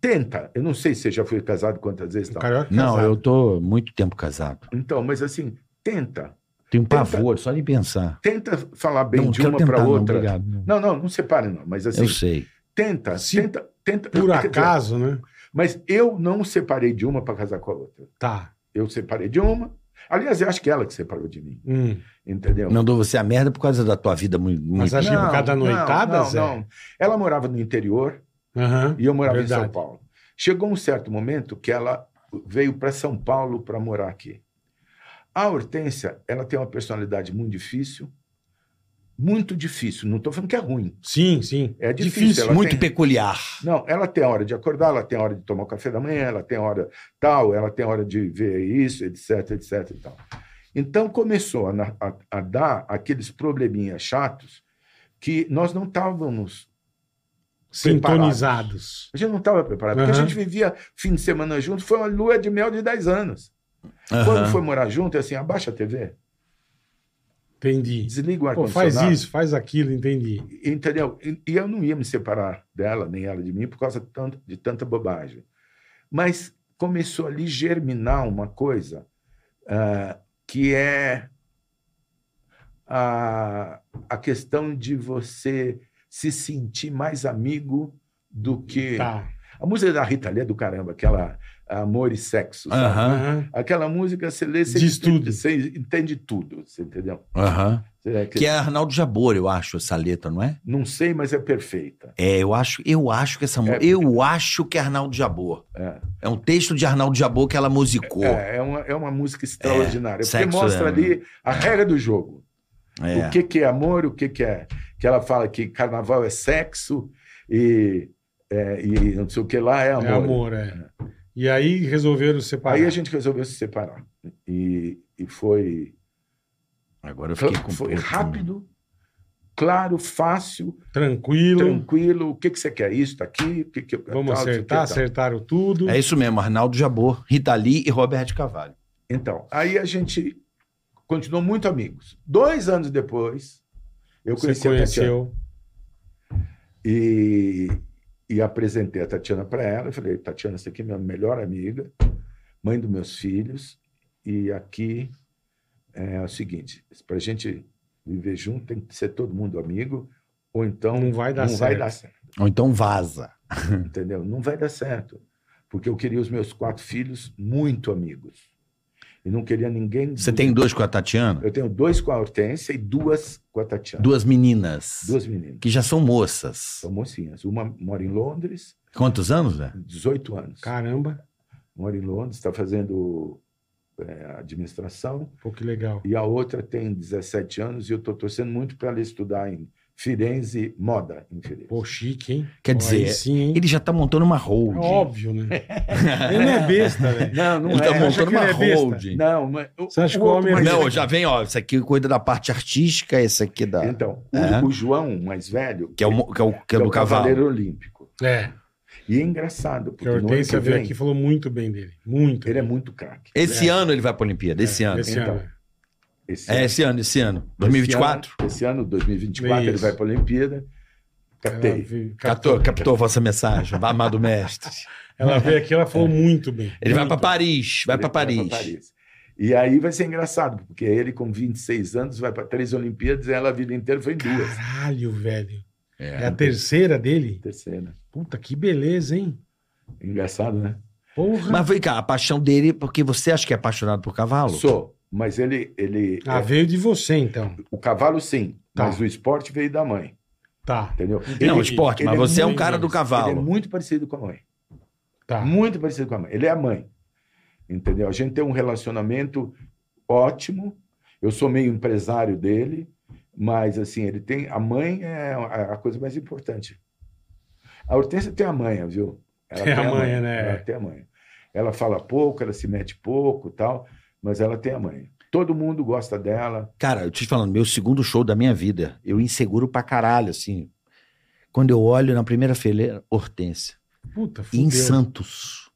C: Tenta. Eu não sei se você já foi casado quantas vezes.
A: O
C: Tal.
A: carioca é
B: Não,
A: casado.
B: eu tô muito tempo casado.
C: Então, mas assim, tenta.
B: Tenho
C: Tenta-
B: pavor só de pensar.
C: Tenta falar bem
B: não
C: de
B: quero
C: uma
B: tentar,
C: para
B: não,
C: outra. Não,
B: obrigado.
C: não, não, separe, não. Mas assim,
B: Eu sei.
C: tenta,
A: Se
C: tenta, tenta.
A: Por
C: Quer dizer,
A: acaso, né?
C: Mas eu não separei de uma para casar com a outra.
A: Tá.
C: Eu separei de uma. Aliás, eu acho que é ela que separou de mim.
A: Hum.
C: Entendeu?
B: Mandou você a merda por causa da tua vida muito.
A: Mas
B: muito-
A: acho que por causa da noitada, Zé?
C: Ela morava no interior
A: Aham.
C: e eu morava em São
A: Verdade.
C: Paulo. Chegou um certo momento que ela veio para São Paulo para morar aqui. A Hortência, ela tem uma personalidade muito difícil, muito difícil. Não estou falando que é ruim,
A: Sim, sim.
C: é difícil.
A: Difícil,
C: ela
B: muito
C: tem-
B: peculiar.
C: Não, ela tem hora de acordar, ela tem hora de tomar o café da manhã, ela tem hora tal, ela tem hora de ver isso, etc, etc e tal. Então começou a, na- a- a dar aqueles probleminhas chatos que nós não estávamos
A: Sintonizados.
C: a gente não estava preparado, porque
A: Aham.
C: a gente vivia fim de semana junto, foi uma lua de mel de 10 anos. Quando
B: Aham.
C: foi morar junto, é assim, abaixa a TV,
A: Entendi.
C: desliga o
A: Pô, faz
C: ar-condicionado.
A: isso, faz aquilo, entendi.
C: Entendeu? E, e eu não ia me separar dela, nem ela de mim, por causa tanto, de tanta bobagem. Mas começou ali germinar uma coisa ah, que é a, a questão de você se sentir mais amigo do que.
A: Tá.
C: A música da Rita Lee é do caramba, aquela Amor e Sexo. sabe?
F: Aham,
A: Aham.
C: Aquela música você lê, você
A: Diz
C: entende,
A: tudo.
C: você entende tudo, você entendeu?
F: aham.
C: Você-
B: Que é Arnaldo Jabor, eu acho, essa letra, não é?
C: Não sei, mas é perfeita.
B: É, eu acho, eu acho que essa música.
C: É.
B: Eu acho que é Arnaldo Jabor.
C: É,
B: É um texto de Arnaldo Jabor que ela musicou. É.
C: é, é uma, é uma música extraordinária, porque
B: sexo
C: mostra
B: é-
C: ali a regra do jogo. O que, que é amor, o que, que é. Que ela fala que carnaval é sexo e, é, e não sei o que lá é amor.
A: É amor, é. E aí resolveram separar.
C: Aí a gente resolveu se separar. E, e foi,
B: Agora eu fiquei com
C: foi
B: puta,
C: rápido, claro, fácil,
A: Tranquilo.
C: tranquilo. O que, que você quer? Isso, tá aqui? O que que eu-
A: Então, Vamos
C: tal, não sei o tá. que,
A: acertar,
C: tal.
A: acertaram tudo.
B: né? É isso mesmo, Arnaldo Jabor, Rita Lee e Roberto Cavalho.
C: Então, aí a gente continuou muito amigos. Dois anos depois, eu
A: Você
C: conheci a Tatiana.
A: conheceu.
C: E, e apresentei a Tatiana para ela. Eu falei, Tatiana, você aqui é minha melhor amiga, mãe dos meus filhos, e aqui é o seguinte: para a gente viver junto, tem que ser todo mundo amigo, ou então
A: Não vai dar
C: não vai
A: certo.
C: dar certo,
B: Ou então vaza.
C: entendeu? Não vai dar certo, porque eu queria os meus quatro filhos muito amigos e não queria ninguém.
B: Você tem dois com a Tatiana?
C: Eu tenho dois com a Hortência e duas com a Tatiana, duas,
B: Duas meninas.
C: meninas.
B: Que já são moças.
C: São mocinhas. Uma mora em Londres,
B: Quantos anos, né?
C: 18 anos.
A: Caramba,
C: mora em Londres, está fazendo é, administração,
A: pô, que legal.
C: e a outra tem 17 anos, e eu estou torcendo muito para ela estudar em Firenze, moda em Firenze.
A: Pô, chique, hein?
B: Quer
A: Pô, aí
B: dizer,
A: sim, hein?
B: ele já tá montando uma
A: É
B: holding.
A: óbvio, né? ele não é besta, velho.
C: Não, não
B: Ele tá
C: é.
A: acha
B: montando
A: que
B: uma
A: ele é besta?
B: holding.
C: Não, mas,
A: Você acha que o
C: outro
A: homem é
C: mais-
B: Não, já vem, ó, isso aqui cuida da parte artística, esse aqui da...
C: Então, o-
B: É.
C: o, João, mais velho,
B: Que é o, mo- que é o, que é do cavalo.
C: cavaleiro olímpico.
A: É,
C: E é engraçado,
A: porque
C: porque
A: a
C: no ano
A: Hortência
C: que
A: veio
C: vem,
A: aqui e falou muito bem dele. Muito.
C: ele é muito craque.
B: Esse
A: É.
B: ano ele vai pra Olimpíada, esse ano.
A: Esse
C: Então,
A: ano.
C: Esse
B: É,
C: ano-
B: esse ano, esse ano. 2024?
C: Esse ano, esse ano, 2024, ele
A: Isso.
C: vai para a Olimpíada. Tá
A: Ela
C: Captei.
A: veio-
B: Captou,
A: captou.
B: captou vossa mensagem, amado mestre.
A: Ela veio aqui, ela
C: É.
A: falou muito bem.
B: Ele vai
A: Muito.
B: pra Paris, vai
C: Ele
B: pra Paris.
C: pra E aí vai ser engraçado, porque ele com 26 anos vai para três Olimpíadas e ela a vida inteira foi em duas.
A: Caralho, velho. É
B: É.
A: a terceira dele?
C: Terceira.
A: Puta, que beleza, hein?
C: Engraçado, né?
A: Porra.
B: Mas vem cá, a paixão dele, porque você acha que é apaixonado por cavalo?
C: Sou, mas ele, ele
A: Ah,
C: é,
A: veio de você, então.
C: o cavalo sim,
A: Tá.
C: mas o esporte veio da mãe,
A: Tá,
C: entendeu?
B: Não,
C: ele,
B: esporte, mas
C: ele é
B: você é um
A: muito
B: cara do
A: inglês.
B: cavalo.
C: ele é muito parecido com a mãe,
A: tá.
C: muito parecido com a mãe. Ele é a mãe, entendeu? A gente tem um relacionamento ótimo. Eu sou meio empresário dele, mas assim ele tem a mãe é a a coisa mais importante. A Hortência tem a manha, viu?
A: Tem a manha,
C: manha,
A: né?
C: Ela tem a manha. Ela fala pouco, ela se mete pouco, tal, mas ela tem a manha. Todo mundo gosta dela.
B: Cara, eu te falando, meu segundo show da minha vida. Eu inseguro pra caralho, assim. Quando eu olho na primeira fileira, Hortência.
A: Puta, fudeu.
B: Em Santos.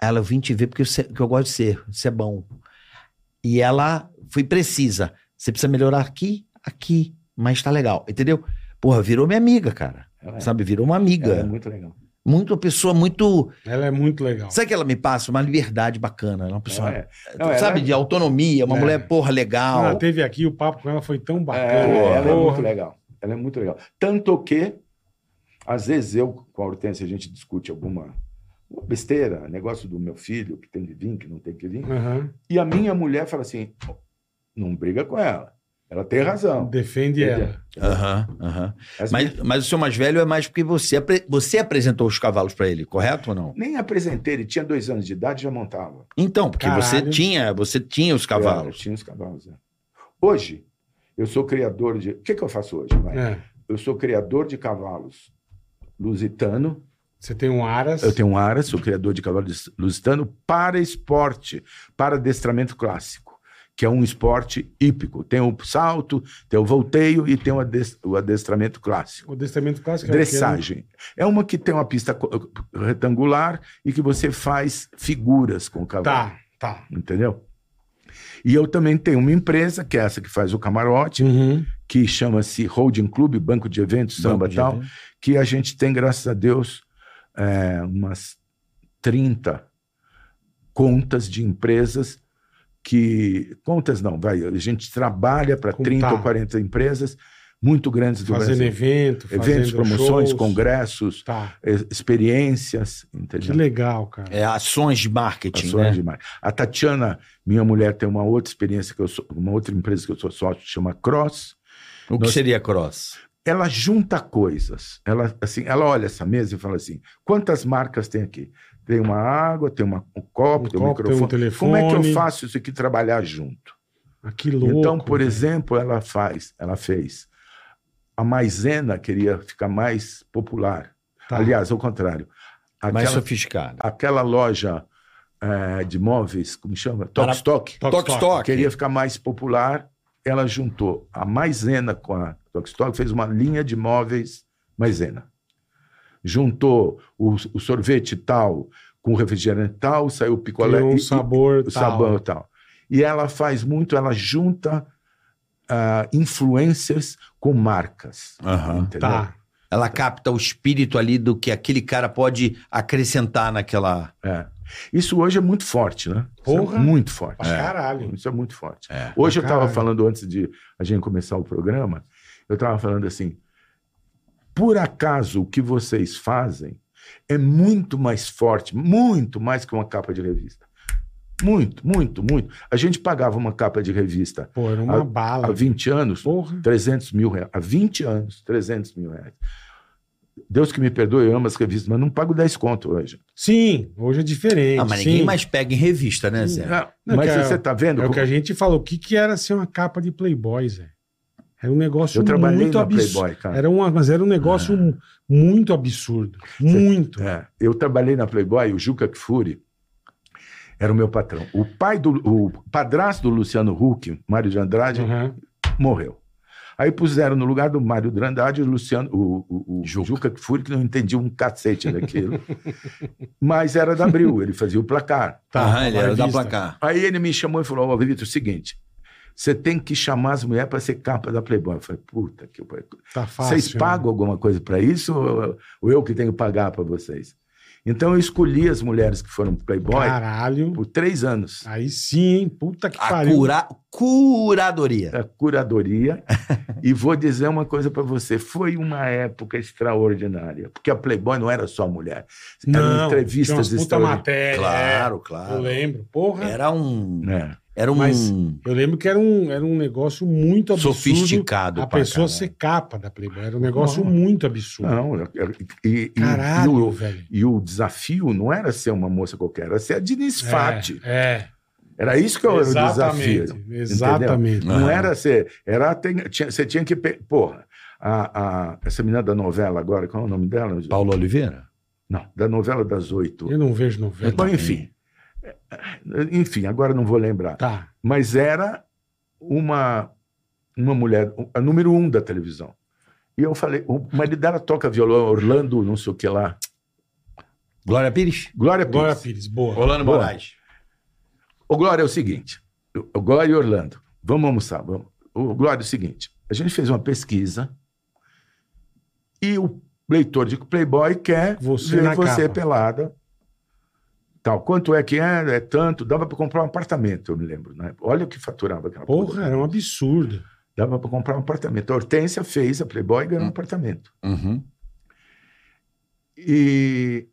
B: Ela, eu vim te ver porque eu, sei- que eu gosto de ser, isso é bom. E ela foi precisa. Você precisa melhorar aqui, aqui, mas tá legal, entendeu? Porra, virou minha amiga, cara.
C: Ela é,
B: Sabe, virou uma
C: ela é
B: amiga.
C: muito legal.
B: Muito uma pessoa muito.
A: Ela é muito legal.
B: Sabe que ela me passa? Uma liberdade bacana. Ela é uma pessoa.
C: Ela é. Não, ela-
B: sabe, de autonomia, uma
A: É.
B: mulher, porra, legal.
A: Ela Ah, teve aqui, o papo com ela foi tão bacana.
C: É, ela é muito
A: Porra.
C: legal. Ela é muito legal. Tanto que, às vezes, eu com a Hortência, a gente discute alguma uma besteira, negócio do meu filho, que tem que vir, que não tem que vir.
A: Aham.
C: E a minha mulher fala assim: "Pô, não briga com ela. Ela tem razão.
A: Defende
C: Entendeu?
A: ela.
B: Aham, aham.
C: As
B: Mas,
C: minhas-
B: mas o seu mais velho é mais porque você, apre- você apresentou os cavalos pra ele, correto ou não?
C: Nem apresentei, ele tinha dois anos de idade e já montava.
B: Então, porque você
A: Caralho.
B: tinha, você tinha os
C: Eu
B: cavalos.
C: tinha os cavalos. né? Hoje, eu sou criador de. O que, que eu faço hoje, vai?
A: É.
C: Eu sou criador de cavalos lusitano.
A: Você tem um Aras.
C: Eu tenho um Ara, sou criador de cavalo lus- lusitano para esporte, para adestramento clássico, que é um esporte hípico. Tem o salto, tem o volteio e tem o, ades- o adestramento clássico.
A: O destamento clássico é o quê?
C: Dressagem. É uma que tem uma pista co- retangular e que você faz figuras com o cavalo.
A: Tá, tá.
C: Entendeu? E eu também tenho uma empresa, que é essa que faz o camarote,
A: Uhum.
C: que chama-se Holding Clube, Banco de Eventos, Samba e tal que a gente tem, graças a Deus, é, umas 30 contas de empresas que. Contas não, vai. A gente trabalha para
A: Contar.
C: 30 ou 40 empresas muito grandes do
A: tá. Fazendo
C: Brasil.
A: evento, fazendo
C: Eventos, promoções,
A: shows.
C: congressos, É
A: Tá.
C: eh, experiências,
A: Que
C: entendeu?
A: legal, cara.
B: É, ações de marketing,
C: Ações
B: né?
C: de marketing. A Tatiana, minha mulher, tem uma outra experiência que eu sou, uma outra empresa que eu sou sócio, chama Cross.
B: O que
C: Nós-
B: seria cross?
C: Ela junta coisas. Ela assim, ela olha essa mesa e fala assim: quantas marcas tem aqui? Tem uma água, tem uma- um copo,
A: Um
C: tem um
A: copo, tem um
C: microfone. Como é que eu
A: telefone.
C: faço isso aqui trabalhar junto?
A: Ah, que louco.
C: então, por
A: velho.
C: exemplo, ela faz, ela fez. A maisena queria ficar mais popular.
A: Tá.
C: Aliás, ao contrário.
G: Mais
C: Aquela,
G: sofisticado.
C: aquela loja eh, de móveis, como chama? Tox Tox.
A: Toque, toque.
C: Queria ficar mais popular. Ela juntou a maisena com a Tox Tox, fez uma linha de móveis maisena. Juntou o, o sorvete tal com o refrigerante tal, saiu o picolé.
A: Criou
C: é? e-
A: um
C: e-
A: sabor
C: o
A: tal.
C: sabão e tal. E ela faz muito, ela junta ah, influencers com marcas.
B: Aham.
C: Entendeu?
A: Tá.
B: Ela capta o espírito ali do que aquele cara pode acrescentar naquela.
C: É. Isso hoje é muito forte, né? Isso
A: Porra.
C: É muito forte.
A: Pra caralho.
C: Isso é muito forte.
B: É.
C: Hoje eu
A: Pra
C: estava
A: caralho.
C: falando, antes de a gente começar o programa, eu estava falando assim: por acaso o que vocês fazem é muito mais forte, muito mais que uma capa de revista. Muito, muito, muito. A gente pagava uma capa de revista
A: Pô, era uma
C: A-
A: bala.
C: há 20 anos,
A: Porra.
C: 300 mil reais. Há 20 anos, 300 mil reais. Deus que me perdoe, eu amo as revistas, mas não pago 10 conto hoje.
A: Sim, hoje é diferente.
B: Ah, mas ninguém
A: sim.
B: mais pega em revista, né, Zé?
A: Não,
C: mas
A: que é-
C: você está vendo?
A: É o
C: como-
A: que a gente falou. O que, que era ser uma capa de Playboy, Zé? Era um negócio
C: Eu trabalhei
A: muito
C: na
A: absurdo.
C: Playboy, cara.
A: Era uma, mas era um negócio
B: Ah.
A: mu- muito absurdo. Muito.
C: É, eu trabalhei na Playboy, o Juca Kfouri era o meu patrão. O pai do o padrasto do Luciano Huck, Mário de Andrade,
A: Uhum.
C: morreu. Aí puseram no lugar do Mário de Andrade o Luciano, o, o, o
B: Juca.
C: Juca, Kfouri, que não entendia um cacete daquilo. Mas era da Abril, ele fazia o placar.
A: Tá,
B: Aham, ele era da
A: revista.
B: placar.
C: Aí ele me chamou e falou: Ó, Vitor, é o seguinte, você tem que chamar as mulheres para ser capa da Playboy. Eu falei: puta que pariu.
A: Tá fácil.
C: Vocês pagam alguma coisa para isso ou ou eu que tenho que pagar para vocês? Então eu escolhi as mulheres que foram Playboy
A: Caralho.
C: por três anos.
A: Aí sim, hein? Puta que
B: A
A: pariu.
B: cura... curadoria.
C: A curadoria. e vou dizer uma coisa para você: foi uma época extraordinária, porque a Playboy não era só mulher, eram
A: Não, tinha
C: entrevistas
A: umas puta
C: extraordinárias.
A: matéria.
B: Claro,
A: é. Eu
B: claro.
A: lembro. Porra.
B: Era um.
C: É.
B: Era um.
A: Mas- Eu lembro que era um, era um negócio muito absurdo.
B: Sofisticado
A: A
B: pra
A: pessoa
B: caralho.
A: ser capa da Playboy. Era um negócio
C: Não.
A: muito absurdo.
C: Não, eu- eu- e, e-
A: Caralho,
C: e o,
A: velho.
C: e o desafio não era ser uma moça qualquer, era ser a Diniz Fati.
A: É. é.
C: Era isso que era o
A: exatamente.
C: desafio.
A: Exatamente.
C: Não era ser. Era, tem- tinha- você tinha que. pe- Porra, a, a- essa menina da novela agora, qual é o nome dela?
G: Paulo Oliveira?
C: Não, da novela das oito.
A: Eu não vejo novela. né?
C: Bom, enfim. É, Enfim, agora não vou lembrar.
A: Tá.
C: Mas era uma, uma mulher, a número um da televisão. E eu falei, o marido dela toca violão, Orlando, não sei o que lá.
G: Glória Pires?
C: Glória Pires.
A: Glória Pires, boa.
B: Rolando
C: Boa.
B: Moraes.
C: Ô, Glória, é o seguinte. Ô, Glória e Orlando, vamos almoçar. Vamos. Ô, Glória, é o seguinte. A gente fez uma pesquisa e o leitor de Playboy quer
A: Você na
C: ver você
A: capa.
C: pelada. Tal. Quanto é que é? É tanto. Dava para comprar um apartamento, eu me lembro. Né? Olha o que faturava aquela
A: Porra, era um absurdo.
C: Dava para comprar um apartamento. A Hortência fez a Playboy e
A: Hum.
C: ganhou um apartamento.
B: Uhum.
C: E,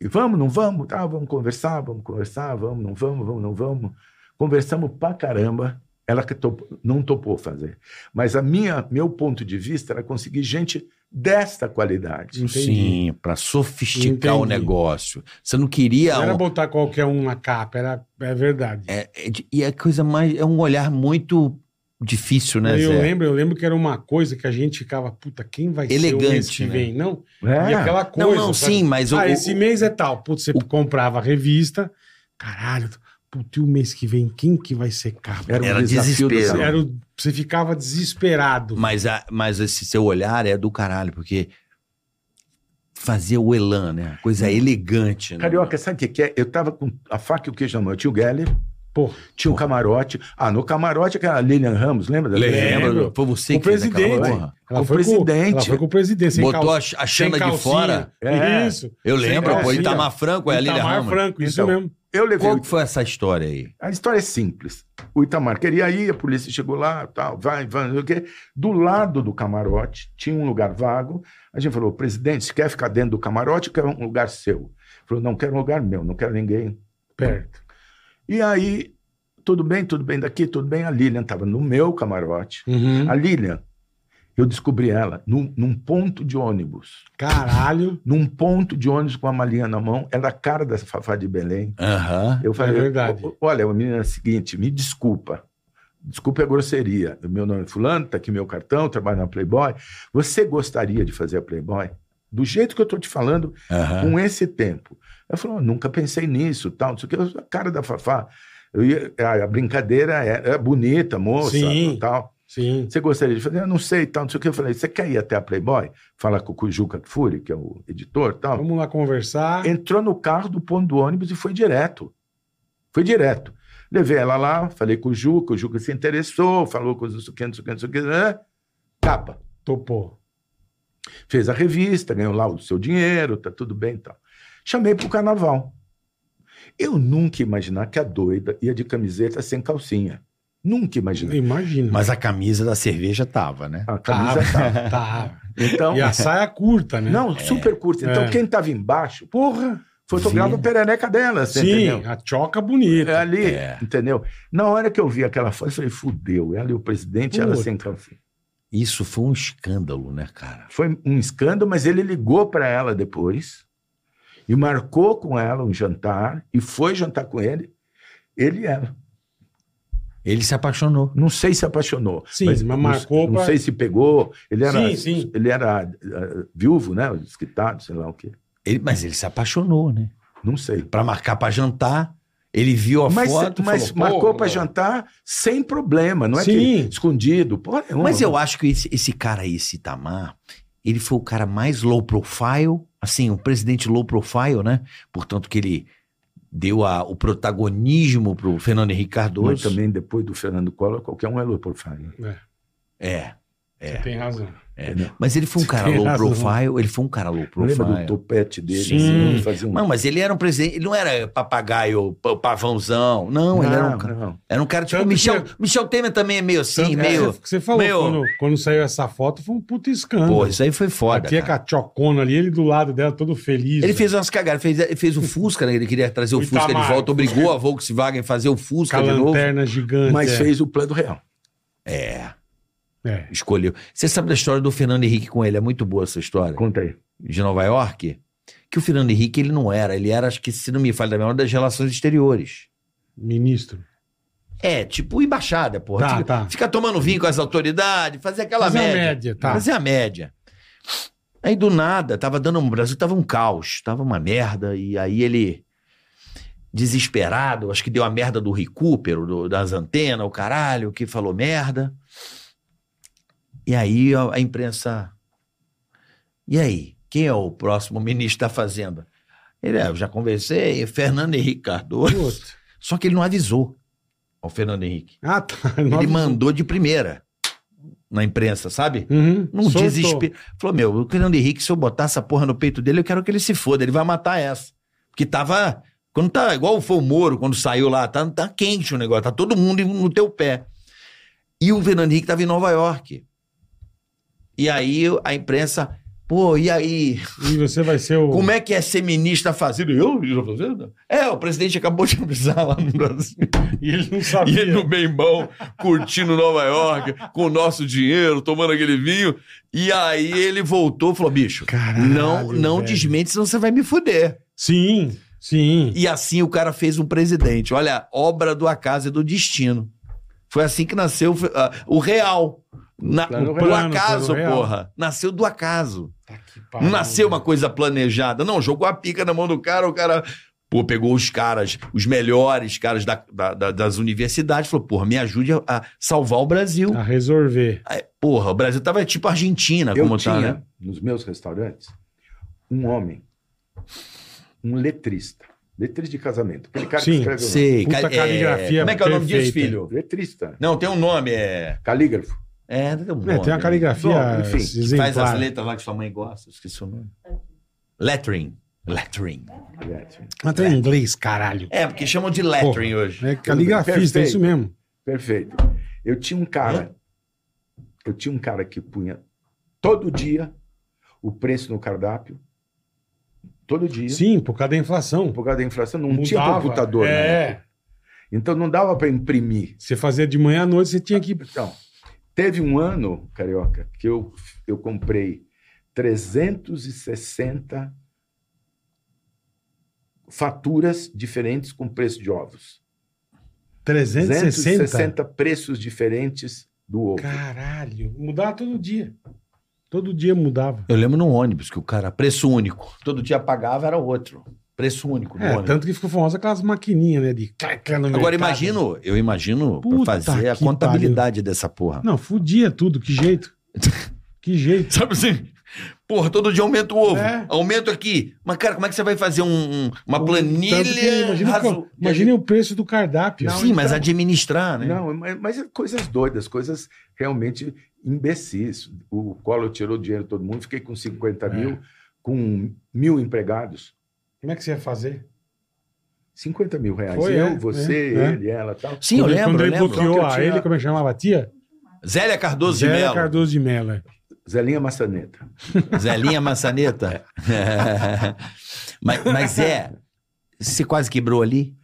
C: e vamos, não vamos? Tá, vamos conversar, vamos conversar, vamos, não vamos, vamos, não vamos. Conversamos pra caramba. Ela que topou- não topou fazer. Mas a minha, meu ponto de vista era conseguir gente desta qualidade.
A: Entendi.
G: Sim, para sofisticar
A: Entendi.
G: o negócio. Você não queria.
A: Não era
G: um-
A: botar qualquer um na capa, era, é verdade.
G: É, é de- e é coisa mais. É um olhar muito difícil, né,
A: eu
B: é.
G: Zé?
A: lembro, eu lembro que era uma coisa que a gente ficava, puta, quem vai ser o mês
G: Elegante,
A: que
G: né?
A: vem? Não,
C: É.
A: e aquela
G: Não,
A: coisa.
G: não,
A: sabe?
G: sim, mas o-
A: Ah,
G: o-
A: esse mês é tal. Putz, você comprava a revista. Caralho, putz, e o mês que vem, quem que vai ser capa?
C: Era um
G: Era
C: desafio do
G: desespero.
C: caralho.
A: Era o- você ficava desesperado.
G: Mas, a- mas esse seu olhar é do caralho, porque fazia o
A: Hum.
G: elan, né? Coisa elegante, né?
C: Carioca, sabe o que que é? Eu estava com a faca e o queijo na mão. Eu tinha o Geller,
A: Pô,
C: Tinha o camarote. Ah, no camarote aquela Lilian Ramos, lembra? da Lilian Ramos?
A: Lembro.
B: Foi você
C: Com o
B: que fez aquela
C: presidente.
B: porra?
A: ela
C: Com o
A: foi
C: presidente.
A: Com, ela foi com o presidente. sem
B: Botou
A: calça-
B: a ch- a
A: sem
B: Xanda de
A: calcinha.
B: fora?
C: É.
A: Isso.
B: Eu
A: Sem
B: lembro, pô.
G: tá
A: calcinha. tá
B: Itamar Franco é a Lília
A: Itamar
B: Ramos.
A: Franco, isso
C: Então,
A: mesmo.
C: Eu levei.
B: Qual que foi essa história aí?
C: A história é simples. O Itamar queria ir, a polícia chegou lá, tal, vai, vai, não sei o quê. Do lado do camarote tinha um lugar vago. A gente falou, presidente, você quer ficar dentro do camarote ou quer um lugar seu? Ele falou, não, quero um lugar meu, não quero ninguém.
A: Perto.
C: E aí, tudo bem, tudo bem daqui, tudo bem. A Lilian estava no meu camarote.
A: Uhum.
C: A Lilian, eu descobri ela num, num ponto de ônibus.
A: Caralho.
C: Num ponto de ônibus com a malinha na mão. Ela era a cara da Fafá de Belém.
B: Aham.
C: Eu falei,
A: É verdade.
C: "O- olha, menina, é o seguinte, me desculpa. Desculpe a grosseria. O meu nome é fulano, tá aqui meu cartão, trabalho na Playboy. Você gostaria de fazer a Playboy? Do jeito que eu tô te falando,
A: É.
B: Aham.
C: com esse tempo. Ela falou, "Oh, nunca pensei nisso, tal, não sei o que. A cara da Fafá, eu ia- a, a brincadeira era, era bonita, moça,
A: Sim.
C: tal.
A: Sim.
C: Você gostaria de fazer? Eu não sei, tal, não sei o que. Eu falei, você quer ir até a Playboy? Falar com o Cujuca Furi, que é o editor, tal.
A: Vamos lá conversar.
C: Entrou no carro do ponto do ônibus e foi direto. Foi direto. Levei ela lá, falei com o Juca, o Juca se interessou, falou coisas, não sei o que, não sei o que, não sei o que, né? Capa.
A: Topou.
C: Fez a revista, ganhou lá o seu dinheiro, tá tudo bem e tal. Chamei pro carnaval. Eu nunca ia imaginar que a doida ia de camiseta sem calcinha. Nunca imaginei.
A: Imagina.
H: Mas a camisa da cerveja tava, né?
C: A
A: Tava,
C: camisa tava.
A: tava.
C: Então,
A: Ah. Tá. E a saia curta, né?
C: não, super curta. Então,
A: É.
C: quem tava embaixo,
A: Porra.
C: fotografava a perereca dela, você
A: Sim,
C: entendeu?
A: a choca bonita.
C: É ali, entendeu? Na hora que eu vi aquela foto, eu falei, fudeu. Ela e o presidente, ela
A: Puta.
C: sem calcinha.
B: Isso foi um escândalo, né, cara?
C: Foi um escândalo, mas ele ligou para ela depois e marcou com ela um jantar e foi jantar com ele. Ele e ela.
B: Ele se apaixonou.
C: Não sei se apaixonou.
A: Sim, mas marcou
C: Não,
A: pra-
C: não sei se pegou. Ele era,
A: Sim, sim.
C: Ele era ah, viúvo, né? Desquitado, sei lá o quê.
B: Ele- mas ele se apaixonou, né?
C: Não sei.
B: Pra marcar pra jantar, ele viu a
C: Mas,
B: foto.
C: mas
B: falou,
C: marcou
B: "Pô,
C: para jantar sem problema, não é
A: Sim.
C: que escondido. Porra nenhuma.
B: Mas eu acho que esse, esse cara aí, esse Itamar, ele foi o cara mais low profile, assim, um presidente low profile, né? Portanto que ele deu a- o protagonismo pro Fernando Henrique
C: Mas
B: Cardoso.
C: também depois do Fernando Collor, qualquer um é louco por falar.
B: É,
A: Você tem razão.
B: é. Mas ele foi um cara
A: Tem
B: low
A: razão.
B: profile, ele foi um cara low
C: Lembra
B: profile.
C: do topete dele?
A: Sim.
C: Assim, fazia um...
B: Não, mas ele era um presidente, ele não era papagaio, pa- pavãozão. Não, ele era um, ca-
C: não.
B: era um cara tipo
A: Tanto
B: Michel,
A: que-
B: Michel Temer também é meio assim,
A: Tanto-
B: meio.
A: é, que Você falou,
B: meio-
A: quando, quando saiu essa foto, foi um puto escândalo.
B: Pô, isso aí foi
A: a
B: foda.
A: tia
B: cara.
A: com a chocona ali, ele do lado dela, todo feliz.
B: Ele
A: né?
B: fez umas cagadas, fez, fez o Fusca, né? Ele queria trazer o,
A: O
B: Fusca
A: Itamar,
B: de volta,
A: o
B: obrigou a Volkswagen a fazer o
A: com
B: Fusca
A: a
B: de novo.
A: lanterna gigante.
C: Mas
A: é.
C: fez o plano real.
B: É,
A: É.
B: escolheu. Você sabe da história do Fernando Henrique com ele? É muito boa essa história.
C: Conta aí.
B: De Nova York? Que o Fernando Henrique, ele não era. Ele era, acho que, se não me falha da memória, das relações exteriores.
A: Ministro.
B: É, tipo embaixada, porra.
A: Tá,
B: fica,
A: tá.
B: fica tomando vinho com as autoridades, fazer aquela
A: Fazer a
B: média.
A: média, tá.
B: Fazer é a média. Aí do nada, tava dando um Brasil, tava um caos, tava uma merda, e aí ele desesperado, acho que deu a merda do recupero, do- das antenas, o caralho, que falou merda. E aí a, a imprensa E aí, quem é o próximo ministro da Fazenda? Ele, é, eu já conversei, Fernando Henrique Cardoso.
A: Puta.
B: Só que ele não avisou ao Fernando Henrique.
A: Ah, tá.
B: Ele mandou de primeira na imprensa, sabe?
A: Uhum.
B: Num
A: Soltou.
B: desespero. Falou, meu, o Fernando Henrique, se eu botar essa porra no peito dele, eu quero que ele se foda, ele vai matar essa. Porque tava. Quando tá. Igual foi o Moro, quando saiu lá, tá, tá quente o negócio, tá todo mundo no teu pé. E o Fernando Henrique tava em Nova York. E aí a imprensa. Pô, e aí?
A: E você vai ser o.
B: Como é que é ser ministro da Fazenda? Eu? ministro da Fazenda? É, o presidente acabou de avisar lá no Brasil.
A: E ele não
B: E
A: sabia.
B: ele no bem bom, curtindo Nova York, com o nosso dinheiro, tomando aquele vinho. E aí ele voltou e falou: bicho,
A: Caralho,
B: não, não
A: velho.
B: desmente, senão você vai me fuder.
A: Sim, sim.
B: E assim o cara fez um presidente. Olha, obra do acaso e do destino. Foi assim que nasceu ah, o real. Na, do
C: plano
A: real,
B: acaso,
A: plano real.
B: porra. Nasceu do acaso.
A: Tá que
B: Não
A: pariu.
B: nasceu uma coisa planejada. Não, jogou a pica na mão do cara, o cara. Pô, pegou os caras, os melhores caras da- da- da- das universidades, falou, porra, me ajude a, a salvar o Brasil.
A: A resolver.
B: Aí, porra, o Brasil tava tipo Argentina,
C: Eu
B: como
C: tinha,
B: tá, né?
C: nos meus restaurantes, um homem, um letrista, Letriz de casamento. Aquele cara
A: Sim,
C: que escreve o nome.
B: Sei.
A: Puta
B: ca-
A: caligrafia
B: Como é que é o nome disso,
A: perfeita.
B: filho?
C: Letrista. né?
B: Não, tem um nome, é.
C: Calígrafo.
B: É, tem um nome.
A: É, tem uma caligrafia
C: Bom, enfim,
B: Que faz as
A: exemplar.
B: letras lá que sua mãe gosta, esqueci o nome. Lettering. Lettering.
C: Letrista.
A: Mas tem
B: né?
A: em inglês, caralho.
B: É, porque chamam de lettering hoje.
A: É caligrafista, é isso mesmo.
C: Perfeito. Eu tinha um cara. Eu tinha um cara que punha todo dia o preço no cardápio. Todo dia.
A: Sim, por causa da inflação.
C: Por causa da inflação, não tinha
A: Mudava.
C: computador.
A: É.
C: né? Então não dava para imprimir.
A: Você fazia de manhã à noite, você tinha que.
C: Então, teve um ano, Carioca, que eu, eu comprei 360 faturas diferentes com preço de ovos.
A: 360?
C: 360 preços diferentes do ovo.
A: Caralho. Mudava todo dia. Todo dia mudava.
B: Eu lembro num ônibus que o cara, preço único. Todo dia pagava, era outro. Preço único no
A: É,
B: ônibus.
A: tanto que ficou famosa aquelas maquininhas, né? De clac, no mercado.
B: Agora imagino, eu imagino pra
A: Puta
B: fazer a
A: que
B: contabilidade dessa porra.
A: Não, fudia tudo, que jeito. que jeito.
B: Sabe assim? Porra, todo dia aumenta o ovo.
A: É.
B: Aumento aqui. Mas, cara, como é que você vai fazer um- um- uma
A: Tanto que é,
B: planilha?
A: Imagina, o então-
B: razo-
A: co- imagina o preço do cardápio.
B: Sim, mas administrar, né?
C: Não, mas, mas é coisas doidas, coisas realmente imbecis. O Collor tirou o dinheiro de todo mundo, fiquei com
A: É.
C: 50 mil, com mil empregados.
A: Como é que você ia fazer?
C: 50 mil reais.
A: Foi,
C: eu,
A: é, é,
C: você,
A: é.
C: ele, ela tal.
B: Sim, eu
A: Quando-
B: lembro,
A: Quando
B: eu
A: ele
B: lembro.
A: bloqueou
C: Então, que eu
A: a
C: tinha-
A: ele, como é que chamava a tia?
B: Zélia Cardoso de
A: Zélia
B: Mello.
A: Cardoso de Mello. é.
C: Zelinha Maçaneta.
B: Zelinha Maçaneta.
A: É.
B: mas, mas é. Você quase quebrou ali?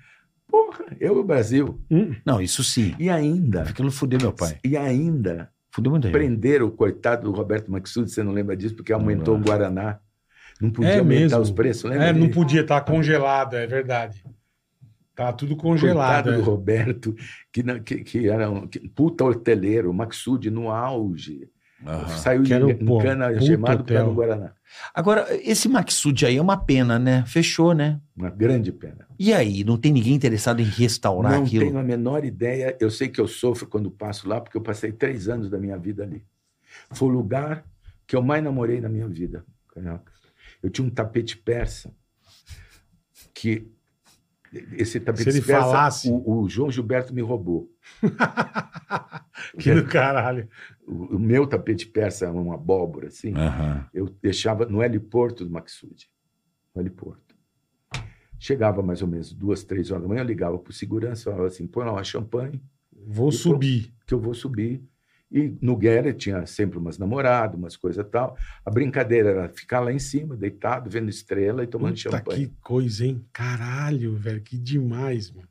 C: Porra, eu e o Brasil.
B: Não, isso sim.
C: E ainda,
B: Aquilo fudeu meu pai.
C: e ainda
B: Fudeu muito gente.
C: prenderam o coitado do Roberto Maxud, você não lembra disso, porque aumentou o Guaraná. Não podia
A: É
C: aumentar
A: mesmo.
C: os preços, lembra?
A: É, não
C: dele?
A: podia, tá congelado, é verdade. Tá tudo congelado.
C: Coitado do
A: é.
C: Roberto, que, não- que- que era um que- puta horteleiro, o Maxud no auge.
B: Aham.
C: Saiu
A: Que era
C: de
A: um, pô,
C: cana
A: puta
C: gemado
A: hotel.
C: para o Guaraná.
B: Agora, esse Maxud aí é uma pena, né? Fechou, né?
C: Uma grande pena.
B: E aí, não tem ninguém interessado em restaurar
C: não
B: aquilo?
C: tenho a menor ideia. Eu sei que eu sofro quando passo lá, porque eu passei três anos da minha vida ali. Foi o lugar que eu mais namorei na minha vida. Carioca. Eu tinha um tapete persa que esse tapete
A: ele
C: persa
A: falasse-
C: o, o João Gilberto me roubou.
A: Que do caralho.
C: O, o meu tapete persa era uma abóbora assim.
A: É.
B: Aham.
C: Eu deixava no heliporto do Maxud. No heliporto. Chegava mais ou menos duas, três horas da manhã, eu ligava para o segurança, falava assim, põe lá uma champanhe,
A: Vou
C: E
A: subir.
C: que eu vou subir. E no Guerra tinha sempre umas namoradas, umas coisas tal. A brincadeira era ficar lá em cima, deitado, vendo estrela e tomando
A: Puta
C: champanhe.
A: que coisa, hein? Caralho, velho, que demais, mano.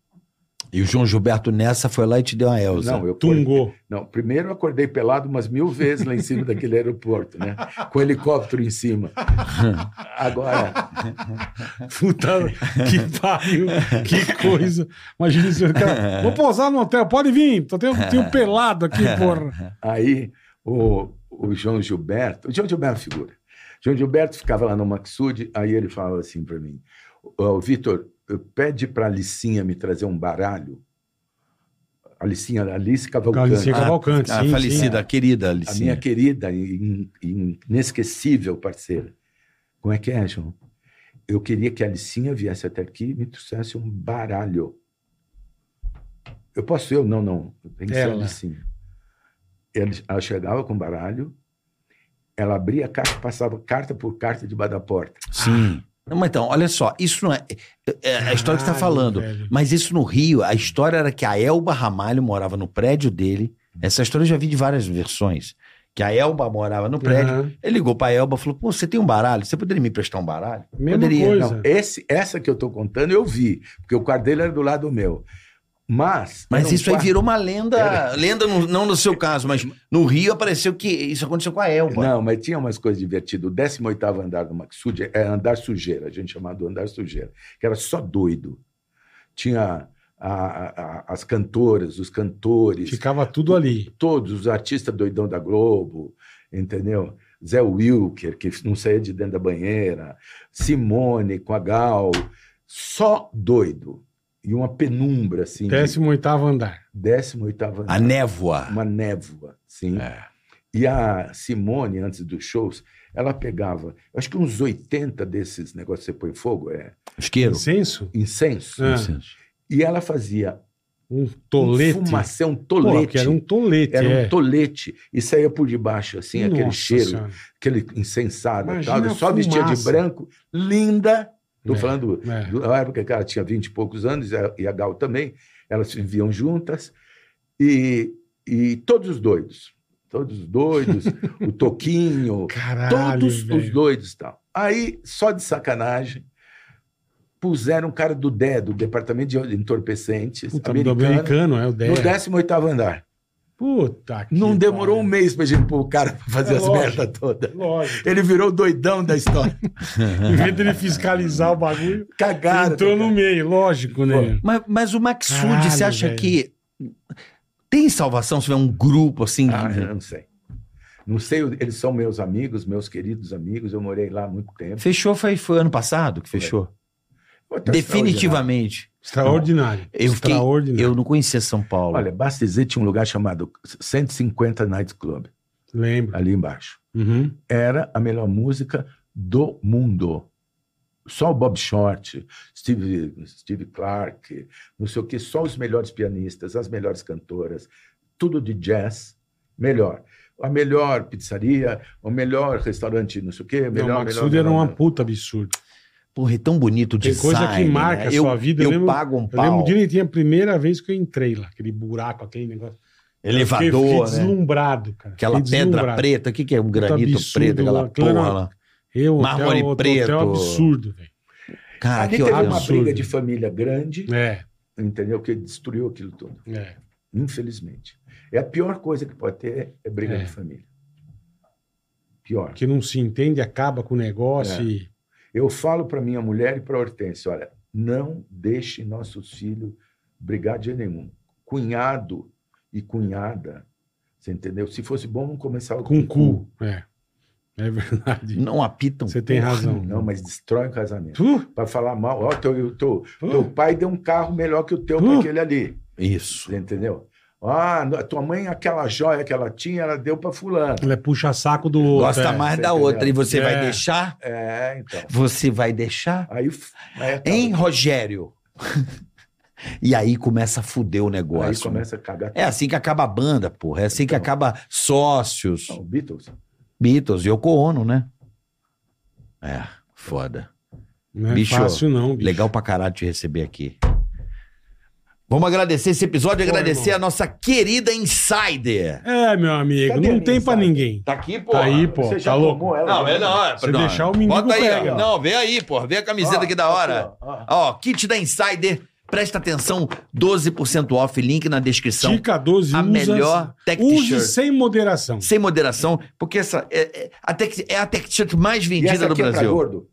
B: E o João Gilberto nessa foi lá e te deu a Elza.
C: Não, eu acordei-
A: Tungou.
C: não, primeiro eu acordei pelado umas mil vezes lá em cima daquele aeroporto, né? Com o helicóptero em cima. Agora,
A: Puta que pariu, que coisa. Imagina isso, cara. Vou pousar no hotel, pode vir. Tô tem tem um pelado aqui, porra.
C: aí o, o João Gilberto, o João Gilberto é uma figura. João Gilberto ficava lá no Maxud, aí ele falava assim para mim: "Ô, Vitor, pede para a Licinha me trazer um baralho. A Licinha, a Alice Cavalcante. Ah,
A: Alicinha Cavalcante,
B: a
A: sim,
B: Ah, falecida, a querida
C: A
B: Alicinha.
C: minha querida e in- in- inesquecível parceira. Como é que é, João? Eu queria que a Alicinha viesse até aqui e me trouxesse um baralho. Eu posso eu? Não, não. Tem que ser a
A: Ela.
C: Alicinha. Ela, ela chegava com o baralho, ela abria a caixa e passava carta por carta debaixo da porta.
B: Sim. Não, mas então, olha só, isso não é. é a história que você tá
A: Caralho,
B: falando.
A: velho.
B: Mas isso no Rio, a história era que a Elba Ramalho morava no prédio dele. Essa história eu já vi de várias versões. Que a Elba morava no prédio.
A: Aham.
B: Ele ligou pra Elba e falou: Pô, você tem um baralho? Você poderia me emprestar um baralho?
A: Mesma
B: poderia.
A: coisa.
C: Não, é esse, essa que eu estou contando eu vi, porque o quarto dele era do lado meu. Mas.
B: Mas
C: era um
B: isso é aí
C: quarto-
B: virou uma lenda.
C: Era.
B: Lenda, no- não no seu caso, mas no Rio apareceu que isso aconteceu com a Elba.
C: Não, mas tinha umas coisas divertidas. O 18º andar do Maxud é andar sujeira, a gente chamava do andar sujeira, que era só doido. Tinha a- a- a- as cantoras, os cantores,
A: Ficava tudo ali.
C: todos os artistas doidão da Globo, entendeu? Zé Wilker, que não saía de dentro da banheira, Simone com a Gal, só doido. E uma penumbra, assim, de
A: 18 andar.
B: Ah,
C: 18º andar.
B: A névoa.
C: Uma névoa, sim.
B: É.
C: E a Simone, antes dos shows, ela pegava, eu acho que uns 80 desses negócios que você põe fogo, é
I: Isqueiro.
A: Incenso?
C: incenso,
A: É.
C: e ela fazia
A: Um tolete.
C: um fumacê, um
A: Pô,
C: tolete.
A: que era um tolete,
C: Era um
A: é.
C: tolete. E saía por debaixo, assim, aquele
A: Nossa
C: cheiro,
A: Senhora.
C: aquele incensado e
A: Imagina
C: tal.
A: a
C: E só vestia de
A: fumaça.
C: branco, linda. Estou
A: É,
C: falando
A: é.
C: da época que ela tinha 20 e poucos anos, e a- e a Gal também. Elas viviam juntas. E, e todos doidos. Todos doidos. o Toquinho,
A: Caralho,
C: todos
A: velho.
C: os doidos e tal. Aí, só de sacanagem, puseram um cara do DE, do Departamento de Entorpecentes,
A: Puta, do
C: americano,
A: americano, é o
C: no
A: 10.
C: 18 andar.
A: Puta que
C: Não demorou um
A: pariu.
C: mês pra gente pôr o cara pra fazer
A: É
C: as
A: lógico.
C: merdas todas.
A: Lógico.
C: Ele virou o doidão da história.
A: Em vez dele fiscalizar o bagulho,
C: Cagado.
A: entrou no meio, lógico, né?
B: Mas, mas o Maxud,
A: Caralho,
B: você acha
A: velho.
B: que tem salvação se tiver um grupo assim?
C: Ah,
A: Uhum.
B: que-
C: eu não sei. Não sei, eles são meus amigos, meus queridos amigos. Eu morei lá há muito
A: é.
C: tempo. tá
B: Fechou, foi, foi ano passado que
C: Foi.
B: fechou?
A: Tá
C: Outra
B: Definitivamente.
A: Extraordinário.
B: Eu fiquei-
A: Extraordinário.
B: Eu não conhecia São Paulo.
C: Olha, basta dizer, tinha um lugar chamado 150 Night Club,
A: Lembro.
C: ali embaixo.
A: Uhum.
C: era a melhor música do mundo. Só o Bob Short, Steve, Steve Clark, não sei o que, só os melhores pianistas, as melhores cantoras, tudo de jazz, melhor. A melhor pizzaria, o melhor restaurante, não sei o quê,
A: Não,
C: melhor,
A: o
C: melhor,
A: Maxud era
C: melhor,
A: uma
C: melhor.
A: puta absurdo.
B: Porra, é tão bonito o
A: Tem
B: design.
A: coisa que marca
B: né?
A: a
B: eu,
A: sua vida, eu
B: Eu,
A: lembro-
B: pago um
A: Eu lembro
B: pau.
A: direitinho a primeira vez que eu entrei lá, aquele buraco, aquele negócio. eu fiquei,
B: Elevador,
A: fiquei
B: né?
A: deslumbrado, cara.
B: Aquela
A: Fiquei
B: pedra
A: deslumbrado. Tá
B: preta. O que, que é? Um granito
A: absurdo,
B: preto, aquela
A: aquilo
B: porra
A: era-
B: lá.
A: Eu, hotel-
B: Mármore
A: hotel é um
B: preto.
A: absurdo, velho.
B: Cara,
C: Ali
B: Ah, que
C: teve
B: horror.
C: uma
A: absurdo.
C: briga de família grande,
A: É,
C: entendeu? Que destruiu aquilo tudo,
A: é.
C: infelizmente. É a pior coisa que pode ter, é briga
A: É.
C: de família. Pior.
A: Que não se entende, acaba com o negócio
C: É.
A: e...
C: Eu falo para minha mulher e para Hortência, olha, não deixe nossos filhos brigar de jeito nenhum. Cunhado e cunhada, você entendeu? Se fosse bom, não começava
A: Com o cu. É. É verdade.
B: Não apitam.
A: Você tem razão.
C: Não, mas destrói o casamento.
A: Uh,
C: Para falar mal, ó, teu, teu, teu
A: uh,
C: pai deu um carro melhor que o teu
A: Uh.
C: para aquele ali,
B: Isso.
C: você entendeu? Ah, no- tua mãe, aquela joia que ela tinha, ela deu para fulano.
A: Ela puxa saco é do outro.
B: Gosta mais
A: é.
C: você
B: da
C: entendeu?
B: outra. E você vai
A: É.
B: deixar?
C: É, então.
B: Você vai deixar?
C: Aí, f- aí acaba.
B: Hein, Rogério? e aí começa a fuder o negócio.
C: aí começa a cagar.
B: É assim que acaba a banda, porra. É assim que
C: Então.
B: acaba sócios,
C: Não, Beatles.
B: Beatles, Yoko Ono, né? É, foda.
A: Não é
B: Bicho,
A: fácil, não, bicho.
B: Legal pra caralho te receber aqui. Vamos agradecer esse episódio e
A: Pô,
B: agradecer
A: irmão.
B: a nossa querida Insider.
A: É, meu amigo,
C: Cadê a
A: não
C: minha
A: tem pra
C: saia?
A: ninguém.
B: Tá aqui, pô.
A: Tá aí, pô.
C: Você já
A: Tá
C: tomou
A: louco?
C: ela?
B: Não, é da hora.
A: Se
B: não.
A: deixar, o mendigo
B: Bota aí,
A: pega.
B: ó. Não, vê aí, pô. Vê a camiseta
C: Ó,
B: aqui da hora.
C: aqui, ó, ó.
B: Ó, kit da Insider. Presta atenção, 12% off, link na descrição.
A: Dica 12,
B: a
A: usa-
B: melhor tech
A: Use
B: t-shirt.
A: sem moderação.
B: Sem moderação, porque essa é, é, a tech, é a tech t-shirt mais
C: E essa
B: vendida do
C: aqui é pra
B: Brasil.
C: gordo?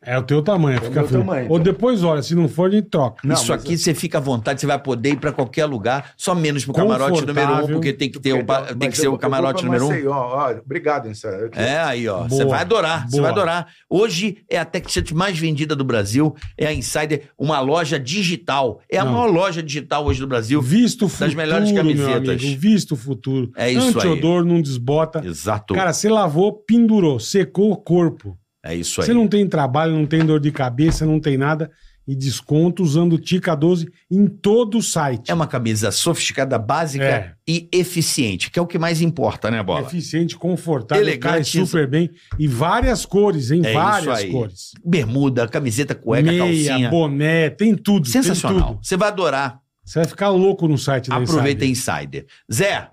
A: É o teu tamanho,
C: É o
A: fica
C: meu
A: frio.
C: tamanho,
A: Ou
C: então.
A: depois, olha, se não for, a gente troca.
C: Não,
B: Isso
C: mas
B: aqui você fica à vontade, você vai poder ir pra qualquer lugar, só menos pro camarote número um,
A: Confortável.
B: porque tem que ter o, ba- tem
C: então? Mas
B: que ser o
C: eu- eu vou pra
B: camarote número um.
C: Maceió, ó, obrigado, Insider.
B: É, aí, ó.
A: Boa.
B: Você vai adorar, você
A: Boa.
B: vai adorar. Hoje é a tech shirt mais vendida do Brasil, é a Insider, uma loja digital. É a
A: Não.
B: maior loja digital hoje do Brasil.
A: Visto o futuro,
B: melhores
A: Meu
B: camisetas.
A: amigo, visto o futuro.
B: É isso aí.
A: Antiodor não desbota.
B: Exato.
A: Cara, você lavou, pendurou, secou o corpo.
B: é isso aí.
A: Você não tem trabalho, não tem dor de cabeça, não tem nada. E desconto usando o Tica 12 em todo o site.
B: É uma camisa sofisticada, básica
A: É.
B: e eficiente, que é o que mais importa, né, Bola?
A: Eficiente, confortável,
B: Elegante,
A: cai super bem. E várias cores, hein?
B: É isso
A: várias
B: aí.
A: cores.
B: Bermuda, camiseta, cueca,
A: Meia,
B: calcinha.
A: boné, tem tudo. tem
B: Sensacional.
A: tudo.
B: Você vai adorar.
A: Você vai ficar louco no site da
B: Aproveita a
A: Insider.
B: Insider. Zé,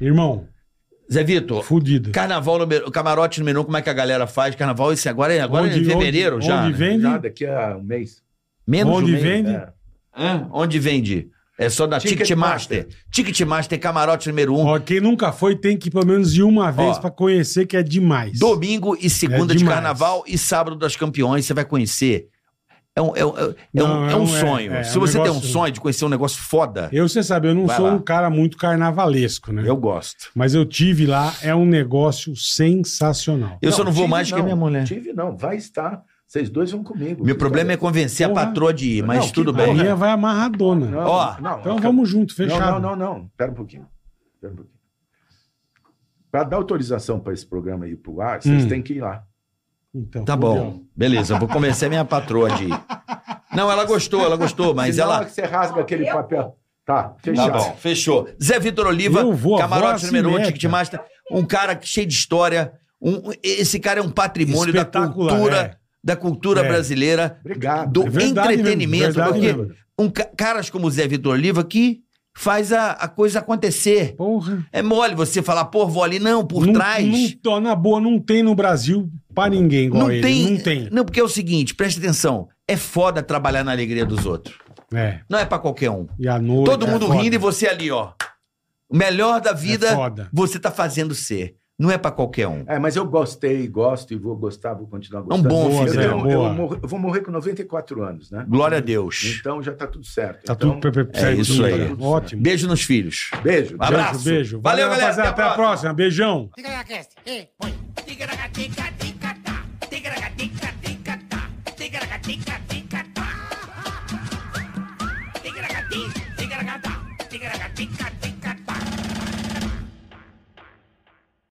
A: Irmão,
B: Zé Vitor,
A: fudido.
B: carnaval número, camarote número um, como é que a galera faz? Carnaval, esse agora é agora é em fevereiro
A: onde,
B: já.
A: Onde
B: né?
A: vende,
C: Já daqui a um mês.
B: Menos de
A: onde
B: um mês.
A: vende,
C: É.
B: Hã? Onde vende? É só da Ticketmaster.
C: Ticketmaster.
B: Ticketmaster, camarote número um.
A: Ó, quem nunca foi tem que ir pelo menos ir uma vez
B: Ó.
A: pra conhecer que é demais.
B: Domingo e segunda
A: É
B: de
A: demais.
B: carnaval e sábado das campeões, você vai conhecer. É um, é um, é um-
A: Não,
B: é um
A: é um-
B: sonho.
A: é- é
B: Se
A: um
B: você tem um
A: negócio-
B: sonho de conhecer um negócio foda, eu,
A: Eu, você sabe, eu não
B: Vai
A: sou
B: lá.
A: um cara muito carnavalesco, né?
B: gosto.
A: Mas eu tive lá, é um negócio sensacional.
B: Eu só não vou
C: tive
B: mais que a minha mulher.
C: Tive não, vai estar. Vocês dois vão comigo.
B: Meu problema é convencer
A: Porra.
B: a patroa de ir, mas
C: Não, que
B: tudo
A: A
B: bem.
C: porra.
A: minha vai amarradona.
C: Não,
B: Ó,
C: não,
A: então
C: não,
A: vamos junto,
C: não,
A: fechado.
C: Não, não, não. Pera um pouquinho. Pera um pouquinho. Para dar autorização para esse programa ir para o ar, vocês
A: Hum.
C: têm que ir lá.
A: Então,
B: Tá
A: fudeu.
B: bom. Beleza, eu vou convencer minha patroa de ir. Não, ela gostou, ela gostou, mas
C: Senão
B: ela.
C: é que Você rasga aquele papel. Tá,
B: Tá
C: fechado.
B: bom, fechou. Zé Vitor Oliva,
A: Eu vou, a voz
B: camarote número um,
A: simétrica.
B: Ticketmaster. Um cara cheio de história. um- esse cara é um patrimônio da
A: Espetacular,
B: cultura,
A: é.
B: da cultura
A: É.
B: brasileira,
C: Obrigado.
B: do
A: É verdade mesmo,
B: entretenimento.
A: verdade
B: porque
A: mesmo.
B: um ca- caras como o Zé Vitor Oliva que faz a, a coisa acontecer.
A: Porra.
B: É mole você falar, pô, vou ali, não, por
A: Não-
B: trás.
A: não tô- na boa, não tem no Brasil pra ninguém igual
B: Não
A: ele.
B: tem,
A: Não tem.
B: Não, porque é o seguinte, presta atenção. É foda trabalhar na alegria dos outros.
A: É.
B: Não é pra qualquer um.
A: E à noite.
B: Todo
A: é
B: mundo
A: foda.
B: rindo e você ali, ó. O melhor da vida
A: É foda.
B: você tá fazendo ser. Não é pra qualquer um.
C: É, mas eu gostei, gosto e vou gostar, vou continuar
B: É um
C: gostando.
B: bom
A: Boa,
C: eu,
B: filho.
A: Zé.
B: né?
C: tenho- eu
A: boa.
C: morro- eu vou morrer com 94 anos, né?
B: Glória a Deus.
C: Então já tá tudo certo.
A: Tá
C: então, é,
A: tudo pe- pe- certinho,
B: é isso aí.
A: tá tudo Ótimo.
B: Beijo nos filhos.
C: Beijo.
B: Abra- Um Abraço.
A: Beijo, beijo.
B: Valeu, galera,
A: rapaziada.
B: até
A: Até
B: a
A: a próxima. Beijão.
J: Tigra-ga-tica, tica